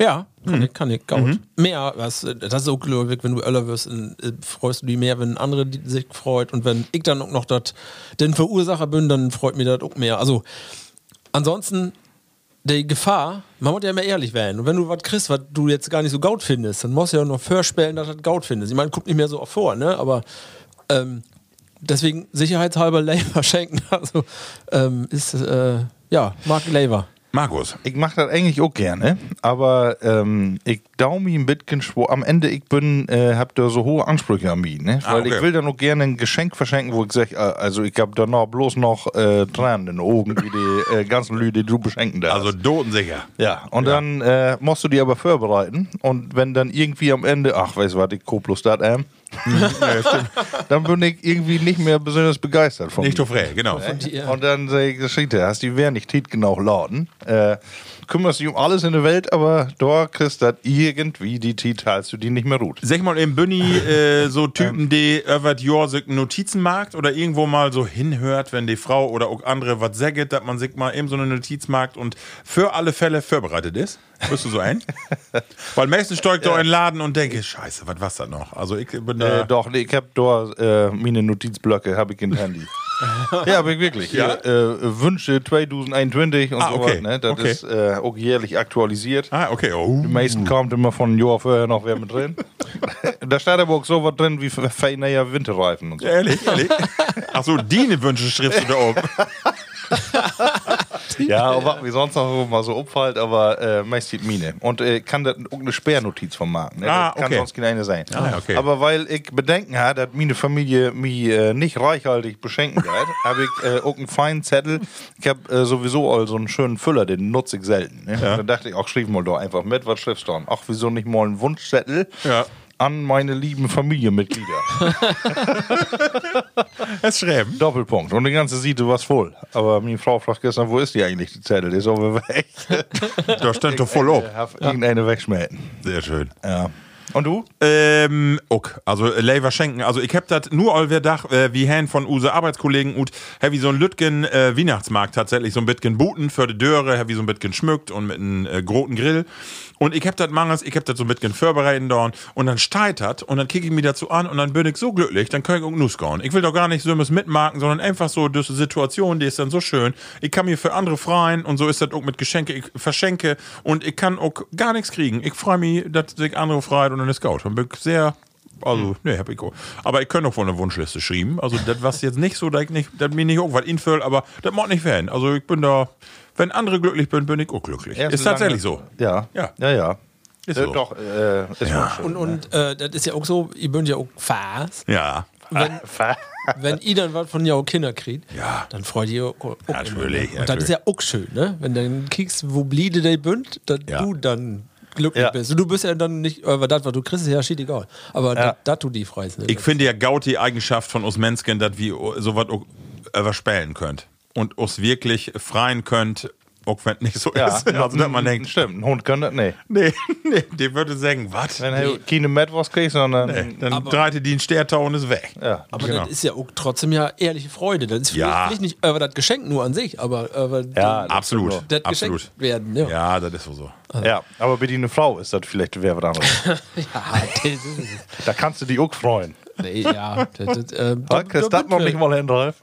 E: ja, kann ich, kann ich gaut. Mehr, was, äh, das ist auch glücklich, wenn du Öller wirst, dann, äh, freust du dich mehr, wenn andere die- sich freut. Und wenn ich dann auch noch dat, den Verursacher bin, dann freut mir das auch mehr. Also, ansonsten, die Gefahr, man muss ja immer ehrlich werden. Und wenn du was kriegst, was du jetzt gar nicht so gaut findest, dann musst du ja noch vorspielen, dass das gaut findest. Ich meine, guck nicht mehr so oft vor, ne? Aber ähm, deswegen sicherheitshalber [laughs] Labour schenken. Also ähm, ist, äh, ja, Mark Labour.
C: Markus.
D: Ich mache das eigentlich auch gerne, aber ähm, ich daume ein bisschen schwor. Am Ende, ich bin, äh, hab da so hohe Ansprüche an mich, ne?
C: Ah,
D: Weil
C: okay.
D: ich will dann auch gerne ein Geschenk verschenken, wo ich sage, äh, also ich hab danach bloß noch äh, Tränen in den Augen, wie die äh, ganzen Leute, die du beschenken darfst.
C: Also totensicher.
D: ja, und dann äh, musst du die aber vorbereiten und wenn dann irgendwie am Ende, ach, weißt du was, ich ko bloß das,
C: [laughs]
D: ähm, dann bin ich irgendwie nicht mehr besonders begeistert von
C: Nicht
D: mir.
C: auf Rä, genau.
E: Ja.
D: Und dann sehe ich Geschichte, hast die wären nicht genau lauten. Äh, kümmerst dich um alles in der Welt, aber da kriegst du das irgendwie die Tit, als du die nicht mehr ruht.
C: Sag mal, im Bunny äh, so Typen, die über die Jahr sich Notizen macht oder irgendwo mal so hinhört, wenn die Frau oder auch andere was sagt, dass man sich mal eben so eine Notiz macht und für alle Fälle vorbereitet ist. Bist du so ein? Weil meistens steigt da in den Laden und denke, scheiße, was war's da noch? Also ich bin da...
D: Äh, doch, nee, ich hab da äh, meine Notizblöcke, hab ich im
C: [laughs]
D: Handy. ja, aber ich wirklich.
C: Ja?
D: Hier, äh, Wünsche 2021 und
C: Ah,
D: so
C: okay.
D: was. Ne? Das
C: Okay.
D: ist äh, auch jährlich aktualisiert.
C: Ah, okay. Oh. [laughs]
D: Die meisten kommt immer von einem Jahr vorher noch wer mit drin. da steht aber auch so was drin wie feiner Winterreifen und so.
C: Ehrlich, ehrlich. Achso, Dine wünsche Schrift oder oben.
D: Ja, aber wie sonst noch mal so abfällt, aber äh, meist die Mine. Und äh, kann das auch eine Sperrnotiz vom Marken. Ne?
C: Ah,
D: das kann
C: okay.
D: sonst keine sein.
C: Ah, okay.
D: Aber weil ich Bedenken habe, dass meine Familie mich äh, nicht reichhaltig beschenken wird,
C: [laughs]
D: habe ich äh, auch einen feinen Zettel. Ich habe äh, sowieso all so einen schönen Füller, den nutze ich selten. Ne? Und dann dachte ich, auch schrieb mal doch einfach mit, was schreibst du? an? Ach, wieso nicht mal einen Wunschzettel?
C: Ja.
D: An meine lieben Familienmitglieder. [laughs]
C: Das Schreiben.
D: Doppelpunkt. Und die ganze Siete war's voll. Aber meine Frau fragt gestern, wo ist die eigentlich, die Zettel? Die ist aber weg.
C: Da stand doch voll
D: Ich
C: ob.
D: hab eh, irgendeine wegschmelzen.
C: Sehr schön.
D: Ja. Und du?
C: Ähm, ok, also äh, Lever schenken. Also ich hab das nur all Dach, äh, wie Herrn von use Arbeitskollegen ut, hab wie so ein Lütgen äh, Weihnachtsmarkt tatsächlich so ein bisschen buten für die Döre, hab wie so ein bisschen schmückt und mit einem äh, großen Grill. Und ich hab das manches, ich hab das so ein bisschen vorbereiten dorn und dann steigt das und dann kicke ich mir dazu an und dann bin ich so glücklich, dann kann ich auch nus gauen. Ich will doch gar nicht so etwas mitmarken, sondern einfach so diese Situation, die ist dann so schön. Ich kann mir für andere freuen und so ist das auch mit Geschenke, ich verschenke und ich kann auch gar nichts kriegen. Ich freue mich, dass sich andere freuen und dann ist gut. Dann bin ich sehr,
D: Hm.
C: also, ne, hab ich auch. Aber ich kann auch von der Wunschliste schreiben. Also, das was jetzt nicht so, dass ich nicht, dass mir nicht irgendwas infällt, aber das macht nicht werden. Also, ich bin da, wenn andere glücklich bin, bin ich auch glücklich. ist tatsächlich so.
D: Ja.
C: Ja.
D: Ja, ja.
C: Ist
D: Äh,
C: so.
D: Doch, äh, ist wohl
E: Und,
D: schön.
E: und äh, das ist ja auch so, ihr bünd ja auch Fass.
C: Ja.
E: Wenn, wenn ihr dann was von euren Kindern kriegt,
C: Ja.
E: dann freut ihr euch. auch immer, ne?
C: Natürlich,
E: Und das ist ja auch schön, ne? Wenn dann kriegst, wo bliebe der bünd, dass
C: Ja.
E: du dann glücklich
D: Ja.
E: bist. Und du bist ja dann nicht, aber das, was du kriegst, ist ja shit egal. Aber da dat du die freist. Ne?
C: Ich finde ja gaut die Eigenschaft von uns Menschen, dass wir sowas auch überspellen könnt und uns wirklich freien könnt, auch wenn nicht so
D: Ja. mm,
C: ist. Also, dass man denkt,
D: Stimmt, ein Hund kann das nicht.
E: Mhm.
C: nee, [laughs] nee, die würde sagen, was?
D: Wenn er keine Madwurst kriegt, sondern.
C: Dann dreite die in Stärtau und ist weg. Genau.
D: Ja.
E: aber das ist ja auch trotzdem ja ehrliche Freude. Das ist
C: Ja.
E: vielleicht nicht über das Geschenk nur an sich, aber über
D: Ja,
E: den-
C: Absolut.
E: das
C: Absolut.
E: geschenkt werden.
C: Ja.
E: [laughs] Ja.
C: das ist so so.
D: Ja, aber bitte eine Frau ist das vielleicht wer was [laughs] anderes.
E: Ah, das ist-
D: da kannst du dich auch [laughs] freuen.
E: nee, ja. Das, das, äh,
D: Da, das darf man nicht mal hin, Ralf. [laughs]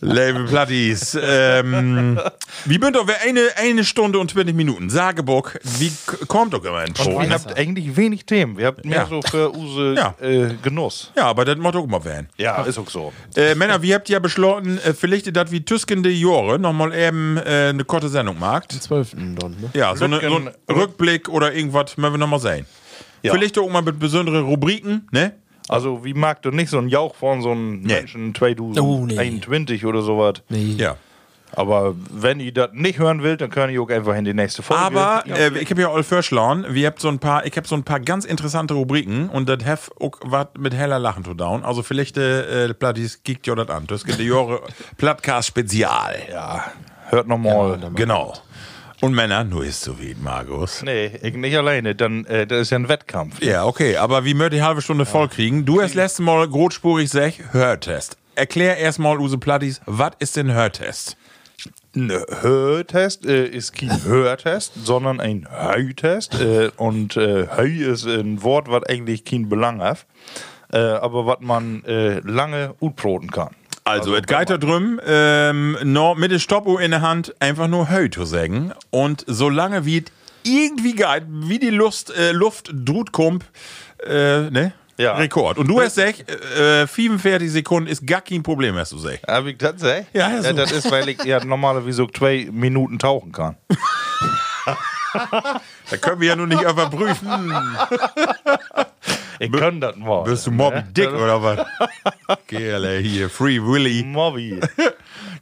C: Label Platties.
E: [laughs]
C: ähm, wie bünd doch wer eine, eine Stunde und 20 Minuten. Sageburg, wie k- kommt doch immer ein Pro?
D: Ihr habt eigentlich wenig Themen. Wir habt mehr
C: Ja.
D: so für Use
C: Ja.
D: äh, Genuss.
C: Ja, aber das macht doch immer werden.
D: Ja, ist auch so.
C: Äh, Männer, wir habt ja beschlossen, äh, vielleicht das wie Tüskende Jore nochmal eben äh, eine kurze Sendung macht.
E: 12. Dann, ne?
C: Ja, so, eine, so ein
D: Rücken-
C: Rückblick oder irgendwas, wenn wir nochmal sehen.
D: Ja.
C: Vielleicht auch mal mit besonderen Rubriken, ne?
D: Also, wie mag du nicht so einen Jauch von so einem Menschen 2021
E: Oh, nee.
D: oder sowas?
E: Nee.
C: Ja.
D: Aber wenn ihr das nicht hören wollt, dann könnt ihr auch einfach in die nächste Folge.
C: Aber
D: Ja.
C: äh, ich habe ja all verschlagen. Wir habt so ein paar, ich habe so ein paar ganz interessante Rubriken und das hef auch was mit heller Lachen zu down. Also vielleicht äh, Plattis kickt ja das an. Das gibt die
E: [laughs]
C: Jore Plattcast Spezial.
D: ja, hört nochmal.
C: Genau. Und Männer, nur ist so wie Markus.
D: nee, ich nicht alleine. Dann, äh, das ist ja ein Wettkampf.
C: Ja, okay, aber wie möchte die halbe Stunde voll kriegen? Du hast letztes Mal großspurig sech Hörtest. Erklär erstmal Use Plattis, was ist denn Hörtest?
D: Ein Hörtest äh, ist kein Hörtest, sondern ein Höitest. Äh, und äh, Höi ist ein Wort, was eigentlich keinen Belang hat, äh, aber was man äh, lange utproten kann.
C: Also, et geiter drüm, ähm, no, mit der Stoppuhr in der Hand einfach nur Höi zu sägen. Und solange wie et irgendwie geit, wie die Lust, äh, Luft drut kommt, äh, ne?
D: Ja.
C: Rekord. Und du hast sech, äh, 45 Sekunden ist gar kein Problem, hast du sech.
D: Hab ich das gesagt?
C: Ja, so.
D: das ist, weil ich ja normalerweise so zwei Minuten tauchen kann.
C: Da können wir ja nur nicht überprüfen.
D: Ich kann das mal. Ne?
C: Bist du Moby Dick oder was? Gerle hier, Free Willy.
D: Mobby.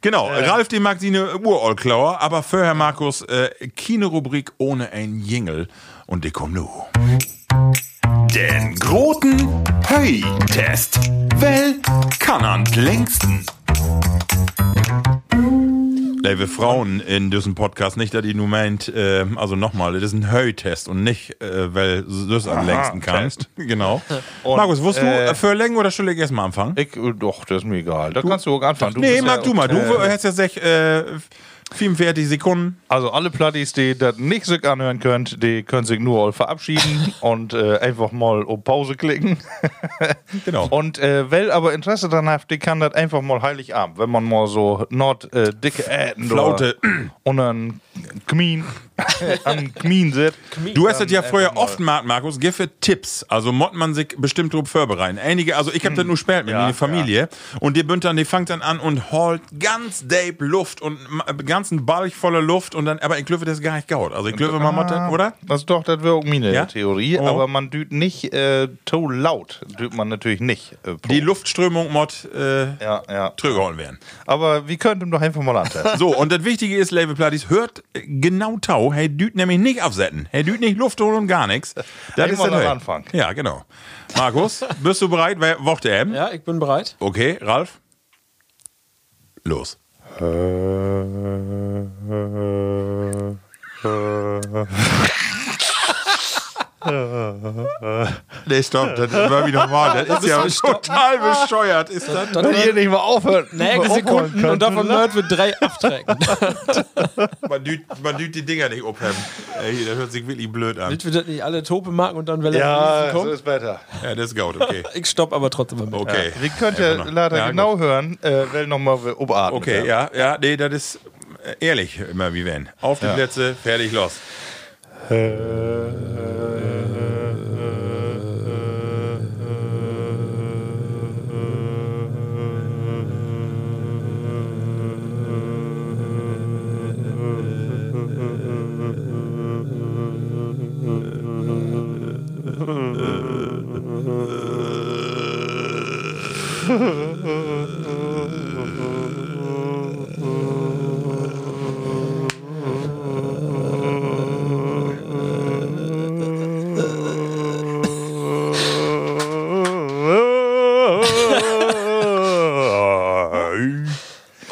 C: Genau, Ralf die Maxine Urolklauer, aber vorher Markus, äh, Kinorubrik ohne ein Jingle und die kommt nu.
I: Den großen Höi-Test. Well, kann an längsten.
C: Liebe Frauen in diesem Podcast, nicht, dass die nur meint, äh, also nochmal, das ist ein Höhe-Test und nicht, äh, weil du es am längsten kannst. Genau. Markus, wusst du,
D: äh,
C: für Längen oder soll ich erstmal anfangen?
D: Ich, äh, doch, das ist mir egal. Da kannst du auch anfangen. Du
C: nee,
D: bist
C: mag
D: ja-
C: du mal. Du
D: Äh,
C: hast ja sech, äh, 45 Sekunden.
D: also alle Platties, die das nicht sich anhören könnt, die können sich nur all verabschieden
C: [laughs]
D: und äh, einfach mal auf Pause klicken.
C: Genau.
D: Und äh, weil aber Interesse daran habt, die kann das einfach mal [clears throat] Heiligabend, wenn man mal so nord äh, dicke Äten
C: Flaute.
D: und dann Kmin [laughs] am Kmin sitzt.
C: Du hast das
D: äh,
C: ja vorher oft gemacht, Markus. Giffe Tipps. Also mott man sich bestimmt drauf vorbereiten. Einige, also ich hab das nur spät mit
D: Hm. Ja,
C: meiner Familie. Und die Bündern, die fangt dann an und holt ganz deep Luft und ma- ganzen Ball voller Luft und dann, aber ich glaube, das ist gar nicht gaut. Also ich glaube, man mott
D: Ah.
C: das, oder?
D: Das ist doch, das wäre auch meine
C: Ja?
D: Theorie.
C: Oh.
D: Aber man düht nicht äh, to laut. Düht man natürlich nicht. Äh, pro.
C: Die Luftströmung mott äh,
D: ja, ja.
C: zurückgeholt werden.
D: Aber wir könnten doch einfach mal antesten.
C: So, und das Wichtige ist, Label Platties, hört äh, genau Tau. Hey, Düt nämlich nicht absetten. Hey, Düt nicht Luft holen und gar nichts. Das
D: Einmal
C: das
D: am
C: Hey.
D: Anfang.
C: Ja, genau. Markus, bist du bereit? Wer- Worte M.
E: Ja, ich bin bereit.
C: Okay, Ralf? Los. Nee, stopp, das war wie normal. Das ist ja total bescheuert, ist das?
E: Dann
D: Wenn ihr nicht mal aufhört.
E: nächste Sekunden und davon Nerd wird drei abtrecken.
C: Man düht, man düht die Dinger nicht abheben. Ey, das hört sich wirklich blöd an.
E: [laughs] Damit wir das nicht alle Tope machen und dann, wenn
D: Ja,
E: er
D: so
E: kommt.
D: ist besser.
C: Ja, das ist gut,
D: [laughs]
C: okay.
E: Ich stopp aber trotzdem mal mit.
C: Okay.
D: Wir könnt ja
C: Einfach noch.
D: leider
C: Ja,
D: genau
C: gut.
D: hören, äh, weil nochmal obatmen.
C: Okay, ja, ja, nee, das ist äh, ehrlich immer wie wenn. Auf die Plätze, fertig,
D: [laughs]
C: los.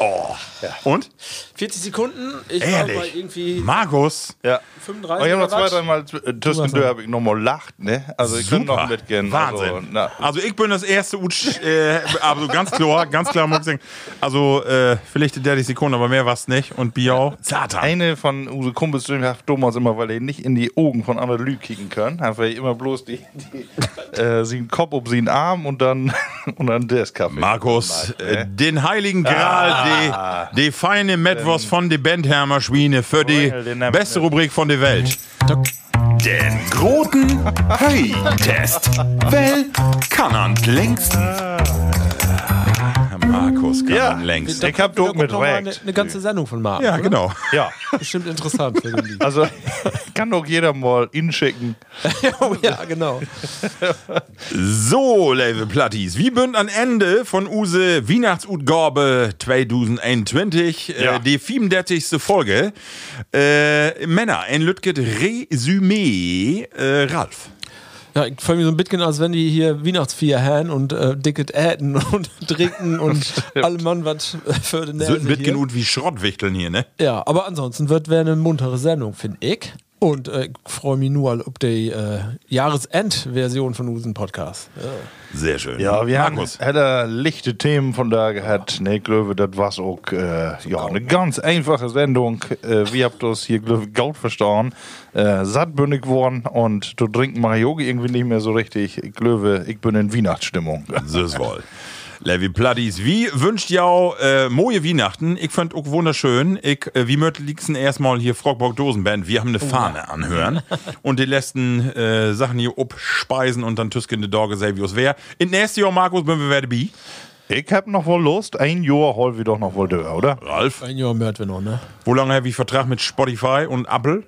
C: Oh. Und?
E: 40 Sekunden. Ich war bei
C: Ehrlich?
E: irgendwie
C: Markus?
D: ja. Aber
E: 35.
D: Oh, ich habe noch zwei,
E: oder was.
D: dreimal äh, zwischendurch habe ich nochmal lacht, ne? Also ich könnte noch mitgehen.
C: Wahnsinn.
D: Also,
C: Also,
D: na,
C: ich bin das erste Utsch, äh, also ganz klar, ganz klar muss ich sagen. Also äh, vielleicht 30 Sekunden, aber mehr war's nicht. Und Biau, Satan.
D: eine von unseren Kumpels, die hat Thomas immer, weil er nicht in die Augen von anderen Lü kicken können, hat er immer bloß die, [laughs] die äh, sie einen Kopf um sie einen Arm und dann [laughs] und dann das Kaffee.
C: Markus, äh, den heiligen Gral, die, die feine Metwurst von die Bentheimer Schwine für die
D: Well, den haben wir
C: beste Rubrik von der Welt.
I: Den Groten Höi-Test. Well, Kannant längsten.
C: Ah, Markus kann
D: Ja.
C: man längst.
D: Ich
E: Da
D: hab doch
E: kommt
D: mit
E: noch mal Eine,
D: Recht.
E: eine ganze Sendung von Marc.
C: Ja,
E: oder?
C: genau.
D: Ja,
E: [laughs] Bestimmt interessant für
D: [laughs]
E: den Lied.
D: also kann doch jeder mal inschicken.
E: Oh, ja, genau.
C: So, liebe Platties, wir bünd an Ende von Use Weihnachtsutgabe 2021,
D: Ja.
C: äh, die 37. Folge. Äh, Männer, ein Lütget Resümee, äh, Ralf.
E: Ja, ich fühle mich so ein bisschen, als wenn die hier Weihnachtsvier haben und äh, dicket äten [laughs] und trinken und alle Mann was für den
C: So ein
E: Nase
C: bisschen gut wie Schrottwichteln hier, ne?
E: hier. Ja, aber ansonsten wird wäre eine muntere Sendung, finde ich. Und äh, ich freue mich nur auf die äh, Jahresend-Version von unseren Podcast.
C: Sehr schön.
D: Ja, wir
C: Markus.
D: haben heller lichte Themen von da gehabt. Ne, Glöwe, das war's auch äh, ja, eine ganz einfache Sendung. Äh, wir habt uns hier Glöwe Gaut verstauen, äh, sattbündig geworden und du trinken Marioge irgendwie nicht mehr so richtig. Glöwe, ich bin in Weihnachtsstimmung.
C: So ist wohl. Levi Platties, wie wünscht jau äh, moje Weihnachten? Ich fand auch wunderschön. Ich, äh, wie möchte liegsten erstmal hier Frogbock Dosenband. Wir haben eine Fahne anhören und die letzten äh, Sachen hier abspeisen und dann Tüsken de Dorge Selvius wer. In nächstes Jahr, Markus, bin wir werde bi.
D: [laughs] ich hab noch wohl Lust, ein Jahr hol wir doch noch wohl dör, oder?
C: Ralf,
E: Ein Jahr mört wir noch, ne?
C: wo lange habe ich Vertrag mit Spotify und Apple?
E: Äh,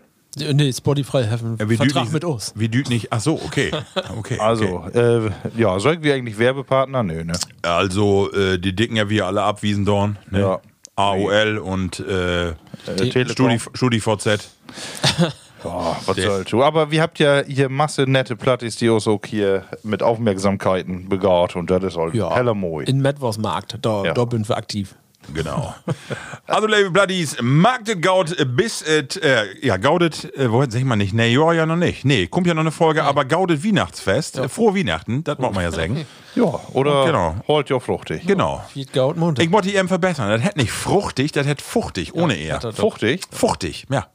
E: Nee, Spotify haben
C: Äh,
E: einen
C: düt
E: Vertrag
C: nicht-
E: mit uns.
C: Wir düt nicht. Ach so, okay. okay
D: Also,
C: okay.
D: äh, ja, sollten wir eigentlich Werbepartner? Nö, ne?
C: also äh, die dicken ja wir alle ab, Wiesendorn. Ne?
D: Ja.
C: AOL und äh,
D: Äh, Telekom.
C: Studi, StudiVZ. Oh,
D: Ja, Ah, was sollst du? Aber wir habt ja hier Masse nette Plattis, die uns auch hier mit Aufmerksamkeiten begaut und das ist halt heller Moi.
E: In Medwars-Markt, da,
D: Ja.
E: da sind wir aktiv.
C: Genau. [laughs] Also, liebe Bloodies, magdet Gaut bis, et, äh, ja, gaudet, äh, woher sag ich mal nicht, nee, ja, ja, noch nicht. Nee, kommt ja noch eine Folge, aber gaudet Weihnachtsfest. Äh, frohe Weihnachten, das mag man ja sagen.
D: Ja, oder
C: Genau.
D: holt ja fruchtig.
C: genau.
E: Piet Gaut Montag.
C: Ich wollte die eben verbessern. Das hätte nicht fruchtig, das hätte fuchtig, ohne eher.
E: das-
D: Fruchtig?
C: Fuchtig, ja.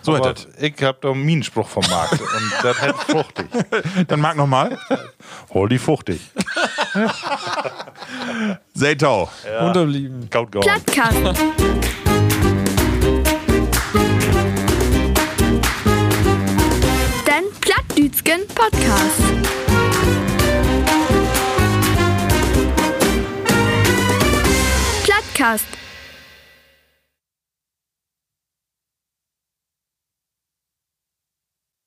C: So
D: Aber
C: hätte
D: ich hab da einen Minenspruch vom Markt und das hat fruchtig.
C: das. Dann mag nochmal.
D: Hol die fruchtig.
C: Seitau.
E: Unterblieben.
D: Gaut, gaut.
A: Plattkant. den Podcast. Plattcast